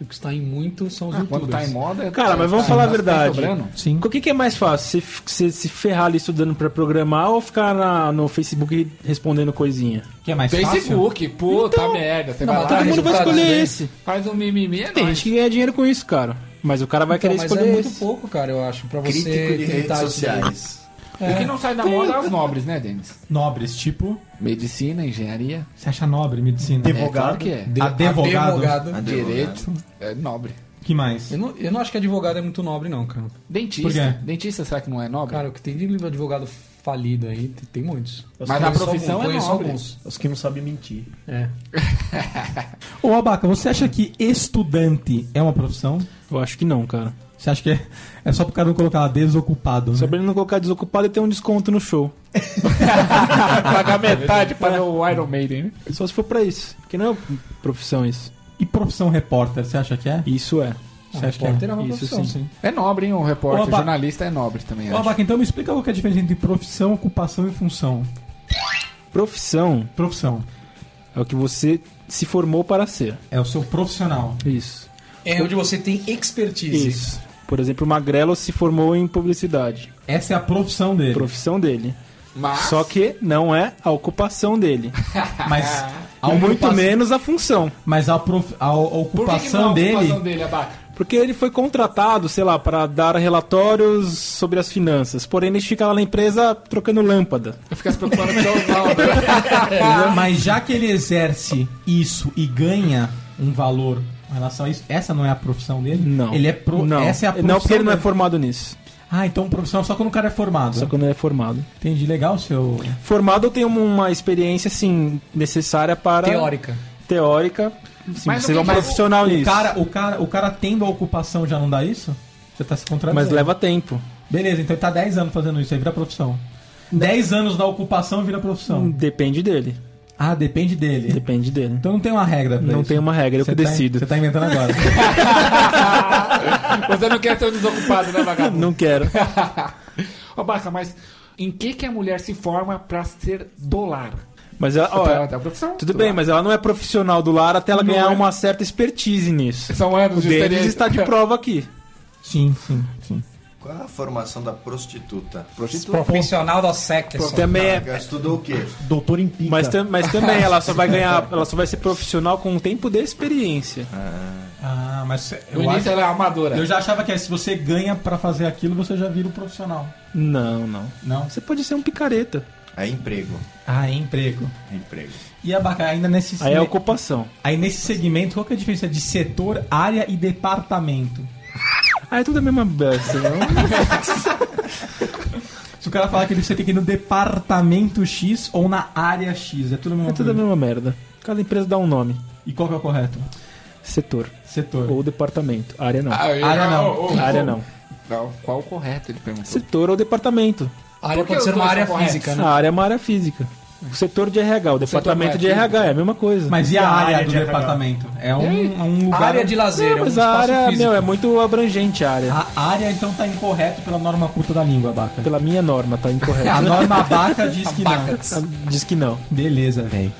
O que está em muito são os
Ah,
youtubers.
quando tá em moda...
Cara, mas vamos
tá-
falar a
tá
verdade.
sobrando.
Sim.
O que, que é mais fácil? Você, você se ferrar ali estudando pra programar ou ficar na- no Facebook respondendo coisinha?
Que é mais fácil.
Facebook, puta merda. Você
Então,
vai
Não, mas
lá,
todo mundo vai
resultado
escolher
dele,
É esse.
Faz um mimimi, é
Tem
nóis.
gente que ganha dinheiro com isso, cara. Mas o cara vai
Então,
querer
mas
escolher
é
esse.
muito pouco, cara, eu acho, pra você
Crítico de redes
tentar isso daí.
sociais.
O que não sai da moda é os nobres, né, Denis?
Nobres, tipo.
Medicina, engenharia.
Você acha nobre medicina?
É claro que é.
De- Advogado.
Advogado.
Direito é nobre.
Que mais?
Eu não, eu não acho que advogado é muito nobre, não, cara.
Dentista.
Por quê?
Dentista, será que não é nobre?
Cara, o que tem de livro advogado falido aí, tem, tem muitos.
Os
Mas a
caras-
profissão é
conheço
nobre.
alguns.
Os que não sabem mentir.
É.
Ô, Abaca, você acha que estudante é uma profissão?
Eu acho que não, cara.
Você acha que é, é só pro cara não colocar lá desocupado, né?
Só pra ele não colocar desocupado e ter um desconto no show. é
Pagar metade para o Iron Maiden, né?
Só se for pra isso. Porque não é profissão isso.
E profissão repórter, você acha que é?
Isso é.
Você acha que
repórter
é?
é uma
Isso
profissão,
sim.
sim.
É nobre, hein? O repórter,
Oba.
jornalista é nobre também.
Ô,
acho.
Abaca, então me explica qual que é a diferença entre profissão, ocupação e função.
Profissão
Profissão
é o que você se formou para ser.
é o seu profissional.
Isso.
É onde você tem expertise.
Isso. Por exemplo, o Magrelo se formou em publicidade.
Essa é a profissão dele.
Profissão dele.
Mas
Só que não é a ocupação dele.
Mas a
Ou Ah. muito
ocupa-
menos a função.
Mas a, prof- a
por que, que não é
ocupação
a
dele.
ocupação dele, Abaca?
Porque ele foi contratado, sei lá, para dar relatórios sobre as finanças. Porém, ele fica lá na empresa trocando lâmpada.
Eu fico se preocupando com o seu nome.
entendeu? Mas já que ele exerce isso e ganha um valor em relação a isso, essa não é a profissão dele?
Não.
Ele é pro...
Não,
Essa é a profissão
não porque ele não é
dele.
formado nisso.
Ah, então profissional só quando o cara é formado.
Só quando ele é formado.
Entendi, legal o seu.
Formado eu tenho uma experiência, assim, necessária para.
Teórica.
Teórica. Sim,
Mas o
você é
que
um
mais-
profissional
o
nisso.
Cara, o, cara, o cara tendo a ocupação já não dá isso? Você tá se contradizendo.
Mas leva tempo.
Beleza, então ele tá 10 anos fazendo isso, aí vira profissão. 10 anos na ocupação vira profissão.
Depende dele.
Ah, depende dele.
Depende dele.
Então não tem uma regra pra
Não
isso.
tem uma regra, eu
Você
que
tá-
decido.
Você tá inventando agora.
Você não quer ser um desocupado, né, vagabundo?
Não quero.
Ô, Baca, mas em que, que a mulher se forma pra ser dolar?
Mas ela,
Tá,
ó,
tá, profissão.
tudo bem, mas ela não é profissional do lar até ela
Não
ganhar
é.
uma certa expertise nisso.
São anos
o
de
deles
experiência.
está de prova aqui.
Sim, sim, sim.
Qual é a formação da prostituta?
Profissional da assim. SEC.
Prof-
Também é-
Ela estudou o quê?
Doutor em pica.
Tá.
Mas, tam- mas também ela só vai ganhar, ela só vai ser profissional com o tempo de experiência.
É. Ah, mas
No início ela é amadora.
Eu já achava que é, se você ganha pra fazer aquilo, você já vira um profissional.
Não, não.
Não?
Você pode ser um picareta.
É emprego.
Ah, é emprego.
É emprego.
E abaca, ainda nesse
Aí é
se-
ocupação.
aí nesse segmento, qual que é a diferença de setor, área e departamento?
Aí é tudo a mesma besta, não?
Se o cara falar que você tem que ir no departamento X ou na área X, é tudo a mesma
É tudo a
coisa.
mesma merda. Cada empresa dá um nome.
E qual que é o correto?
Setor.
Setor.
Ou departamento. Área não.
Ah, eu-
Área não.
ô, ô, ô.
Área não.
Não, qual o correto? Ele perguntou.
Setor ou departamento.
A área
Por que
pode ser
os
uma
dois
área
são corretos?
física, né?
A área é uma área física. O setor de RH, o departamento
setor
de
não é
RH é a mesma coisa.
Mas e a,
E a
área,
área
do
de RH?
departamento? É um, é um lugar.
área de lazer,
Não, mas
é um
a
espaço
área,
físico.
meu, é muito abrangente a área.
A área então tá incorreto pela norma culta da língua, abaca.
Pela minha norma, tá
A
incorreto.
norma abaca diz que não.
Abacats.
Diz que não.
Beleza, velho.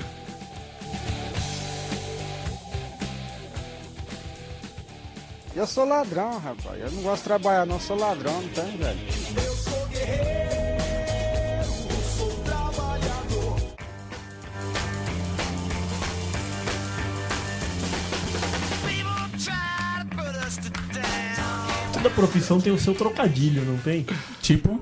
Eu sou ladrão, rapaz. Eu não gosto de trabalhar, não. Eu sou ladrão, não tem, velho?
Toda profissão tem o seu trocadilho, não tem?
Tipo?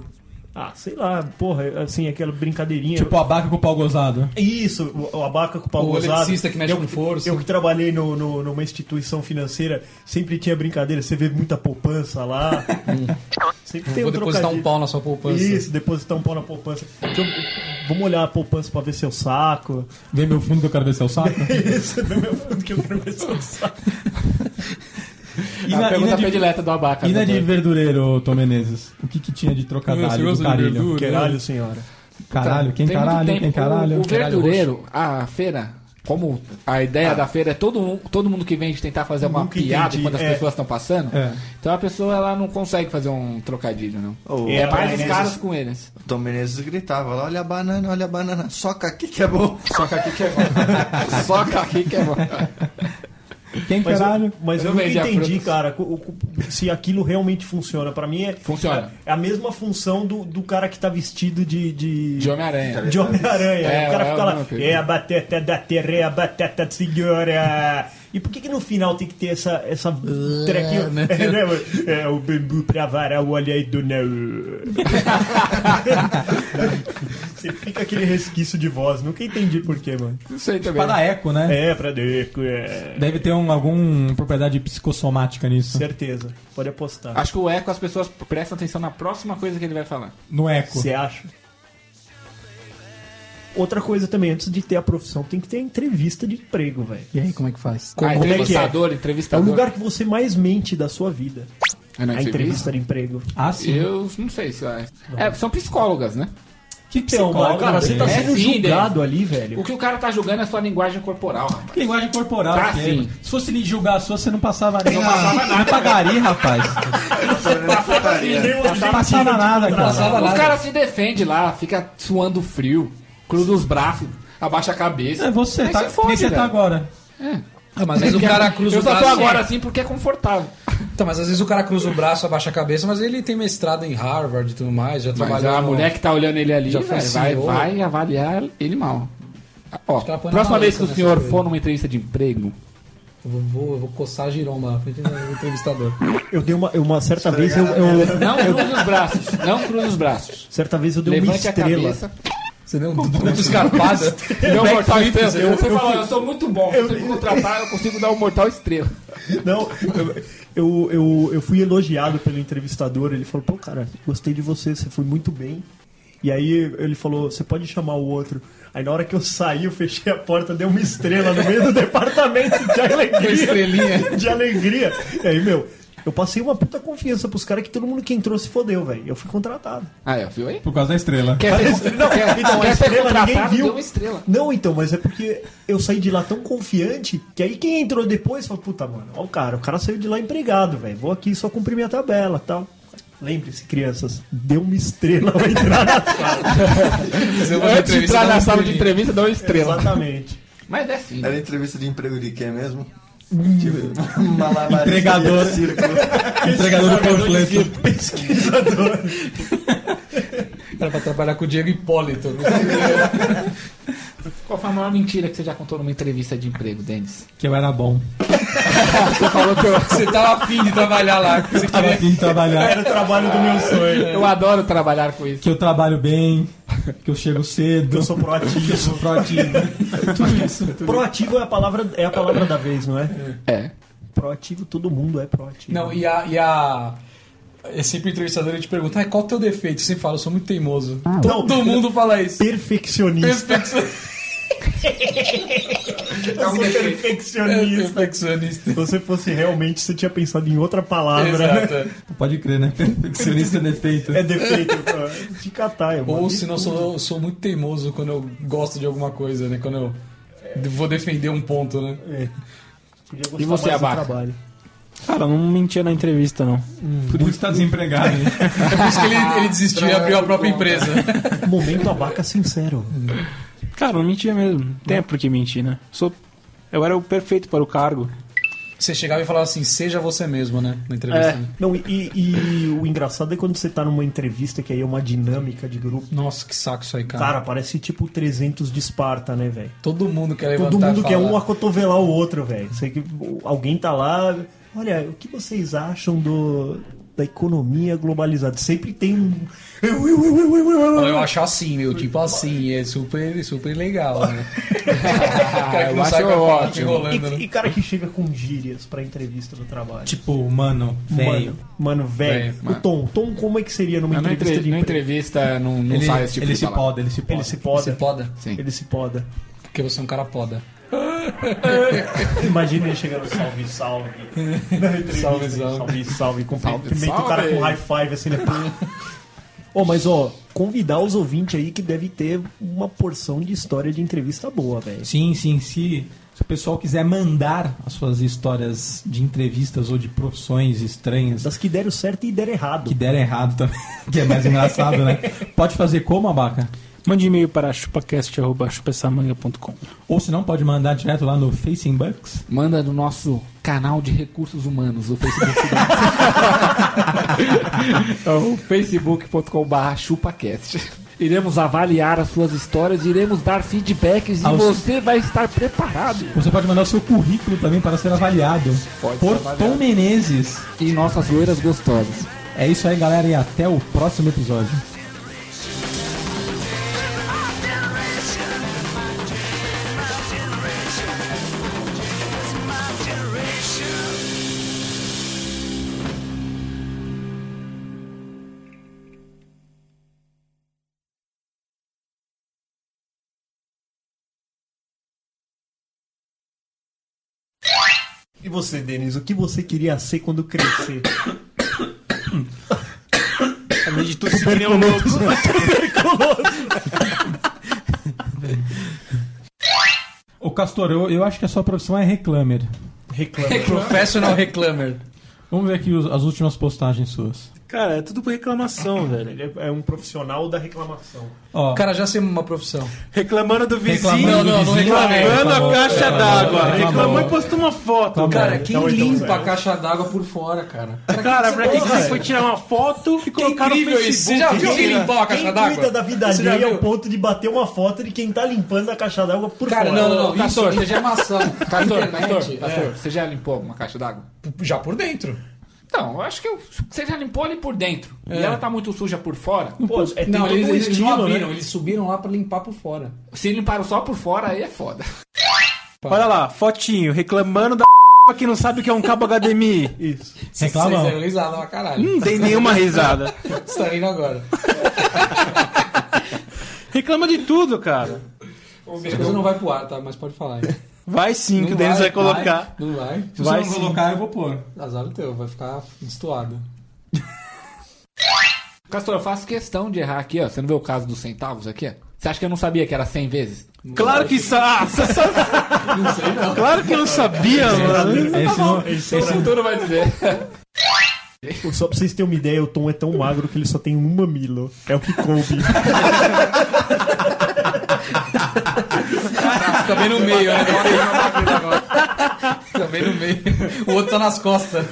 Ah, sei lá, porra, assim, aquela brincadeirinha.
Tipo abaca com o pau gozado.
Isso, o- o abaca com o pau
O
gozado.
eletricista que mexe
eu,
com força.
Eu que trabalhei no, no- numa instituição financeira, sempre tinha brincadeira, você vê muita poupança lá. sempre tem
Vou
um
depositar
trocadilho.
um pau na sua poupança.
Isso, depositar um pau na poupança. Deixa eu- vamos olhar a poupança pra ver seu saco.
Vê meu fundo que eu quero ver seu saco.
Isso, do meu fundo que eu quero ver seu saco.
E
A
na, e
pergunta
na de,
predileta do abaca.
e na
né?
de verdureiro, Tom Menezes? O que que tinha de trocadilho do carilho?
Caralho, senhora.
Caralho, quem
Tem muito
caralho,
tempo.
quem caralho?
O, o verdureiro, a feira, como a ideia da feira é todo, mu- todo mundo que vem de tentar fazer uma
Nunca
piada
entendi,
quando as
é.
pessoas estão passando,
É.
então a pessoa ela não consegue fazer um trocadilho, não.
O
É,
É,
mais
mas
os
esses-
caras com eles.
Tom Menezes gritava lá, olha a banana, olha a banana, soca aqui que é bom.
Soca aqui que é bom. Soca aqui que é bom.
Quem
Mas
caralho?
eu, mas
Eu
eu,
não
nunca
vendi a
entendi,
fruta.
cara, co- co- se aquilo realmente funciona. Pra mim é,
Funciona.
é a mesma função do, do cara que tá vestido de. De,
De Homem-Aranha.
de Homem-Aranha.
É,
o cara
é
fica
a
lá.
mesma coisa.
É a batata da terra, é a batata da senhora. E por que, que no final tem que ter essa, essa trequinha?
né?
É, né, mano? É, o bambu pra varar o olho aí do Neo. Você fica aquele resquício de voz. Nunca entendi porquê, mano.
Não sei também.
Pra dar eco, né?
É, pra Deco, é.
Deve ter um, alguma propriedade psicossomática nisso.
Certeza. Pode apostar.
Acho que o eco as pessoas prestam atenção na próxima coisa que ele vai falar.
No eco.
Você acha? Outra coisa também, antes de ter a profissão, tem que ter a entrevista de emprego, velho.
E aí, como é que faz?
ah,
como é que é?
entrevistador,
É o
entrevistador.
lugar que você mais mente da sua vida.
É na
A entrevista é assim, né? de emprego.
Ah, sim.
Eu não sei se é. é. São psicólogas, né?
Que um
Então,
psicólogo,
mano, cara, você tá
É
sendo
sim,
julgado ali,
O
velho.
que o cara tá julgando é sua linguagem corporal, rapaz.
Que linguagem corporal,
Tá,
que é,
sim.
mano. Se fosse lhe julgar a sua, você não passava nem. Não passava nada. Não pagaria, rapaz.
tá
Não passava nada, cara.
Os caras se defendem lá, fica suando frio, cruza os braços, abaixa a cabeça.
É você,
Aí
tá?
se fode,
Quem você tá
velho.
agora?
Ah, mas às vezes o cara cruza
Eu
o
só tô
braço.
agora assim porque é confortável.
Então, mas às vezes o cara cruza o braço, abaixa a cabeça, mas ele tem mestrado em Harvard e tudo mais, já
Mas
trabalhou.
a
no-
mulher que tá olhando ele ali
Já
velho,
foi
vai,
CEO.
vai avaliar ele mal. Ó,
que ela põe na
próxima vez que o
né,
balança
senhor
nessa
for
coisa.
numa entrevista de emprego,
Eu vou, vou, eu vou coçar a giromba na frente do entrevistador.
Eu dei uma, uma certa vez eu, eu-
não cruza os braços, não cruza os braços.
certa vez eu dei uma
Levante a
estrela.
cabeça.
Você um não
Muito escarpada. Deu um mortal estrela. Eu, você fala, eu sou muito bom. Se
eu-
você me contratar, eu consigo dar um mortal estrela.
Não, eu- eu, eu, eu fui elogiado pelo entrevistador. Ele falou: pô, cara, gostei de você, você foi muito bem. E aí ele falou: você pode chamar o outro. Aí na hora que eu saí, eu fechei a porta, deu uma estrela no meio do departamento de alegria.
Uma estrelinha.
De alegria. E aí, meu, eu passei uma puta confiança pros caras que todo mundo que entrou se fodeu, velho. Eu fui contratado.
Ah, é, viu aí?
Por causa da estrela.
Quer ser estrela?
Não,
Quer-
então, a
quer ser
estrela ninguém
contratado,
viu.
deu uma estrela.
Não, então, mas é porque eu saí de lá tão confiante que aí quem entrou depois falou, puta, mano, ó o cara, o cara saiu de lá empregado, velho. Vou aqui só cumprir minha tabela tal. Lembre-se, crianças, deu uma estrela pra entrar na
um
sala.
Antes de entrar na sala de entrevista, dá uma estrela.
Exatamente.
Mas é assim.
Era entrevista de emprego de quem mesmo?
Hum.
Tipo, malabarista
Entregador.
de circo.
Entregador do panfleto.
Pesquisador.
Era pra trabalhar com o Diego Hipólito. não sei.
Qual foi a maior mentira que você já contou numa entrevista de emprego, Denis?
Que eu era bom.
Você falou que eu...
Você tava afim de trabalhar lá. que Você
Tava
queria...
afim de trabalhar.
Era o trabalho do meu sonho.
Eu adoro trabalhar com isso.
Que eu trabalho bem. Que eu chego cedo.
Eu sou
Que eu
proativo.
sou proativo. Tudo isso. tudo
Proativo é a palavra, é a palavra da vez, não é?
É.
Proativo, todo mundo é proativo.
Não, e a. E a... É sempre o entrevistador ele te pergunta, ah, qual o teu defeito? Você fala, eu sou muito teimoso. Todo
Não.
mundo fala isso.
Então, Perfeccionista.
Perfeccionista.
Eu sou é
É,
perfeccionista.
Perfeccionista.
Se você fosse realmente, você tinha pensado em outra palavra.
Exato.
Pode crer, né? Perfeccionista é defeito.
É defeito. pô. De catar, é uma
Ou
virtude.
se não, sou, eu sou muito teimoso quando eu gosto de alguma coisa, né? Quando eu vou defender um ponto, né?
É. Podia gostar
E você,
mais do
Abaca?
trabalho.
Cara, não mentia na entrevista, não.
Por isso que tá desempregado. né?
É por isso que ele, ele desistiu e abriu a própria empresa.
Momento Abaca sincero.
Cara, não mentia mesmo. Não Tem por que mentir, né? Sou... Eu era o perfeito para o cargo.
Você chegava e falava assim, seja você mesmo, né? Na entrevista. né?
Não, e, e o engraçado é quando você tá numa entrevista que aí é uma dinâmica de grupo.
Nossa, que saco isso aí, cara.
Cara, parece tipo 300 de Esparta, né, velho?
Todo mundo quer levantar
Todo mundo
e
quer
falar.
um acotovelar o outro, velho. Sei que alguém tá lá. Olha, o que vocês acham do da economia globalizada? Sempre tem um. Eu, eu, eu, eu, eu, eu.
Não, Eu acho assim, meu, tipo assim, é super, super legal, né? o cara que
eu
não sabe
acho
vai falar,
ótimo.
enrolando, né?
E, e cara que chega com gírias pra entrevista no trabalho.
Tipo, mano, velho.
Mano, mano, velho.
Velho,
O Tom, Tom, como é que seria numa
Mas Na
entrevista
entrevista,
de
na
emprego?
entrevista não, não
Ele,
sai esse tipo
ele
de
se
palavra.
poda, ele se poda.
Ele se poda.
Você poda?
Sim.
Ele se poda.
Porque você é um cara poda.
Imagina ele chegando salve, salve. Na entrevista,
Salve, salve.
salve, salve. Salve, com
Salve,
cumprimenta o cara
salve.
com high five assim, né? Ô, mas ó, convidar os ouvintes aí que deve ter uma porção de história de entrevista boa, velho.
Sim, sim, se, se o pessoal quiser mandar as suas histórias de entrevistas ou de profissões estranhas
Das que deram certo e deram errado.
que deram errado também, que é mais engraçado, né? Pode fazer como, Abaca?
Mande e-mail para chupacast.chupessamanga.com
Ou se não, pode mandar direto lá no Facebooks.
Manda no nosso canal de recursos humanos, o Facebook. é o facebook.com.br chupacast. Iremos avaliar as suas histórias, iremos dar feedbacks
Aos-
e você vai estar preparado.
Você pode mandar o seu currículo também para ser avaliado
Pode
por
ser avaliado.
Tom Menezes.
E nossas loiras gostosas.
É isso aí, galera, e até o próximo episódio.
E você, Denis, o que você queria ser quando crescer?
Além de tudo, que nem um louco.
Ô Castor, eu, eu acho que a sua profissão é reclamer.
Reclama.
Professional reclamer.
Vamos ver aqui os- as últimas postagens suas.
Cara, é tudo por reclamação, velho.
Ele é é um profissional da reclamação.
Ó,
O cara já sendo uma profissão.
Reclamando do vizinho.
Reclamando Tá
do
não, não
vizinho. né?
reclamei.
Reclamou,
Reclamando a caixa
reclamou,
d'água.
reclamou.
Reclamou e postou uma foto,
Cara,
cara.
quem
então, então,
limpa
velho.
a caixa d'água por fora, cara?
Cara, pra que
Porra,
você
velho.
foi tirar uma foto e colocar no
incrível isso. Você
Facebook?
já viu alguém
cara?
limpar a caixa
Quem
d'água?
cuida da vida é
Você já
alheia ao
viu?
ponto de bater uma foto de quem tá limpando a caixa d'água por
Cara,
fora?
não, não, não. Isso,
Castor.
isso já é maçã.
Castor,
Internet,
Castor, Castor,
é.
você já limpou alguma caixa d'água?
Já por dentro.
Então, eu acho que eu- você já limpou ali por dentro. E ela tá muito suja por fora.
Pô, é, tem
não,
todo
eles,
um
eles
estilo,
não abriram,
né?
eles subiram lá pra limpar por fora. Se limparam só por fora, aí é foda.
Olha lá, fotinho, reclamando da que não sabe o que é um cabo HDMI. Isso.
Vocês deram risada pra caralho.
Hum?
Não dei nenhuma risada.
Você tá rindo agora.
Reclama de tudo, cara.
Essa coisa não vai pro ar, tá? Mas pode falar. aí.
Vai sim,
Um
Não
que o Denis vai colocar.
Não vai.
Se você Vai não sim. colocar,
eu vou pôr.
Azar o teu, vai ficar destoado.
Castor, eu faço questão de errar aqui, ó. Você não vê o caso dos centavos aqui, ó? Você acha que eu não sabia que era 100 vezes?
Claro que sa...
Não sei, não.
Claro que eu não sabia, mano.
Esse não- esse
Esse futuro vai dizer.
Só pra vocês terem uma ideia, o Tom é tão magro que ele só tem um mamilo. É o que coube.
Fica bem no meio, né? Fica bem no meio. Tá O outro tá nas costas.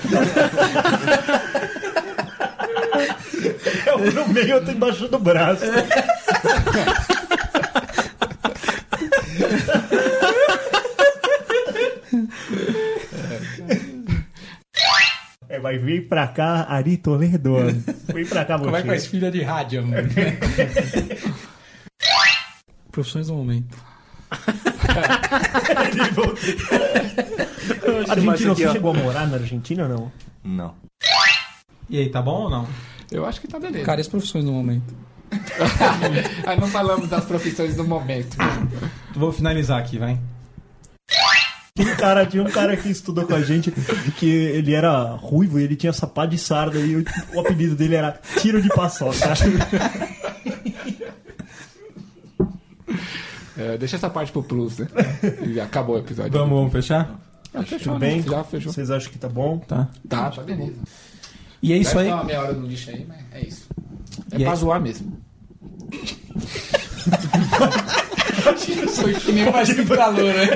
É um no meio, outro embaixo do braço. É, vai vir pra cá, Ari Toledo. Vem pra cá, você.
Como é que faz filha de rádio, mano? Profissões do momento.
Argentina, você chegou a morar na Argentina ou não?
Não.
E aí, tá bom ou não?
Eu acho que tá beleza.
Cara, e as profissões do momento?
Aí não falamos das profissões do momento.
Vou finalizar aqui, vai.
Tinha um cara, tinha um cara que estudou com a gente que ele era ruivo e ele tinha sapá de sarda e o, o apelido dele era tiro de paçoca.
É, deixa essa parte pro Plus, né? E acabou o episódio.
Vamos, vamos fechar?
Ah, fechou,
Tudo
né?
bem?
Já fechou.
Vocês acham que tá bom?
Tá.
Tá, tá beleza.
E é isso
Deve
aí.
dar uma meia hora no lixo aí, mas é isso.
E
É pra
aí?
zoar mesmo. Foi que nem mais que calor, né?